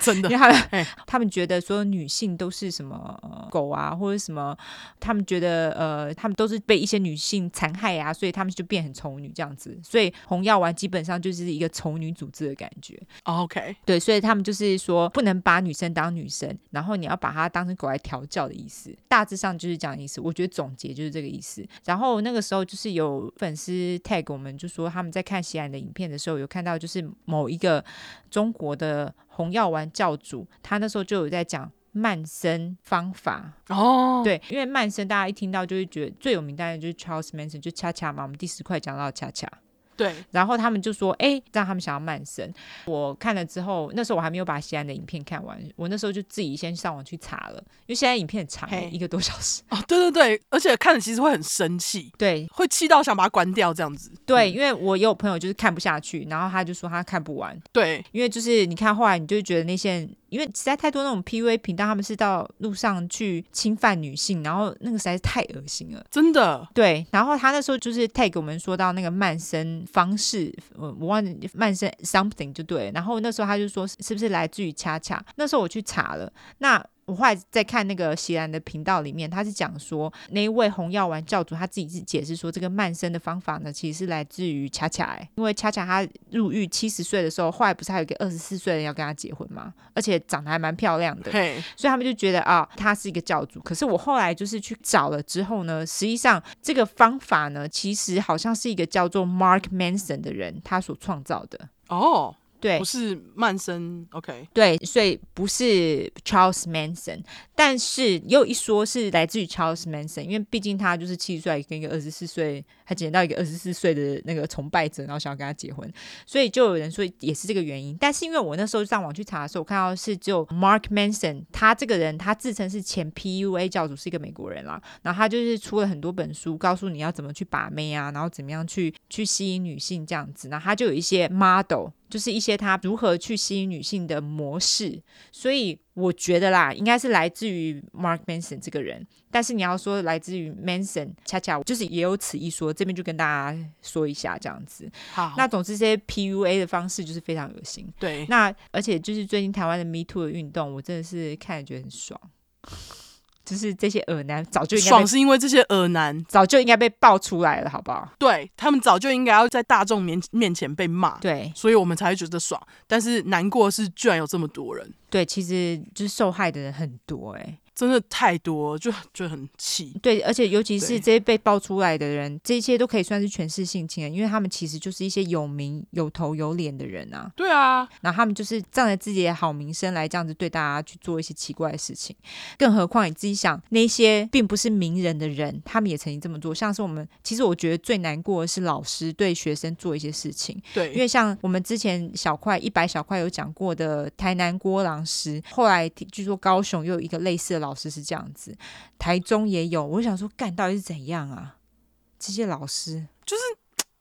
S1: 真的
S2: 因为他
S1: 嘿
S2: 们他们觉得所有女性都是什么、呃狗啊，或者什么，他们觉得呃，他们都是被一些女性残害啊，所以他们就变很丑女这样子。所以红药丸基本上就是一个丑女组织的感觉。
S1: 哦 OK，
S2: 对，所以他们就是说不能把女生当女生，然后你要把她当成狗来调教的意思，大致上就是这样的意思。我觉得总结就是这个意思。然后那个时候就是有粉丝 tag 我们，就说他们在看西安的影片的时候，有看到就是某一个中国的红药丸教主，他那时候就有在讲慢生方法，
S1: 哦，
S2: 对，因为曼森大家一听到就会觉得最有名，当然就是 Charles Manson，就恰恰嘛，我们第十块讲到的恰恰。
S1: 对
S2: 然后他们就说，哎，让他们想要慢生。我看了之后，那时候我还没有把西安的影片看完，我那时候就自己先上网去查了，因为现在影片很长、欸
S1: 嘿
S2: 一个多 小时。
S1: 哦，对对对，而且看了其实会很生气，
S2: 对
S1: 会气到想把它关掉这样子。
S2: 对，
S1: 嗯
S2: 因为我也有朋友就是看不下去，然后他就说他看不完，
S1: 对
S2: 因为就是你看后来你就会觉得那些人，因为实在太多那种 PUA 频道，他们是到路上去侵犯女性，然后那个实在是太恶心了。
S1: 真的
S2: 对，然后他那时候就是 tag 我们说到那个慢生方式，呃我忘了慢生 something 就对了。然后那时候他就说是是不是来自于恰恰？那时候我去查了，那我后来在看那个席然的频道里面，他是讲说那一位红药丸教主他自己是解释说，这个慢生的方法呢，其实是来自于恰恰、欸，因为恰恰他入狱七十岁的时候，后来不是还有一个二十四岁的人要跟他结婚吗？而且长得还蛮漂亮的。
S1: 嘿，
S2: 所以他们就觉得啊，他是一个教主。可是我后来就是去找了之后呢，实际上这个方法呢，其实好像是一个叫做 Mark Manson 的人他所创造的。
S1: 哦，
S2: 对
S1: 不是慢生 OK，
S2: 对，所以不是 Charles Manson，但是又一说是来自于 Charles Manson，因为毕竟他就是七十岁跟一个二十四岁，他捡到一个二十四岁的那个崇拜者，然后想要跟他结婚，所以就有人说也是这个原因。但是因为我那时候上网去查的时候，我看到是只有 Mark Manson，他这个人他自称是前 PUA 教主，是一个美国人啦，然后他就是出了很多本书，告诉你要怎么去把妹啊，然后怎么样去去吸引女性这样子。然后他就有一些 model，就是一些他如何去吸引女性的模式。所以我觉得啦，应该是来自于 Mark Manson 这个人。但是你要说来自于 Manson，恰恰就是也有此一说，这边就跟大家说一下这样子。
S1: 好，
S2: 那总之，这些 PUA 的方式就是非常恶心。
S1: 对，
S2: 那而且就是最近台湾的 Me Too 的运动，我真的是看了觉得很爽。 就是这些耳男早就应该被
S1: 爽是因为这些恶男，
S2: 早就应该被爆出来了，好不好？
S1: 对他们早就应该要在大众面面前被骂，
S2: 对
S1: 所以我们才会觉得爽。但是难过的是，居然有这么多人，
S2: 对，其实就是受害的人很多哎、
S1: 真的太多了，就就很气。
S2: 对，而且尤其
S1: 对
S2: 是这些被爆出来的人，这些都可以算是权势性侵人，因为他们其实就是一些有名、有头有脸的人啊，
S1: 对啊，
S2: 然后他们就是仗着自己的好名声来这样子对大家去做一些奇怪的事情。更何况你自己想，那些并不是名人的人，他们也曾经这么做。像是我们，其实我觉得最难过的是老师对学生做一些事情，
S1: 对，
S2: 因为像我们之前小块一百小块有讲过的台南郭老师，后来听据说高雄又有一个类似的老师是这样子，台中也有。我就想说，干到底是怎样啊？这些老师，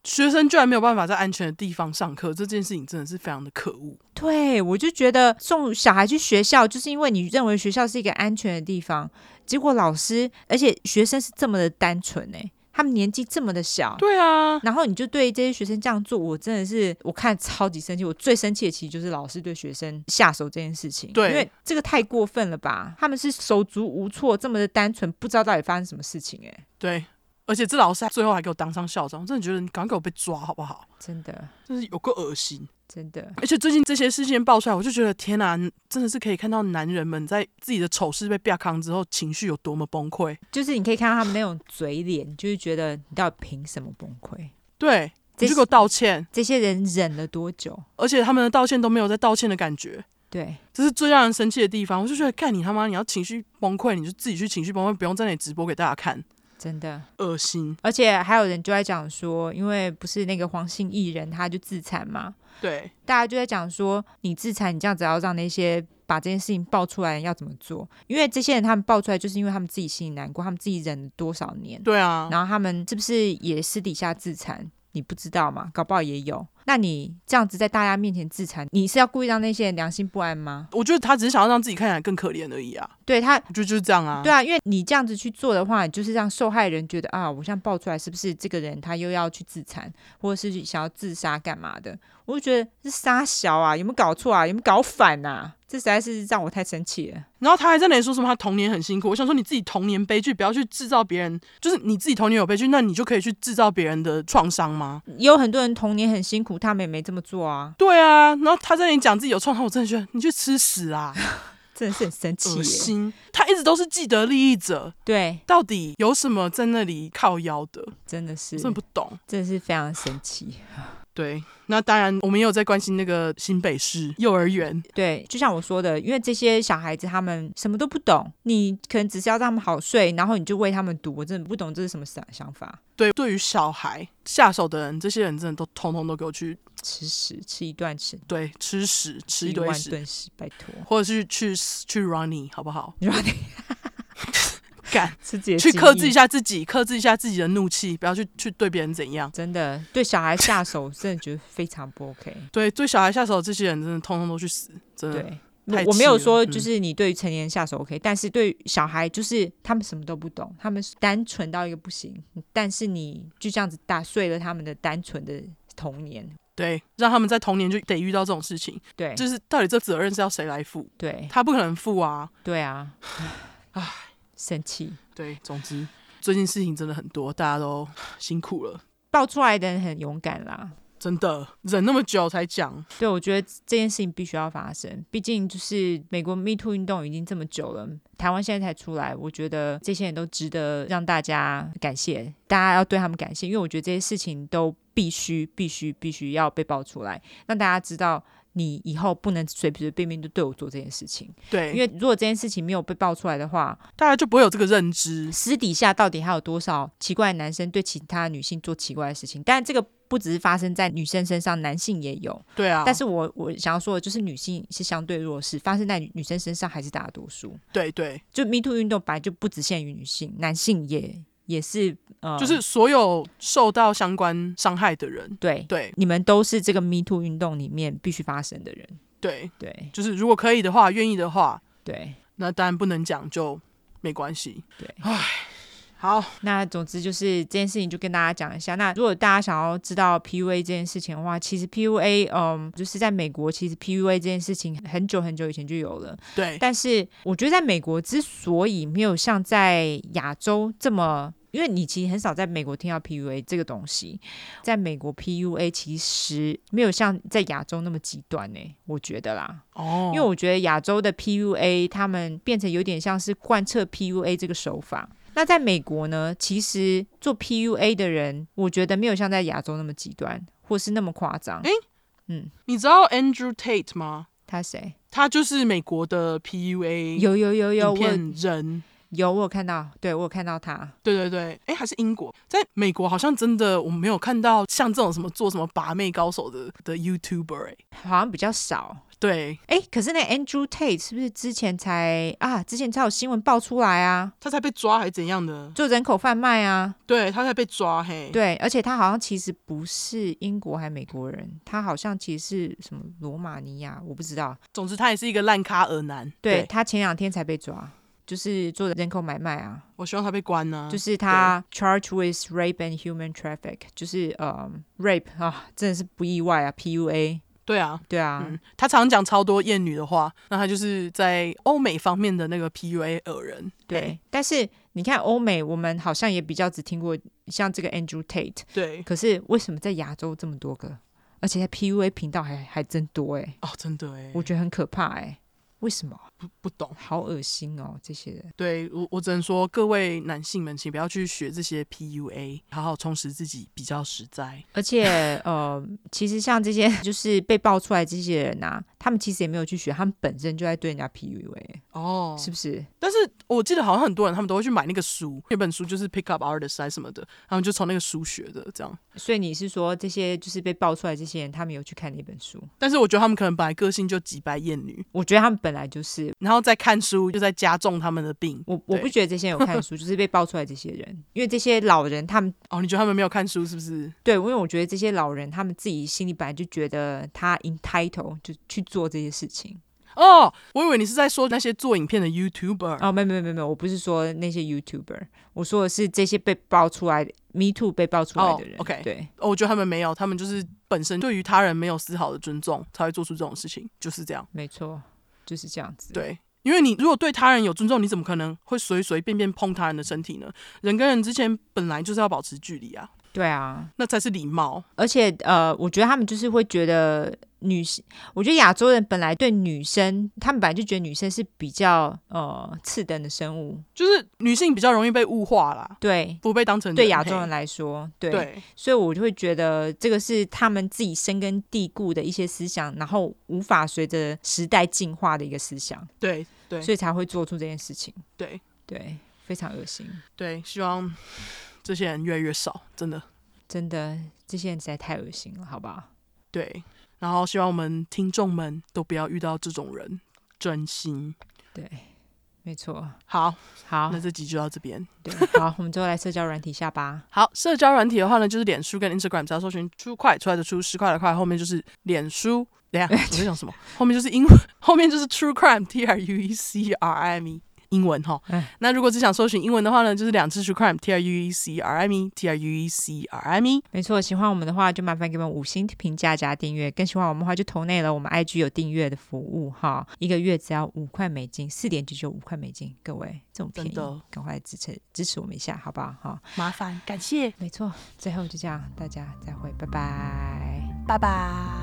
S1: 学生居然没有办法在安全的地方上课，这件事情真的是非常的可恶。
S2: 对我就觉得送小孩去学校，就是因为你认为学校是一个安全的地方，结果老师，而且学生是这么的单纯哎、他们年纪这么的小，
S1: 对啊，
S2: 然后你就对这些学生这样做，我真的是我看超级生气。我最生气的其实就是老师对学生下手这件事情，
S1: 对
S2: 因为这个太过分了吧？他们是手足无措，这么的单纯，不知道到底发生什么事情、哎，
S1: 对，而且这老师最后还给我当上校长，我真的觉得你赶快给我被抓好不好？
S2: 真的，
S1: 真是有够恶心。
S2: 真的，
S1: 而且最近这些事件爆出来，我就觉得天哪、真的是可以看到男人们在自己的丑事被曝光之后，情绪有多么崩溃。
S2: 就是你可以看到他们那种嘴脸，就是觉得你到底凭什么崩溃？
S1: 对，
S2: 这
S1: 你就给我道歉，
S2: 这些人忍了多久？
S1: 而且他们的道歉都没有在道歉的感觉，
S2: 对
S1: 这是最让人生气的地方。我就觉得，干你他妈！你要情绪崩溃，你就自己去情绪崩溃，不用在那里直播给大家看。
S2: 真的。
S1: 恶心。
S2: 而且还有人就在讲说，因为不是那个黄姓艺人他就自残嘛，
S1: 对，
S2: 大家就在讲说，你自残，你这样子要让那些把这件事情爆出来的人要怎么做？因为这些人他们爆出来，就是因为他们自己心里难过，他们自己忍了多少年，
S1: 对啊，
S2: 然后他们是不是也私底下自残？你不知道嘛？搞不好也有。那你这样子在大家面前自残，你是要故意让那些人良心不安吗？
S1: 我觉得他只是想要让自己看起来更可怜而已啊，
S2: 对他，
S1: 我觉得就是这样啊。
S2: 对啊，因为你这样子去做的话，你就是让受害人觉得啊，我像爆出来是不是这个人他又要去自残，或者是想要自杀干嘛的？我就觉得是杀小啊，有没有搞错啊？有没有搞反啊？这实在是让我太生气了。
S1: 然后他还在那里说什么他童年很辛苦，我想说你自己童年悲剧，不要去制造别人，就是你自己童年有悲剧，那你就可以去制造别人的创伤吗？
S2: 也有很多人童年很辛苦，他们也没这么做啊，
S1: 对啊，然后他在那里讲自己有创伤，我真的觉得你去吃屎啊，
S2: 真的是很生气
S1: 恶
S2: 耶。
S1: 心！他一直都是既得利益者，
S2: 对，
S1: 到底有什么在那里靠腰的？
S2: 真的是
S1: 我，真的不懂。
S2: 真的是非常生气。
S1: 对，那当然我们也有在关心那个新北市幼儿园，
S2: 对，就像我说的，因为这些小孩子他们什么都不懂，你可能只是要让他们好睡，然后你就喂他们毒，我真的不懂这是什么想想法。
S1: 对，对于小孩下手的人，这些人真的都通通都给我去
S2: 吃屎，吃一段屎，
S1: 对吃屎，吃一堆
S2: 万
S1: 屎，
S2: 顿屎，拜 托，
S1: 或者是去去 running 好不好？
S2: 你 说你
S1: 干，
S2: 吃自己的
S1: 去
S2: 记
S1: 克制
S2: 忆
S1: 一，下自己，克制一下自己的怒气，不要去去对别人怎样。
S2: 真的对小 孩下手，真的觉得非常不 OK。
S1: 对，对小孩下手的这些人，真的通通都去死，真的。
S2: 对。
S1: 嗯太
S2: 我我没有
S1: 气了
S2: 说
S1: 嗯
S2: 就是你对于成年人下手 OK，、但是对于小孩就是他们什么都不懂，他们单纯到一个不行，但是你就这样子打碎了他们的单纯的童年，
S1: 对，让他们在童年就得遇到这种事情，
S2: 对
S1: 就是到底这责任是要谁来负？
S2: 对
S1: 他不可能负啊。
S2: 对啊，
S1: 唉
S2: 生气
S1: 对，总之最近事情真的很多，大家都辛苦了，
S2: 爆出来的人很勇敢啦，
S1: 真的忍那么久才讲，
S2: 对，我觉得这件事情必须要发生，毕竟就是美国 Me Too 运动已经这么久了，台湾现在才出来，我觉得这些人都值得让大家感谢，大家要对他们感谢，因为我觉得这些事情都必须、必须、必须要被爆出来，让大家知道你以后不能随随便便就对我做这件事情，
S1: 对，
S2: 因为如果这件事情没有被爆出来的话，
S1: 大家就不会有这个认知。
S2: 私底下到底还有多少奇怪的男生对其他女性做奇怪的事情？但这个不只是发生在女生身上，男性也有。
S1: 对啊，
S2: 但是我我想要说的就是，女性是相对弱势，发生在女女生身上还是大多数。
S1: 对对，
S2: 就 Me Too 运动本来就不只限于女性，男性也也是呃，
S1: 就是所有受到相关伤害的人，
S2: 对
S1: 对
S2: 你们都是这个 Me Too 运动里面必须发生的人。
S1: 对，
S2: 对
S1: 就是如果可以的话，愿意的话，
S2: 对
S1: 那当然不能讲就没关系。
S2: 对，
S1: 好，
S2: 那总之就是这件事情就跟大家讲一下。那如果大家想要知道 PUA 这件事情的话，其实 PUA 嗯，就是在美国，其实 PUA 这件事情很久很久以前就有了。
S1: 对
S2: 但是我觉得在美国之所以没有像在亚洲这么，因为你其实很少在美国听到 PUA 这个东西，在美国 PUA 其实没有像在亚洲那么极端呢、我觉得啦，
S1: 哦，
S2: 因为我觉得亚洲的 PUA 他们变成有点像是贯彻 PUA 这个手法。那在美国呢，其实做 PUA 的人，我觉得没有像在亚洲那么极端，或是那么夸张
S1: 诶。
S2: 嗯，
S1: 你知道 Andrew Tate 吗？
S2: 他谁？
S1: 他就是美国的 PUA
S2: 有有有有，
S1: 影
S2: 我有
S1: 片人。
S2: 有我有看到，对我有看到他。
S1: 对对对，哎，还是英国，在美国好像真的我没有看到像这种什么做什么把妹高手的的 YouTuber 哎，
S2: 好像比较少。
S1: 对
S2: 哎，可是那 Andrew Tate 是不是之前才啊？之前才有新闻爆出来啊，
S1: 他才被抓还是怎样的？
S2: 做人口贩卖啊。
S1: 对他才被抓嘿，
S2: 对，而且他好像其实不是英国还美国人，他好像其实是什么罗马尼亚，我不知道。
S1: 总之他也是一个烂咖儿男。
S2: 对他前两天才被抓，就是做人口买卖啊，
S1: 我希望他被关呢、
S2: 就是他 charged with rape and human traffic，就是呃、rape 啊，真的是不意外啊，PUA，
S1: 对啊，
S2: 对啊，
S1: 嗯，他常讲超多厌女的话，那他就是在欧美方面的那个 PUA 恶人。哎
S2: 对。但是你看欧美，我们好像也比较只听过像这个 Andrew Tate。
S1: 对，
S2: 可是为什么在亚洲这么多个，而且在 PUA 频道还还真多哎、
S1: 哦，真的哎，
S2: 我觉得很可怕哎、为什么？
S1: 不不懂。
S2: 好恶心哦，这些人。
S1: 对我，我只能说，各位男性们，请不要去学这些 PUA，好好充实自己比较实在。
S2: 而且呃，其实像这些就是被爆出来这些人呐、啊，他们其实也没有去学，他们本身就在对人家 PUA，
S1: 哦，
S2: 是不是？
S1: 但是我记得好像很多人他们都会去买那个书，那本书就是 Pick Up Artist 还是什么的，他们就从那个书学的这样。
S2: 所以你是说这些就是被爆出来这些人，他们有去看那本书？
S1: 但是我觉得他们可能本来个性就几白厌女，
S2: 我觉得他们本来就是。
S1: 然后再看书就在加重他们的病。
S2: 我我
S1: 对
S2: 不觉得这些人有看书，就是被爆出来这些人，因为这些老人他们
S1: 哦，你觉得他们没有看书是不是？
S2: 对，因为我觉得这些老人他们自己心里本来就觉得他 entitle 就去做这些事情。
S1: 哦，我以为你是在说那些做影片的 YouTuber。
S2: 哦，没有没有没有没有，我不是说那些 YouTuber，我说的是这些被爆出来的 Me Too 被爆出来的人。
S1: 哦，OK
S2: 对，
S1: 哦，我觉得他们没有，他们就是本身对于他人没有丝毫的尊重，才会做出这种事情，就是这样。
S2: 没错，就是这样子。，
S1: 对，因为你如果对他人有尊重，你怎么可能会随随便便碰他人的身体呢？人跟人之间本来就是要保持距离啊，
S2: 对啊，
S1: 那才是礼貌。
S2: 而且呃，我觉得他们就是会觉得女性，我觉得亚洲人本来对女生，他们本来就觉得女生是比较呃次等的生物，
S1: 就是女性比较容易被物化啦，
S2: 对。
S1: 不被当成
S2: 对
S1: 人
S2: 亚
S1: 嘿
S2: 洲人来说，对，
S1: 对
S2: 所以我就会觉得这个是他们自己深根蒂固的一些思想，然后无法随着时代进化的一个思想，
S1: 对对
S2: 所以才会做出这件事情。
S1: 对
S2: 对，非常恶心，
S1: 对，希望这些人越来越少，真的
S2: 真的，这些人实在太恶心了，好不好？
S1: 对。然后希望我们听众们都不要遇到这种人，真心
S2: 没错，
S1: 好。
S2: 好
S1: 那，这集就到这边。
S2: 对，好，我们最后来社交软体下吧。
S1: 好，社交软体的话呢，就是脸书跟 Instagram，只要搜寻“出快”出来的出，十块的块，后面就是脸书。等一下，我在讲什么？后面就是英文，后面就是 True Crime，T R U E C R I M E。英文哈
S2: 哎，
S1: 那如果只想搜寻英文的话呢，就是两次 True Crime，T R U E C R I M E，T R U E C R I M E。
S2: 没错，喜欢我们的话，就麻烦给我们五星评价加订阅。更喜欢我们的话，就投内了。我们 IG 有订阅的服务哈，一个月只要五块美金，四点九九五块美金，各位这种便
S1: 真的
S2: 宜，赶快来支持支持我们一下，好不好？哈，
S1: 麻烦，感谢，
S2: 没错，最后就这样，大家再会，拜拜。
S1: 拜拜。